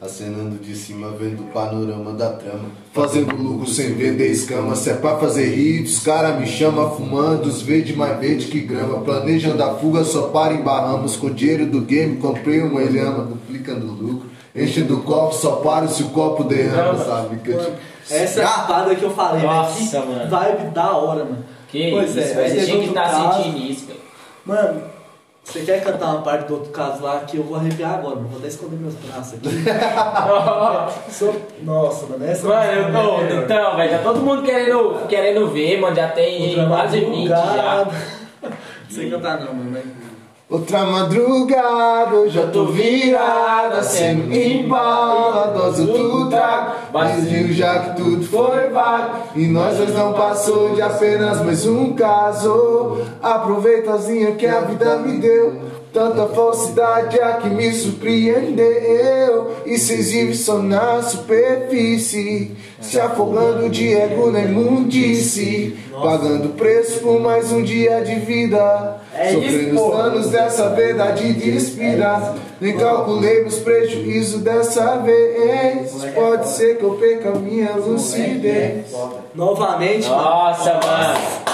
S9: Acenando de cima, vendo o panorama da trama.
S3: Fazendo lucro sem vender escama, se é pra fazer hits, cara me chama fumando, os verde mais verde que grama. Planejando a fuga, só para em Bahamas, com o dinheiro do game, comprei um uma ilhama, duplicando o lucro. Enchendo o copo, só paro se o copo derrama, sabe? Que eu te-
S2: Essa é a parada que eu falei,
S1: Nossa,
S2: né? Que
S1: mano.
S2: Vibe da hora, mano.
S1: Que
S2: pois
S1: isso,
S2: é,
S1: velho.
S2: aí
S1: Você
S2: teve
S1: tinha que
S2: outro
S1: estar
S2: caso.
S1: sentindo isso, velho.
S2: Mano, você quer cantar uma parte do outro caso lá que eu vou arrepiar agora, mano. Vou até esconder meus braços
S1: [LAUGHS]
S2: aqui. Sou- Nossa, mano, essa
S1: Mano, eu tô-
S2: é melhor.
S1: então, velho, tá todo mundo querendo, querendo ver, mano. Já
S2: O
S1: tem
S2: trabalho
S1: quase 20 já. [LAUGHS]
S2: divulgado. Não sei cantar não, mano. né?
S3: Outra madrugada, eu já tô virada, sendo embala, dose tudo trago, vazio já que tudo foi vago, e nós dois não passou de apenas mais um caso. Aproveitazinha que a vida me deu, tanta falsidade é a que me surpreendeu, e se exibe só na superfície, se afogando de ego na imundice, pagando preço por mais um dia de vida.
S1: É isso,
S3: Sofrendo
S1: pô.
S3: os danos dessa verdade despida. Nem calculei os prejuízos dessa vez. Pode ser que eu perca minha lucidez.
S2: Novamente, mano.
S1: Nossa, mano.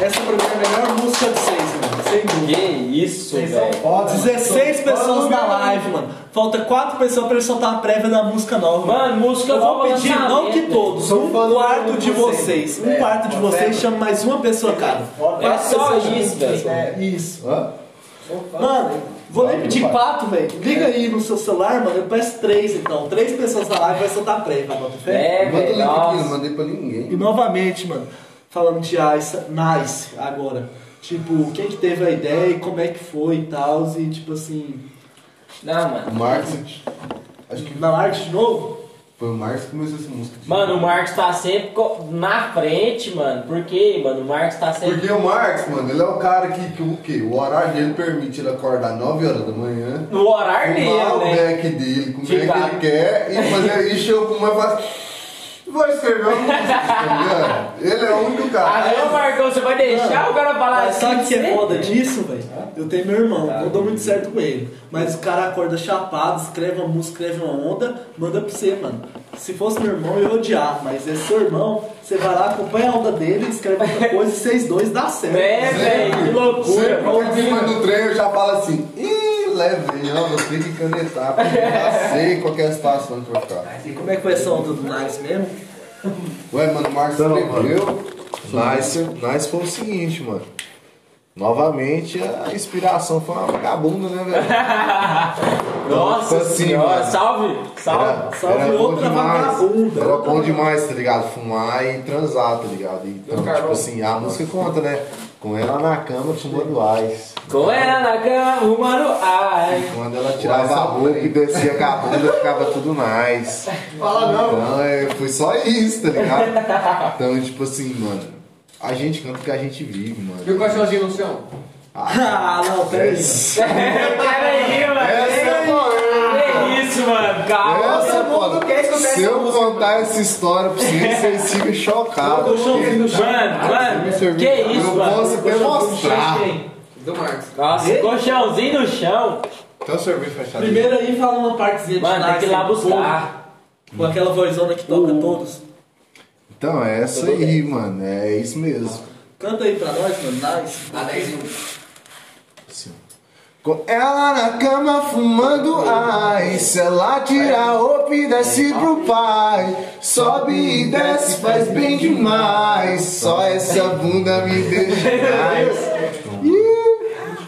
S2: Essa pra mim é a melhor música de vocês, mano. Sem dúvida.
S1: Que isso, velho.
S2: Ó, 16 pessoas na live, mano. Falta 4 pessoas pra ele soltar a prévia da música nova.
S1: Mano, música
S2: eu vou
S1: nova
S2: pedir, não
S1: lançamento,
S2: que todos,
S5: Sou
S2: um
S5: fã do
S2: quarto de
S5: 1%.
S2: vocês. Um
S5: É,
S2: quarto de
S5: uma
S2: vocês
S5: festa.
S2: chama mais uma pessoa, cara.
S1: É só isso, velho.
S2: É, isso. Mano, vou nem pedir quatro, velho. Liga aí no seu celular, mano. Eu peço três, então. Três pessoas na live vai soltar a prévia, bota fé.
S1: É,
S3: Manda o
S1: velho.
S3: link aqui, não
S1: Nossa.
S3: mandei pra ninguém.
S2: E novamente, mano, falando de Ice, Nice agora. Tipo, quem que teve a ideia e como é que foi e tal. E tipo assim.
S1: Não, mano.
S3: Marcos. Acho que
S2: Na arte de novo?
S3: foi o Marcos que começou essa música.
S1: Mano, o Marcos tá sempre co- na frente, mano. Por quê, mano? O Marcos tá sempre.
S3: Porque o Marcos, mano, ele é o cara que, que o quê? O horário dele permite ele acordar 9 horas da manhã.
S1: No horário
S3: Fumar o
S1: dele, né?
S3: beck dele, comer o que
S1: Ficar.
S3: ele quer e
S2: [LAUGHS]
S3: fazer isso, eu com uma faz. Vou escrever uma música, tá ligado? Ele é o único cara.
S1: Agora, Marcão, você vai deixar o cara falar
S2: Mas sabe o que é
S1: né?
S2: foda disso, velho? Eu tenho meu irmão,
S3: Ah,
S2: não dou muito certo com ele. Mas o cara acorda chapado, escreve uma música, escreve uma onda, manda pra você, mano. Se fosse meu irmão, eu ia odiar. Mas é seu irmão, você vai lá, acompanha a onda dele, escreve outra coisa e vocês dois dá certo. Né?
S1: É, velho, que
S2: Ah,
S1: loucura.
S2: é
S3: Sempre que ele
S1: Vamos-
S3: vai no trem, eu já falo assim, ih, leve, não, vou ter que canetar, porque
S2: [LAUGHS]
S3: eu já sei qual que é a situação que vai ficar.
S2: E como é que foi essa onda do Nice mesmo?
S3: Ué, mano, o Marcos
S5: Então,
S3: escreveu.
S5: Nice, nice foi o seguinte, mano. Novamente a inspiração foi uma vagabunda, né, velho?
S1: Nossa
S5: Tipo assim,
S1: senhora.
S5: mano.
S1: Salve, salve.
S2: [LAUGHS] Salve outra vagabunda. [LAUGHS]
S3: Era bom demais, tá ligado? Fumar e transar, tá ligado? Então, tipo assim, a música conta, né? Com ela na cama, fumando ice.
S2: É.
S1: Com ela na cama, mano. Ah, é. Ai.
S3: Quando ela tirava a roupa e descia com a bunda, ficava tudo nice.
S9: Fala não.
S3: Então, é, foi só isso, tá ligado? Então, tipo assim, mano, a gente canta o que a gente vive,
S4: E o
S3: mano.
S4: colchãozinho no chão?
S2: Ah, não, peraí, mano.
S1: Pera aí, mano.
S3: Essa é a moral.
S1: Que isso, mano. Calma.
S3: Essa é a
S5: foda.
S4: mundo quer escutar
S5: Se
S4: essa
S5: eu
S4: música.
S5: contar essa história pra
S9: [LAUGHS]
S5: vocês, vocês ficam chocados.
S1: Mano, mano, que isso,
S5: Eu posso
S1: mano?
S5: até mostrar.
S4: Do Marcos.
S1: Nossa, colchãozinho no chão.
S5: Então, sorvete fechado.
S2: Primeiro aí fala uma partezinha de
S1: Mano, tem que ir lá
S2: Narcisse,
S1: buscar. Uh.
S2: Com aquela vozona que toca todos.
S5: Então, é essa aí, mano. É isso mesmo.
S2: Canta aí pra nós, mano. Nice.
S4: Dá 10 minutos.
S5: Sim. Com ela na cama fumando ai Se ela tira o pedece pro pai Sobe e desce, faz bem demais Só essa bunda me deixa em
S3: [LAUGHS]
S5: paz.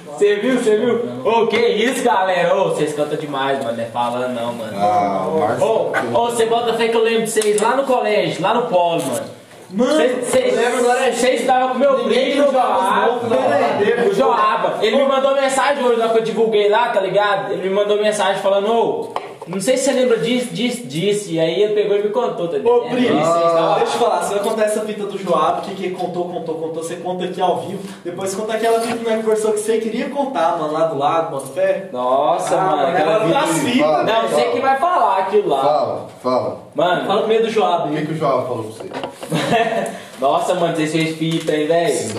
S1: Você viu, você viu? Ô, que isso, galera? Ô, vocês cantam demais, mano. Não é falando, não, mano.
S5: Ah, Marcos.
S1: Ô, ô, você bota fé que eu lembro de vocês lá no colégio, lá no polo, mano. Mano,
S2: é
S1: vocês estavam com meu primo o Joaba.
S2: né?
S1: O Joaba. Ele me mandou mensagem hoje, na hora que eu divulguei lá, tá ligado? Ele me mandou mensagem falando, ô, não sei se você lembra disso, disso, disso. E aí ele pegou e me contou, tá ligado?
S2: Ô, Pri,
S1: É, vocês estavam lá.
S2: deixa eu falar, você vai contar essa fita do Joab, que, que contou, contou, contou, você conta aqui ao vivo, depois conta aquela fita que nós conversou que você queria contar, mano, lá do lado, bota fé.
S1: Nossa, mano.
S2: mano,
S1: aquela
S2: agora tá
S1: vida-
S2: as
S9: fala.
S2: fitas.
S1: Não, você que vai falar aquilo lá.
S9: Fala, fala.
S1: Mano,
S2: Fala com medo do Joab
S9: O que,
S2: aí.
S9: que o João falou pra você?
S1: [LAUGHS] Nossa, mano, vocês fez fita, hein, velho?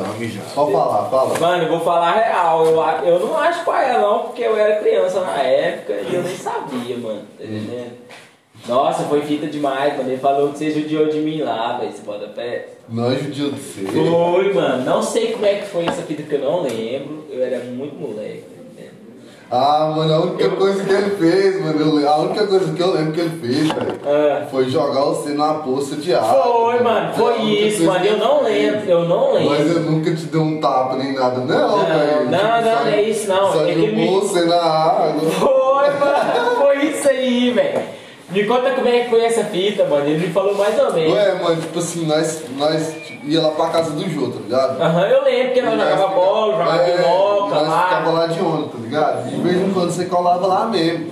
S9: Pode falar, fala.
S1: Mano, eu vou falar a real. Eu, a- eu não acho paia, não, porque eu era criança na época e eu nem sabia, mano. Tá
S9: Uhum.
S1: entendendo? Nossa, foi fita demais, mano. Ele falou que você judiou de mim lá, velho. Você bota pé.
S9: Não é judio de ser.
S1: Foi, mano. Não sei como é que foi essa fita, porque eu não lembro. Eu era muito moleque. tá entendendo?
S9: Ah, mano, a única coisa que ele fez, mano, eu le- a única coisa que eu lembro que ele fez, velho,
S1: Ah,
S9: foi jogar você na poça de água.
S1: foi, mano.
S9: É a
S1: Foi
S9: única
S1: isso,
S9: coisa
S1: mano.
S9: que
S1: Eu
S9: ele
S1: não
S9: fez.
S1: lembro. Eu não
S9: Mas
S1: lembro.
S9: eu nunca te dei um tapa nem nada, não,
S1: Não,
S9: velho. Tipo,
S1: não, não,
S9: só-
S1: é isso, não.
S9: Só
S1: É que me-
S9: jogou você na água.
S1: Foi, mano. Foi isso aí, velho. Me conta como é que foi essa fita, mano. Ele me falou mais ou menos.
S9: Ué, mano, tipo assim, nós, nós ia lá pra casa do Jô, tá ligado?
S1: Aham, eu lembro que nós jogava bola, jogava
S9: É,
S1: piroca,
S9: Nós é, ficava
S1: lá.
S9: lá de onda, tá ligado? E de vez em quando você colava lá mesmo.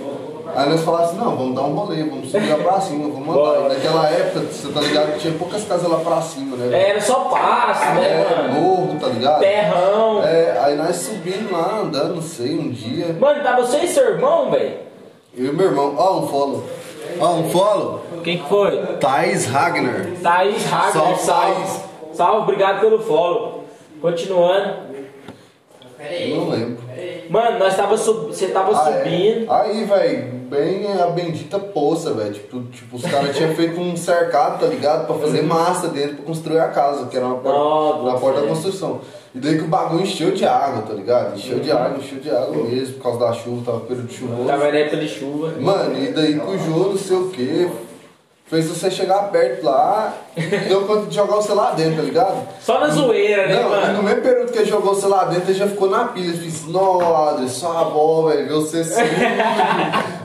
S9: Aí nós falávamos assim, não, vamos dar um rolê, vamos subir lá pra cima, vamos
S1: Bora.
S9: andar. Naquela época, você tá ligado, que tinha poucas casas lá pra cima, né?
S1: Era só passe, né,
S9: É,
S1: mano?
S9: morro, tá ligado?
S1: Terrão.
S9: É, aí nós subimos lá, andando, não sei, um dia.
S1: Mano, tava você e seu irmão, velho?
S9: Eu e meu irmão, ó, um follow. Ó, um follow.
S1: Quem que foi?
S9: Thaís Ragnar.
S1: Thaís Hager.
S9: Salve, Thaís.
S1: Salve, obrigado pelo follow. Continuando.
S9: Eu não lembro.
S1: Mano, nós tava sub... você tava
S9: Ah, é?
S1: subindo.
S9: Aí, velho, bem a bendita poça, velho. Tipo, tipo, os caras tinham feito um cercado, tá ligado? Pra
S1: Uhum.
S9: fazer massa dentro pra construir a casa, que era uma porta,
S1: Não,
S9: na
S1: não
S9: porta da
S1: sei.
S9: construção. E daí que o bagulho encheu de água, tá ligado? Encheu de água, encheu de água mesmo, por causa da chuva, tava período chuvoso.
S1: Uhum. Tava na época de chuva.
S9: Mano, e daí que o jogo, não sei o quê, fez você chegar perto lá e deu conta de jogar você lá dentro, tá ligado?
S1: Só na zoeira, né,
S9: Não, e no
S1: mano?
S9: mesmo período que ele jogou você lá dentro, ele já ficou na pilha. Ele disse, nossa, Adri, só a bola, velho. Viu você
S1: [LAUGHS]
S9: sujo,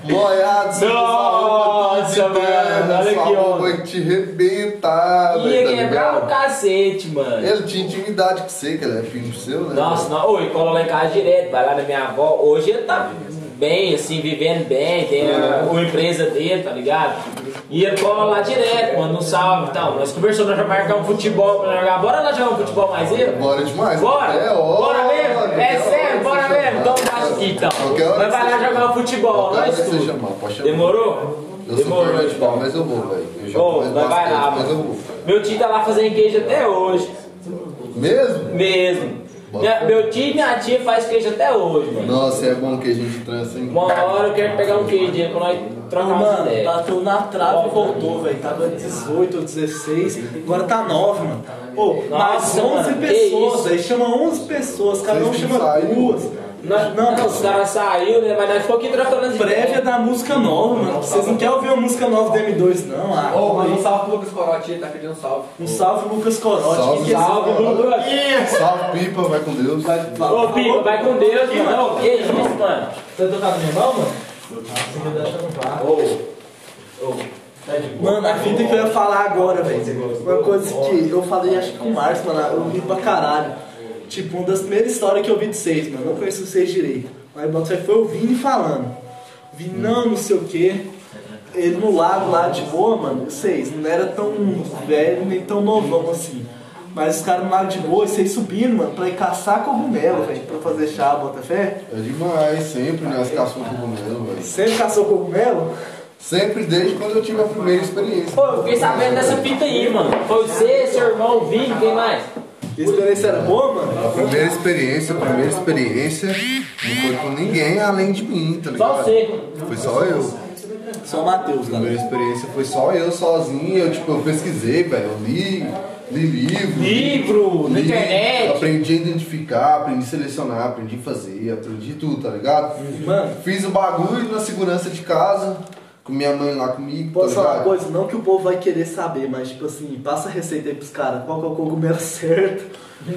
S9: molhado,
S1: Nossa,
S9: sujo, sua roupa toda de
S1: mano,
S9: terra,
S1: olha
S9: sua
S1: que
S9: roupa
S1: onda.
S9: que te rebentar,
S1: Ia
S9: velho, tá
S1: quebrar o
S9: ligado?
S1: cacete, mano.
S9: Ele tinha intimidade com você, que ele é primo seu, né?
S1: Nossa, não. Ô, ele cola lá em casa direto, vai lá na minha avó. Hoje ele tá bem, assim, vivendo bem, tem a- uma empresa dele, tá ligado? E ele cola lá direto, manda um salve e tal. Nós conversamos, nós já marcamos um futebol pra jogar. Bora lá jogar um futebol mais ele?
S9: Bora demais.
S1: Bora!
S9: É, ó,
S1: bora mesmo! É
S9: qualquer
S1: sério,
S9: hora
S1: bora
S9: você
S1: mesmo!
S9: chamar.
S1: Então baixa aqui então.
S9: Qualquer hora
S1: Nós vai
S9: você
S1: lá
S9: chamar.
S1: jogar um futebol,
S9: Qualquer hora
S1: nós
S9: você
S1: tudo.
S9: chamar, pode chamar.
S1: Demorou?
S9: Eu sou
S1: Demorou.
S9: perna de pau, mas eu vou, velho. Eu jogo
S1: Ô,
S9: mais
S1: nós vai lá,
S9: basquete, mas eu
S1: mano.
S9: vou.
S1: Meu tio tá lá fazendo queijo até hoje.
S9: Mesmo?
S1: Mesmo.
S9: Bota.
S1: Minha- meu tio e minha tia faz queijo até hoje, mano.
S9: Nossa, é bom que a gente trança, hein?
S1: Uma hora eu quero pegar um queijinho pra nós trocar uma
S2: Mano,
S1: Tá
S2: tá-
S1: ideia.
S2: bateu na trave e voltou, velho. Tava 18 ou 16, agora tá 9, mano. Ô, mais
S1: Nossa,
S2: 11
S1: mano, que
S2: pessoas,
S1: isso?
S2: velho. Chama 11 pessoas, cada um
S9: Vocês
S2: chama
S9: saíram?
S2: duas.
S1: Nós, não, os caras saíram, né? Mas nós ficou aqui trocando as
S2: Prévia
S1: ideias.
S2: da música nova, mano. Vocês não querem ouvir uma música nova do M2, não? Ah,
S4: Ô, manda um salve pro Lucas Corotti, ele tá pedindo um salve.
S2: Um salve, Lucas Corotti.
S9: Salve,
S2: Quem que é esse
S1: Salve, Lucas.
S9: Salve, pipa, vai com Deus. É
S1: Ô, Pipa, vai com Deus, mano. Ô, que isso, mano?
S2: Você tocava minha mão, mano? Mano, a fita que eu ia falar agora, velho. Uma coisa que eu falei, acho que com o Marcos, mano, eu ri pra caralho. Tipo, uma das primeiras histórias que eu vi de vocês, mano. Não conheço vocês direito. Mas bota fé, foi o Vini falando. Vini, não, não sei o quê. Ele no lago lá de boa, mano, vocês não era tão velho nem tão novão assim. Mas os caras no lago de boa, e vocês subindo, mano, pra ir caçar cogumelo, velho, pra fazer chá, bota fé.
S9: É demais, sempre, né? As caçulas com cogumelo, velho.
S2: Sempre caçou cogumelo?
S9: Sempre desde quando eu tive a primeira experiência.
S1: Pô, eu fiquei sabendo dessa fita aí, mano. Foi você, seu irmão, o Vini, quem mais?
S2: A experiência era boa, mano?
S9: A primeira experiência, a primeira experiência não foi com ninguém além de mim, tá ligado?
S1: Só você.
S9: Foi só eu.
S2: Só o Matheus,
S9: A
S2: galera.
S9: primeira experiência foi só eu sozinho, eu tipo, eu pesquisei, velho, eu li, li livro.
S1: Livro, na
S9: li,
S1: internet.
S9: Aprendi a identificar, aprendi a selecionar, aprendi a fazer, aprendi tudo, tá ligado?
S2: Mano,
S9: Fiz o bagulho na segurança de casa, com minha mãe lá comigo,
S2: Posso
S9: tá
S2: falar uma
S9: ligado?
S2: coisa? Não que o povo vai querer saber, mas tipo assim, passa a receita aí pros caras, qual que é o cogumelo [LAUGHS] certo.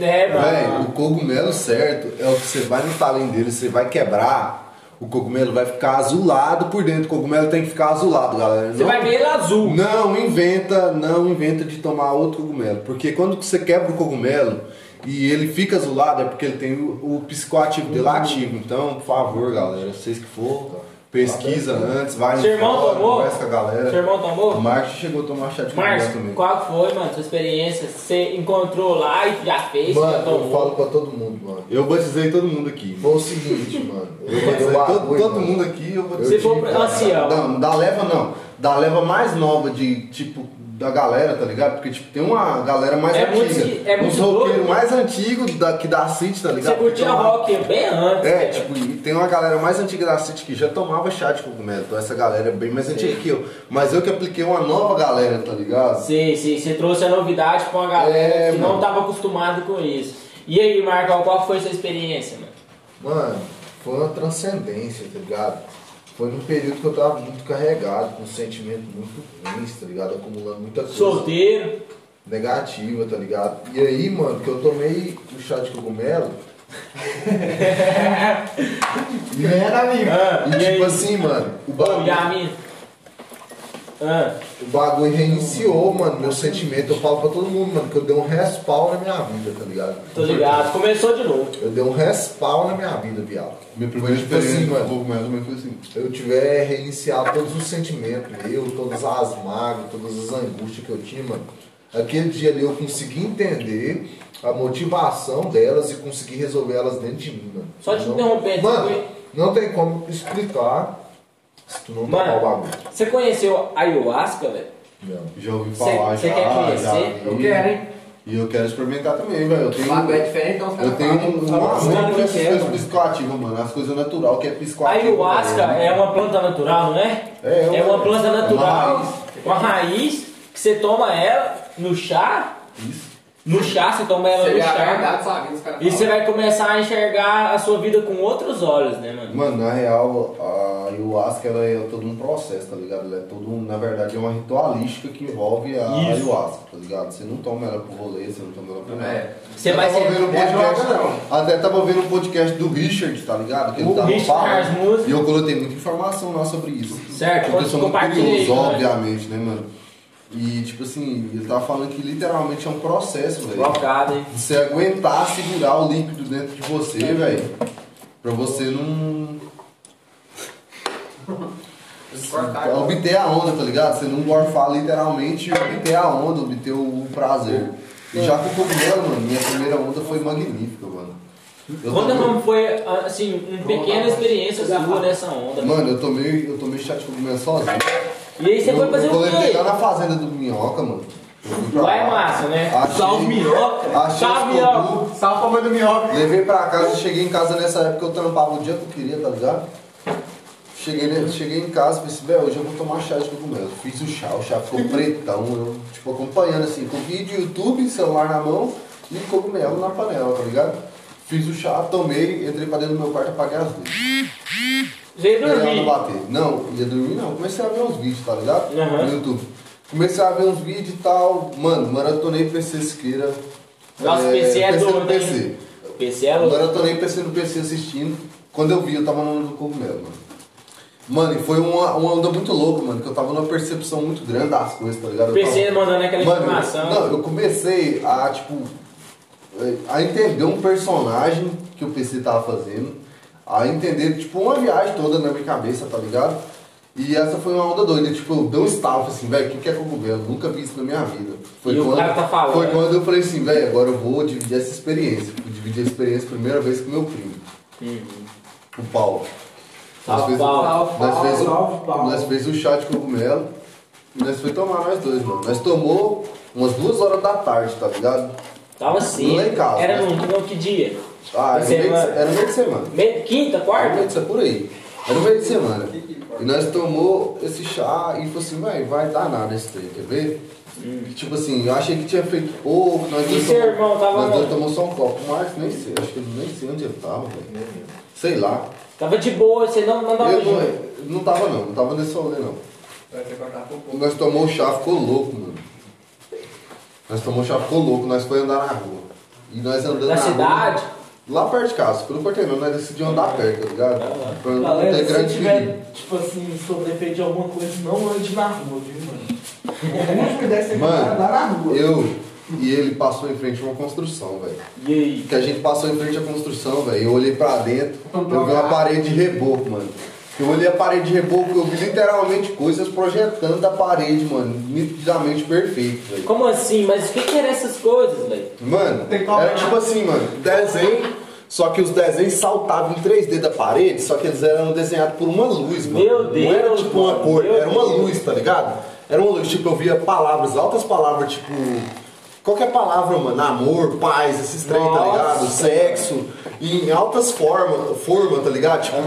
S1: É,
S9: Véi,
S1: mano.
S9: o cogumelo certo é o que você vai no talento dele, você vai quebrar, o cogumelo vai ficar azulado por dentro. O cogumelo tem que ficar azulado, galera.
S1: Você
S9: Não-
S1: vai ver ele azul.
S9: Não inventa, não inventa de tomar outro cogumelo, porque quando você quebra o cogumelo e ele fica azulado é porque ele tem o, o psicoativo
S1: Uhum.
S9: dele ativo. Então, por favor, galera, vocês que
S1: Tá
S9: for, pesquisa antes, vai no
S1: Seu irmão
S9: fórum,
S1: tomou?
S9: conversa com a
S1: Seu
S9: galera.
S1: irmão tomou?
S9: O Marcos chegou a tomar chá de cogumelo
S1: Márcio,
S9: também.
S1: qual que foi, mano, sua experiência? Você encontrou lá e já fez, já
S3: Mano, eu
S1: tomou.
S3: falo pra todo mundo, mano.
S9: Eu batizei todo mundo aqui.
S3: Foi o seguinte, mano. Eu
S9: Eu batizei
S3: mandei um
S9: todo,
S3: bagulho,
S9: todo
S3: mano.
S9: mundo aqui, eu batizei.
S1: Se for pra- assim, ó.
S9: Não, da leva não. Da leva mais nova de tipo da galera, tá ligado? Porque tipo, tem uma galera mais
S1: É muito-
S9: antiga.
S1: é muito
S9: Os roqueiros
S1: louco.
S9: mais antigos da, que da City, tá ligado?
S1: Você curtia
S9: Porque tem uma-
S1: rock bem antes. né?
S9: É,
S1: velho.
S9: tipo, e tem uma galera mais antiga da City que já tomava chá de cogumelo. Então essa galera é bem mais antiga que eu. Mas eu que apliquei uma nova galera, tá ligado?
S1: Sei, sei, você trouxe a novidade pra uma galera
S9: É,
S1: que não
S9: mano.
S1: tava acostumada com isso. E aí, Marcão, qual foi sua experiência, mano?
S3: Mano, foi uma transcendência, tá ligado? Foi num período que eu tava muito carregado, com um sentimento muito ruim, tá ligado? Acumulando muita coisa
S1: Solteiro,
S3: negativa, tá ligado? E aí, mano, que eu tomei o chá de cogumelo. [LAUGHS] e era amigo.
S1: Ah,
S3: e
S1: e aí?
S3: tipo assim, mano, o
S1: ou
S3: bagulho,
S1: Yamin? Ah,
S3: o bagulho reiniciou, mano, meu sentimento. Eu falo pra todo mundo, mano, que eu dei um respawn na minha vida, tá ligado?
S1: tô ligado. Começou de novo.
S3: Eu dei um respawn na minha vida, viado.
S9: Minha primeira
S3: Tipo assim,
S9: experiência com
S3: mano.
S9: cogumelo também foi assim.
S3: eu tiver reiniciado todos os sentimentos meus, todas as mágoas, todas as angústias que eu tinha, mano, aquele dia ali eu consegui entender a motivação delas e consegui resolver elas dentro de mim, mano.
S1: Só te
S3: Não-
S1: interrompendo, você
S3: Mano,
S1: foi-
S3: não tem como explicar se tu não tá tomar o
S1: Mano,
S3: bagulho.
S1: você conheceu a ayahuasca, velho?
S3: Não.
S9: Já ouvi
S1: Cê-
S9: falar,
S1: cê
S9: já.
S1: quer conhecer?
S9: já
S4: Eu
S9: vi.
S4: quero, hein?
S9: E eu quero experimentar também, velho. Eu tenho,
S4: O bagulho é diferente, então os caras
S9: eu tenho
S4: falam,
S9: um, um
S4: falam,
S9: amor
S4: "Mano,
S9: por essas
S4: que é,
S9: coisas
S4: mano?"
S9: psicoativas, mano. As coisas natural que é
S1: A
S9: psicoativa.
S1: ayahuasca é uma planta natural, não é?
S9: É, é
S1: uma
S9: uma-
S1: planta
S9: é uma
S1: natural.
S9: raiz.
S1: Uma raiz que você toma ela no chá. No chá, você toma ela
S9: um
S4: Você
S1: no
S4: vê a
S1: chá.
S4: verdade, é sabe? Os caras
S1: E você
S4: falam.
S1: vai começar a enxergar a sua vida com outros olhos, né, mano?
S9: Mano, na real, a ayahuasca ela é todo um processo, tá ligado? Ela é todo um, na verdade, é uma ritualística que envolve a
S1: Isso.
S9: ayahuasca, tá ligado? Você não toma ela pro rolê, você não toma ela pro nada.
S4: É.
S1: Você
S9: Eu
S1: vai
S9: tava
S1: ser-
S9: vendo um
S4: é
S9: podcast,
S4: droga,
S9: Até tava vendo um podcast do Richard, tá ligado? Que
S1: O Richard Rasmussen.
S9: E eu coloquei muita informação lá sobre isso.
S1: Certo,
S9: Porque eu sou muito
S1: É, compartilha aí,
S9: curioso,
S1: galera.
S9: obviamente, né, mano? E, tipo assim, ele tava falando que literalmente é um processo, velho.
S1: Blocado, hein? É.
S9: Você aguentar segurar o líquido dentro de você, velho. Pra você não
S4: Cortar.
S9: Pra obter a onda, tá ligado? Você não morfar literalmente e obter a onda, obter o prazer. E já com o cogumelo, mano, minha primeira onda foi magnífica, mano. Eu
S1: Conta
S9: tomei-
S1: como foi, assim, uma pequena experiência sua nessa onda.
S9: Mano, eu tomei, eu tomei chá de cogumelo sozinho.
S1: E aí você
S9: eu,
S1: foi fazer
S9: eu
S1: o
S9: coletei lá
S1: quê?
S9: na fazenda do Minhoca, mano. Eu fui pra
S1: Lá é massa, né?
S9: Achei-
S1: Salve minhoca!
S9: Achei
S1: Salve
S9: os
S1: minhoca!
S9: cogumelo,
S4: Salve pra mãe do minhoca.
S9: Levei pra casa, cheguei em casa nessa época, eu trampava o dia que eu queria, tá ligado? Cheguei, né, cheguei em casa, pensei, velho, hoje eu vou tomar chá de cogumelo. Fiz o chá, o
S1: [LAUGHS]
S9: chá ficou pretão, eu, tipo, acompanhando assim, com vídeo, YouTube, celular na mão e cogumelo na panela, tá ligado? Fiz o chá, tomei, entrei pra dentro do meu quarto, apaguei as luzes.
S1: Veio
S9: Pra não
S1: dormir.
S9: bater. Não, ia dormir não. Comecei a ver uns vídeos, tá ligado?
S1: Aham.
S9: No YouTube. Comecei a ver uns vídeos e tal. Mano, maratonei PC Siqueira.
S1: Nossa, PC é
S9: PC no
S1: doido, hein?
S9: PC.
S1: PC é louco.
S9: Agora eu tô nem pensando no PC assistindo. Quando eu vi, eu tava no do cogumelo, mano. Mano, e foi uma, uma onda muito louca, mano, que eu tava numa percepção muito grande das coisas, tá ligado? Eu
S1: PC
S9: tava-
S1: mandando né, aquela
S9: Mano,
S1: informação.
S9: não, eu comecei a, tipo, a entender um personagem que o PC tava fazendo, a entender, tipo, uma viagem toda na minha cabeça, tá ligado? E essa foi uma onda doida, tipo, eu dei um estalo, falei assim, velho, o que que é cogumelo? Nunca vi isso na minha vida.
S1: E o cara tá falando.
S9: Foi quando eu falei assim, velho, agora eu vou dividir essa
S1: Uhum.
S9: experiência. Fui dividir a experiência a primeira vez com meu primo, o Paulo. Nós fez,
S1: Paulo.
S9: nós fez,
S14: Salve, Paulo.
S9: nós fez o chá de cogumelo. e Nós foi tomar nós dois, mano. Nós tomou umas duas horas da tarde, tá ligado?
S1: Tava assim.
S9: Lá em casa,
S1: Era
S9: né?
S1: num, num que dia?
S9: Ah, era
S1: Semana.
S9: meio de, era meio de semana.
S1: Me- Quinta,
S9: Era meio
S1: quarta?
S9: de semana, por aí. Era meio de semana. E nós tomou esse chá e falou assim, velho, vai dar nada esse trem, quer ver? Tipo assim, eu achei que tinha feito pouco, nós
S1: Hum. E
S9: dois
S1: seu
S9: tomamos
S1: irmão tava
S9: nós dois
S1: onde?
S9: tomamos só um copo. O Marcos nem sei, acho que ele nem sei onde ele tava, velho. Sei lá.
S1: Tava de boa, você não, não tava
S9: Eu não,
S1: junto.
S9: eu não tava não, não tava nesse rolê não.
S4: Vai ter que cortar por pouco.
S9: Nós tomou chá, ficou louco, mano. Nós tomou chá, ficou louco, nós foi andar na rua. E nós andando
S1: Na
S9: rua,
S1: cidade?
S9: lá perto de casa, pelo quarteirão, nós decidimos andar perto, tá ligado? Pra não
S14: Galera,
S9: ter
S14: se
S9: grande
S14: você
S9: perigo.
S14: tiver, tipo assim, sob efeito de alguma coisa, não ande na rua, viu, mano? O último que deve ser
S9: Mano,
S14: andar na rua.
S9: Eu e ele passou em frente a uma construção, velho.
S1: E aí?
S9: Que a gente passou em frente à construção, velho. Eu olhei pra dentro, eu vi uma parede de reboco, mano. Eu olhei a parede de reboco, eu vi literalmente coisas projetando da parede, mano. Nitidamente perfeito, velho.
S1: Como assim? Mas o que que eram essas coisas, velho?
S9: Mano,
S14: Tem que tomar.
S9: era tipo assim, mano, desenho, só que os desenhos saltavam em 3D da parede, só que eles eram desenhados por uma luz, mano.
S1: Meu
S9: Não era
S1: Deus,
S9: tipo uma
S1: mano,
S9: cor,
S1: meu
S9: era uma
S1: Deus.
S9: luz, tá ligado? Era uma luz, tipo, eu via palavras, altas palavras, tipo. Qualquer palavra, mano, amor, paz, esses trem, tá
S1: Nossa.
S9: ligado? Sexo, e em altas formas, forma, tá ligado? Tipo,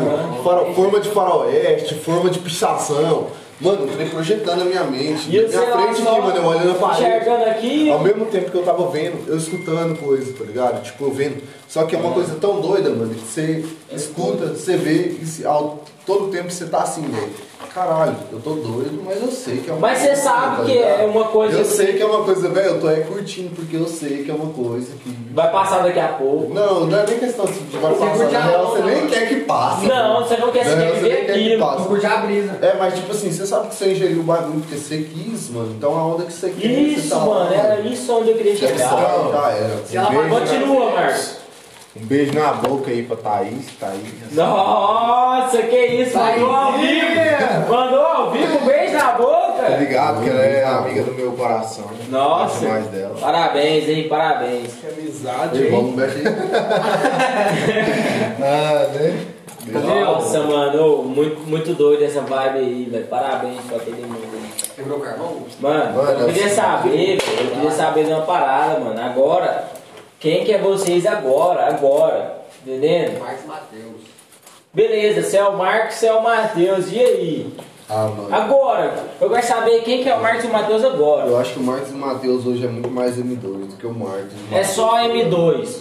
S9: faro- forma de faroeste, forma de pichação. Mano, o trem projetando na minha mente.
S1: E
S9: na
S1: eu sei
S9: minha
S1: lá,
S9: frente
S1: só
S9: aqui, mano, eu olhando a parede.
S1: enxergando aqui.
S9: Ao mesmo tempo que eu tava vendo, eu escutando coisa, tá ligado? Tipo, eu vendo. Só que é
S1: Uhum.
S9: uma coisa tão doida, mano, que você
S1: É
S9: escuta, você vê, e se, ao, todo tempo você tá assim, velho. Caralho, eu tô doido, mas eu sei que é uma
S1: Mas você
S9: coisa,
S1: sabe
S9: tá
S1: que
S9: ligado?
S1: é uma coisa
S9: Eu
S1: que-
S9: sei que é uma coisa, velho, eu tô aí curtindo, porque eu sei que é uma coisa que.
S1: Vai passar daqui a pouco.
S9: Não, não é nem questão de de vai passar.
S4: curte
S9: Na
S4: a
S9: real,
S4: onda,
S9: você nem
S4: mano.
S9: quer que passe.
S1: Não, você não quer
S9: Na
S1: se
S9: real, você nem
S1: viver
S9: quer que
S1: aquilo.
S4: Não
S9: passe.
S4: curte a brisa.
S9: É, mas tipo assim, você sabe que você ingeriu o bagulho porque você quis, mano. Então a onda que você quis. você
S1: Isso,
S9: tá lá,
S1: mano, era isso onde eu queria
S9: Já
S1: chegar.
S9: era, já era.
S4: Se ela vai
S1: Continua, Marcos.
S3: Um beijo na boca aí pra Thaís. Thaís.
S1: Nossa, que isso,
S9: Tá
S1: mandou ao vivo! Mandou ao vivo, um beijo na
S9: Tá
S1: boca!
S3: Obrigado, que ela é amiga do meu coração.
S1: Nossa.
S3: Gosto mais dela.
S1: Parabéns, hein, parabéns.
S2: Que amizade,
S9: Irmão,
S2: hein?
S9: não mexe aí.
S3: Ah, né?
S1: Tá Nossa, mano, ô, muito, muito doido essa vibe aí, velho. Parabéns pra todo mundo.
S4: Quebrou o carvão?
S1: Mano,
S9: Mano,
S1: eu queria
S9: assim,
S1: saber, velho, eu queria saber de uma parada, mano. Agora, quem que é vocês agora, agora, entendendo?
S4: Marcos Matheus.
S1: Beleza, você é o Marcos, você é o Matheus, e aí?
S9: Ah, mano.
S1: Agora, eu quero saber quem que é o Marcos e o Matheus agora.
S9: Eu acho que o Marcos e o Matheus hoje é muito mais M2 do que o Marcos. e o
S1: É
S9: Matheus.
S1: só M2.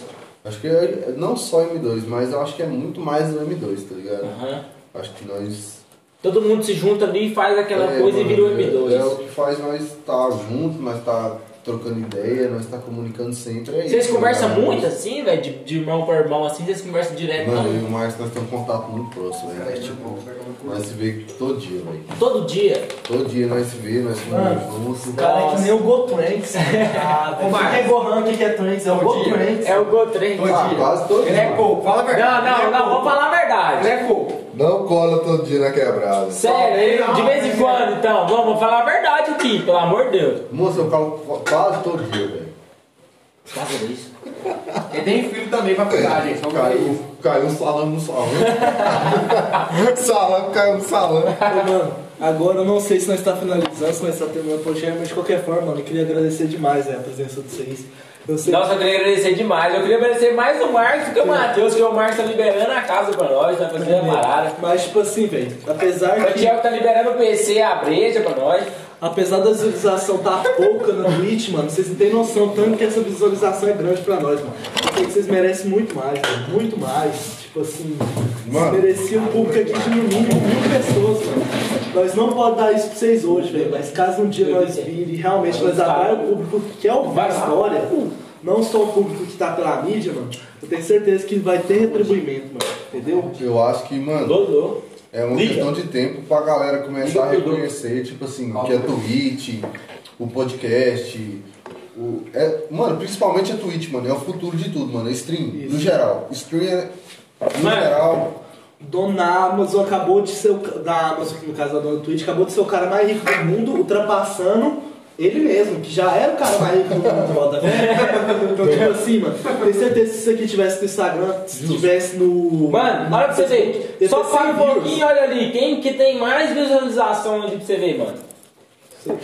S9: Acho que é, não só M2, mas eu acho que é muito mais o M2, tá ligado?
S1: Aham.
S9: Acho que nós.
S1: Todo mundo se junta ali e faz aquela
S9: É,
S1: coisa e
S9: mano,
S1: vira o
S9: É, é o
S1: M2.
S9: que faz nós estar juntos, nós estar trocando ideia, nós estar comunicando sempre. É isso,
S1: Vocês
S9: tá
S1: conversam
S9: ligado?
S1: muito assim, velho, de, de irmão para irmão assim, vocês conversam direto
S9: Mano, eu
S1: não?
S9: e o Marcos nós temos um contato muito próximo, né? Nós, tipo, nós se vê todo dia, velho.
S1: todo dia.
S9: Todo dia nós se vê, nós
S14: Mano,
S9: comemos
S14: O cara é que nem o Gotranks.
S4: Ô,
S14: O
S4: Marcos.
S14: que é Gohan, o que que é Tranks? É o
S4: Bom dia.
S14: Gotranks.
S1: É o Gotrem. Não,
S9: Ah, quase todo
S4: Ele
S9: dia.
S4: é coco, fala a verdade.
S1: não, não, vamos falar a verdade.
S4: Ele é coco.
S3: Não cola todo dia na quebrada.
S1: Sério, de vez em quando, então, vamos vamos falar a verdade aqui, pelo amor de Deus.
S9: Moça, eu calo qu- quase todo dia, velho.
S1: Faça isso.
S4: Ele tem filho também pra cuidar, gente. um Vamos ver isso.
S9: Caiu, caiu salão no salão.
S3: [LAUGHS] Salão, caiu no salão.
S2: Ô, mano, agora eu não sei se nós está finalizando, se nós tá está terminando o podcast, mas de qualquer forma, mano, eu queria agradecer demais né, a presença de vocês. Eu sei
S1: Nossa, eu queria agradecer demais. Eu queria agradecer mais o Marcos do que o Matheus, que o Marcos tá liberando a casa pra nós, tá fazendo a parada.
S2: Mas, tipo assim, velho, apesar
S1: O
S2: que,
S1: Thiago tá liberando o PC, a breja pra nós.
S2: apesar da visualização tá pouca no Twitch, mano, vocês não têm noção tanto que essa visualização é grande pra nós, mano. Eu sei que vocês merecem muito mais, mano, muito mais. Tipo assim,
S3: Mano.
S2: merecia um público aqui de no mínimo mil pessoas, mano. Nós não podemos dar isso pra vocês hoje, velho, mas caso um dia nós vire e realmente nós atrairmos o público que é o da história, não só o público que tá pela mídia, mano, eu tenho certeza que vai ter retribuimento, mano, entendeu?
S9: Eu acho que, mano,
S1: Dodô.
S9: é uma
S1: Liga.
S9: questão de tempo pra galera começar a reconhecer, tipo assim, que é Twitch, o podcast. O, é, mano, principalmente a Twitch, mano. É o futuro de tudo, mano. É stream, no geral. Stream é. No
S1: Mano.
S9: geral.
S2: Dono da Amazon acabou de ser o, ca- da Amazon, que no caso da dona do Twitch, acabou de ser o cara mais rico do mundo, ultrapassando Ele mesmo, que já era o cara mais rico do [LAUGHS] mundo, bota fé. Então, tipo assim, mano, tenho certeza que se isso aqui tivesse no Instagram, se tivesse no.
S1: Mano, olha pra você ver.
S2: Ia
S1: Só
S2: ter
S1: para um
S2: 100 views.
S1: pouquinho, olha ali. Quem que tem mais visualização ali pra você ver, mano?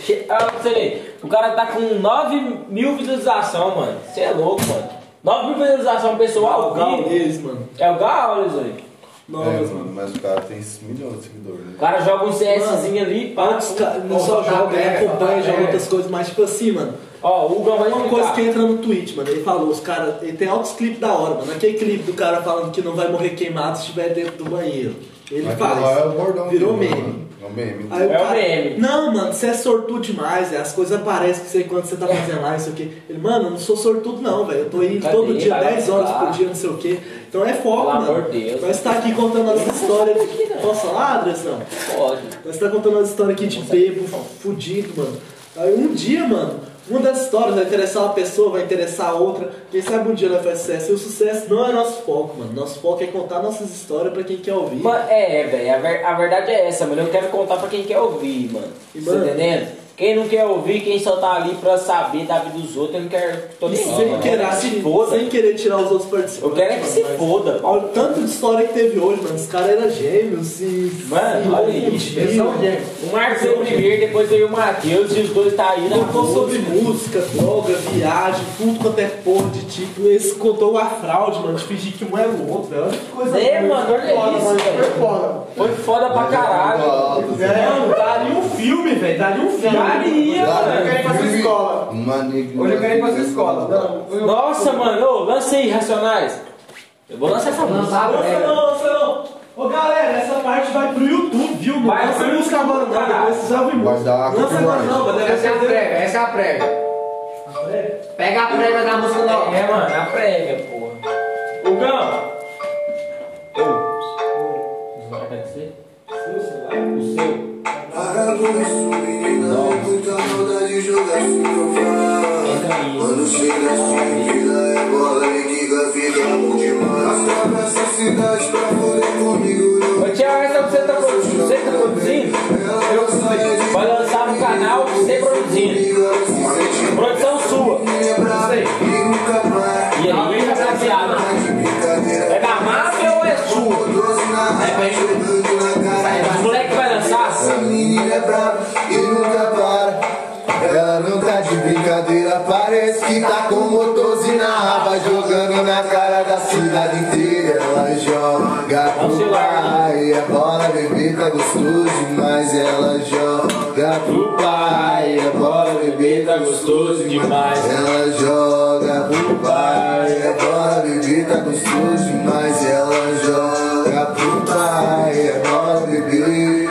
S1: Che- Olha pra você ver. O cara tá com 9 mil visualizações, mano. Você é louco, mano. 9 mil visualizações pessoal ao
S2: Gal
S1: vivo.
S2: um deles, mano. É,
S1: É o Gaules, velho.
S2: Novas, mano.
S9: mas o cara tem milhões de seguidores, né?
S1: O cara joga um CSzinho ali, pá.
S2: Antes, ca- não só joga, né? Acompanha, joga outras coisas, mas tipo assim, mano.
S1: Ó, o Hugo é um vai
S2: Uma coisa
S1: explicar.
S2: que entra no tweet, mano, ele falou, os caras, ele tem altos clipes da hora, mano. Aquele clipe do cara falando que não vai morrer queimado se estiver dentro do banheiro. Ele
S9: Mas
S2: faz.
S9: aquilo lá é o bordão
S2: Virou
S9: dele,
S2: meme.
S9: mano. É um meme.
S2: Aí
S1: É o meme.
S2: Não, mano, você é sortudo demais, é, as coisas aparecem pra você enquanto você tá fazendo lá, não sei o quê. Ele, mano, eu não sou sortudo não, velho. Eu tô indo
S1: Cadê?
S2: todo dia,
S1: Vai lá
S2: 10 horas
S1: lá.
S2: por dia, não sei o quê. Então é foco,
S1: Pelo
S2: mano.
S1: amor de Deus.
S2: Nós tá aqui contando as histórias.
S1: né?
S2: Posso falar, Adressão?
S1: Pode.
S2: Nós tá contando as histórias aqui de bebo, fudido, mano. Aí um dia, mano, uma das histórias vai interessar uma pessoa, vai interessar a outra. Quem sabe um dia ela faz sucesso. E o sucesso não é nosso foco, mano. Nosso foco é contar nossas histórias pra quem quer ouvir.
S1: Mano, é, velho, a, ver- a verdade é essa, mano. Eu quero contar pra quem quer ouvir, mano.
S2: E,
S1: Você tá
S2: mano-
S1: entendendo? Quem não quer ouvir, quem só tá ali pra saber da vida dos outros, eu não quero. Tô
S2: E
S1: nem aí,
S2: sem,
S1: mano.
S2: querer,
S1: se foda.
S2: sem querer tirar os outros participantes.
S1: Eu quero é que se
S2: mano, mas-
S1: foda.
S2: Olha o tanto de história que teve hoje, mano. Os caras eram gêmeos e.
S1: Mano, olha isso.
S2: e-
S1: eles são gêmeos. O Marcos é o primeiro, depois veio o Matheus e os dois tá aí na
S2: Contou
S1: rua.
S2: sobre música, droga, viagem, tudo quanto é porra de tipo. Esse contou a fraude, mano, de fingir que um era o outro, velho. Olha que coisa
S1: É,
S2: boa.
S1: mano, olha
S2: Foda,
S1: isso,
S2: mano,
S1: velho.
S2: Foi foda. tá
S1: Foi foda pra caralho.
S9: É.
S14: Não, daria um filme, velho. Daria um
S1: Daria,
S14: filme.
S2: um
S14: Hoje eu
S1: mano.
S14: quero ir pra sua escola.
S9: Uma negra-
S14: Hoje eu quero ir pra sua escola. Não, eu-
S1: Nossa, mano, ô, lança aí, Racionais. Eu vou lançar essa música.
S2: Ah,
S14: Nossa, não, nossa, não. Ô galera, essa parte vai pro YouTube, viu, mano?
S1: Vai,
S14: Não
S1: vai.
S14: foi música agora, não. Depois vocês ouvem
S9: Vai
S14: música.
S9: dar
S2: Não sei agora não, mas deve
S4: Essa é a
S2: ser.
S4: prévia, essa é a prévia. Pega a prévia da música nova.
S1: É, mano, a prévia, porra. Hugão! Ô. Vai acontecer? O seu. Entra aí. Ô Tiago, essa você tá produzindo, você que tá produzindo? Eu produzi. Vai lançar no canal você produzindo. Produção sua. E aí, tá baseado. É da máfia ou é sua?
S4: Vai pra gente.
S1: Os moleques vai lançar?
S9: menina é brava e nunca para. Ela não tá de brincadeira, parece que tá com motorzinho na raba, jogando na cara da cidade inteira. Ela joga pro pai, é bola, bebê tá gostoso demais. Ela joga pro pai, é bola, bebê tá gostoso demais. Ela joga pro pai, é bola, bebê tá gostoso demais. Ela joga pro pai, é bola, bebê.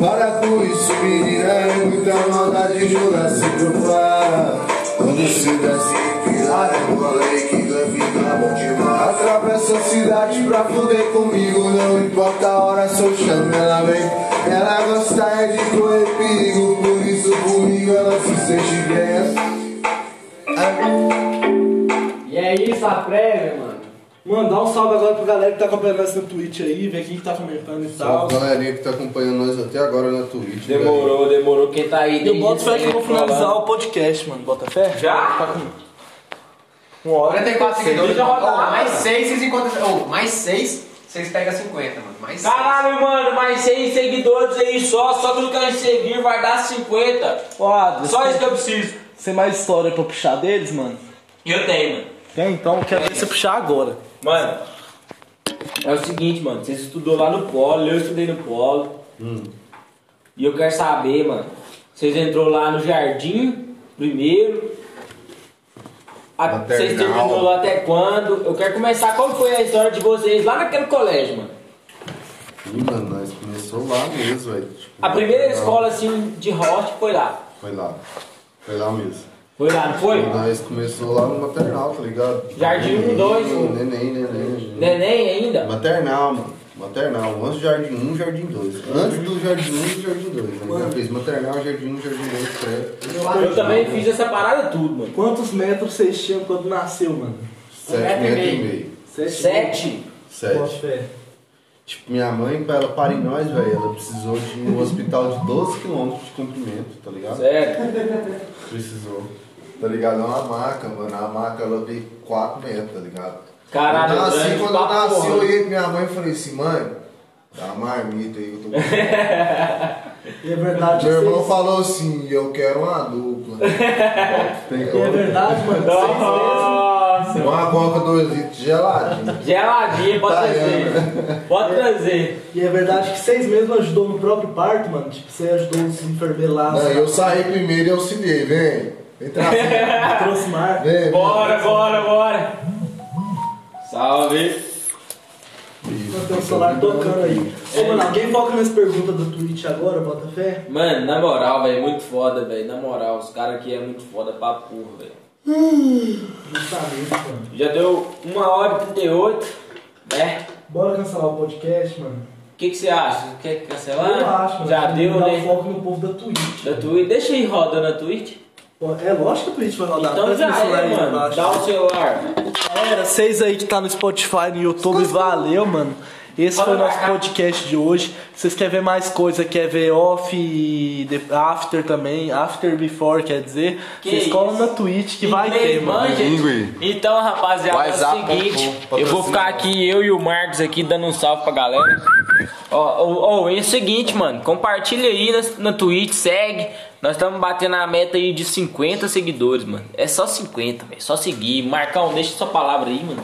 S9: Para com isso, menina, é muita maldade jogar se provar. Quando se dá se virar, é bola aí que vai ficar bom demais. Atravessa a cidade pra fuder comigo, não importa a hora, só chama ela vem. Ela gosta é de correr perigo, por isso comigo ela se sente bem.
S4: E é isso a prévia, mano.
S2: Mandar um salve agora pro galera que tá acompanhando nós no Twitch aí, ver quem que tá comentando e tal.
S9: galerinha que tá acompanhando nós até agora na Twitch.
S1: Demorou, demorou. Quem tá aí?
S2: E o Bota Fé que eu vou
S1: vou
S2: finalizar o podcast, mano. Bota fé?
S1: Já?
S2: Uma hora.
S4: 44 seguidores.
S1: Deixa eu rodar,
S4: Ó, mais
S1: mano.
S4: 6, vocês encontram. Ou, mais 6, vocês pegam 50, mano. Mais 6.
S1: Caralho, mano, mais 100 seguidores aí só. Só clicar em seguir vai dar 50.
S2: Ó, Adras,
S1: Só isso
S2: tem,
S1: que eu preciso.
S2: tem mais história pra puxar deles, mano?
S1: E eu tenho, mano.
S2: Tem, então, quero ver você puxar agora.
S1: Mano, é o seguinte, mano. Você estudou lá no Polo, eu estudei no Polo.
S9: Hum,
S1: E eu quero saber, mano. Vocês entrou lá no Jardim primeiro. A-
S9: Maternal.
S1: Vocês terminou lá até quando? Eu quero começar. Qual foi a história de vocês lá naquele colégio, mano?
S9: Ih, hum, mano, nós começou lá mesmo, velho. Tipo,
S1: A primeira
S9: não,
S1: escola, assim, de rock foi lá.
S9: Foi lá. Foi lá mesmo.
S1: Foi lá, não foi?
S9: Nós começou lá no maternal, tá ligado?
S1: Jardim um,
S9: Neném,
S1: dois, um.
S9: Neném, neném.
S1: Neném ainda?
S9: Maternal, mano. Maternal. Antes do Jardim 1, Jardim 2. Antes do Jardim 1 e Jardim 2. Né? Já fez maternal, Jardim 1, Jardim 2, pré.
S1: Eu também fiz essa parada tudo, mano.
S2: Quantos metros vocês tinham quando nasceu, mano?
S1: Um
S9: 7 metros e meio.
S2: Sete.
S1: Sete.
S2: Bota
S9: 7.
S2: fé.
S3: Tipo, minha mãe, pra ela parar em nós, velho, ela precisou de um hospital de 12 quilômetros de comprimento, tá ligado?
S1: Sério?
S3: Precisou. Tá ligado? É uma maca, mano. A maca, ela veio 4 metros, tá ligado?
S1: Caralho,
S3: eu nasci,
S1: grande
S3: assim quando eu
S1: pra
S3: nasci, eu
S1: porra.
S3: olhei pra minha mãe e falei assim, mãe, dá uma marmita aí que eu tô com
S1: [LAUGHS]
S2: E é verdade,
S3: Meu irmão
S2: vocês-
S3: falou assim, eu quero uma
S1: [LAUGHS]
S3: dupla. Tem
S2: e é
S3: como.
S2: verdade, mano. vocês-
S1: Nossa!
S3: Uma coca 2 litros de geladinho.
S1: Geladinha, pode
S3: Baiana.
S1: trazer. Pode trazer.
S2: E é verdade que vocês mesmo ajudou no próprio parto, mano. Tipo, você ajudou os enfermeiros lá,
S3: Não,
S2: você
S3: eu saí primeiro e auxiliei, vem. Vem trazer,
S2: trouxe mar.
S3: vem.
S1: Bora, bora, bora. Salve.
S2: Tem o celular tocando aí. Ô, mano, alguém foca nas perguntas do Twitch agora, bota fé?
S1: Mano, na moral, velho, muito foda, velho. Na moral, os caras aqui é muito foda pra porra, velho.
S2: Justamente, mano.
S1: Já deu 1 hora e 38, né?
S2: Bora cancelar o podcast, mano.
S1: O que que você acha? Quer cancelar?
S2: Eu acho, mano.
S1: Já
S2: Tem que
S1: deu,
S2: dar
S1: né?
S2: foco no povo da Twitch.
S1: Da Twitch. Deixa aí rodando a Twitch.
S2: Pô, É lógico que a Twitch vai rodar.
S1: Então
S2: Põe
S1: já
S2: esse celular
S1: é,
S2: aí
S1: mano.
S2: embaixo.
S1: Dá o celular.
S2: Galera, vocês aí que tá no Spotify, no YouTube, valeu, mano. Esse foi o nosso podcast de hoje. Se vocês querem ver mais coisa, quer ver off e de- after também, after before, quer dizer,
S1: Que
S2: vocês colam
S1: isso.
S2: na Twitch que vai
S1: Inglês,
S2: ter, mano.
S1: manja.
S15: Ingrid.
S1: Então, rapaziada, é o
S15: WhatsApp,
S1: seguinte,
S15: pô, pô,
S1: eu
S15: patrocínio.
S1: vou ficar aqui, eu e o Marcos aqui, dando um salve pra galera. Ó, ó, ó, é o seguinte, mano, compartilha aí na, na Twitch, segue. Nós estamos batendo a meta aí de 50 seguidores, mano. É só 50, velho. Só seguir. Marcão, deixa sua palavra aí, mano.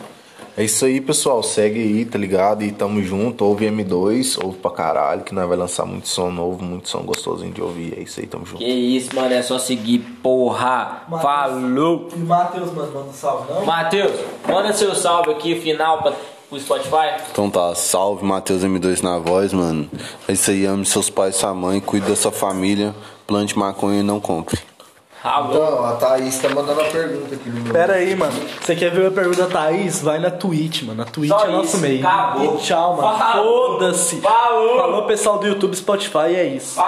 S15: É isso aí, pessoal. Segue aí, tá ligado? E tamo junto. Ouve M2, ouve pra caralho, que nós vai lançar muito som novo, muito som gostosinho de ouvir. É isso aí, tamo junto.
S1: Que isso, mano, é só seguir, porra.
S2: Matheus.
S1: Falou.
S2: E o Matheus, mano, manda um salve, não?
S1: Matheus, manda seu salve aqui, final, pra, pro Spotify.
S16: Então tá, salve Matheus M2 na voz, mano. É isso aí, ame seus pais, sua mãe, cuide da sua família, plante maconha e não compre.
S1: Alô.
S3: Então, a Thaís tá mandando a pergunta aqui no meu.
S2: Pera aí, mano. Você quer ver a pergunta da Thaís? Vai na Twitch, mano. A Twitch
S1: Só
S2: é nosso
S1: isso,
S2: meio.
S1: acabou.
S2: E tchau, mano.
S1: Falou.
S2: Foda-se.
S1: Falou.
S2: Falou, pessoal do YouTube, Spotify, é isso.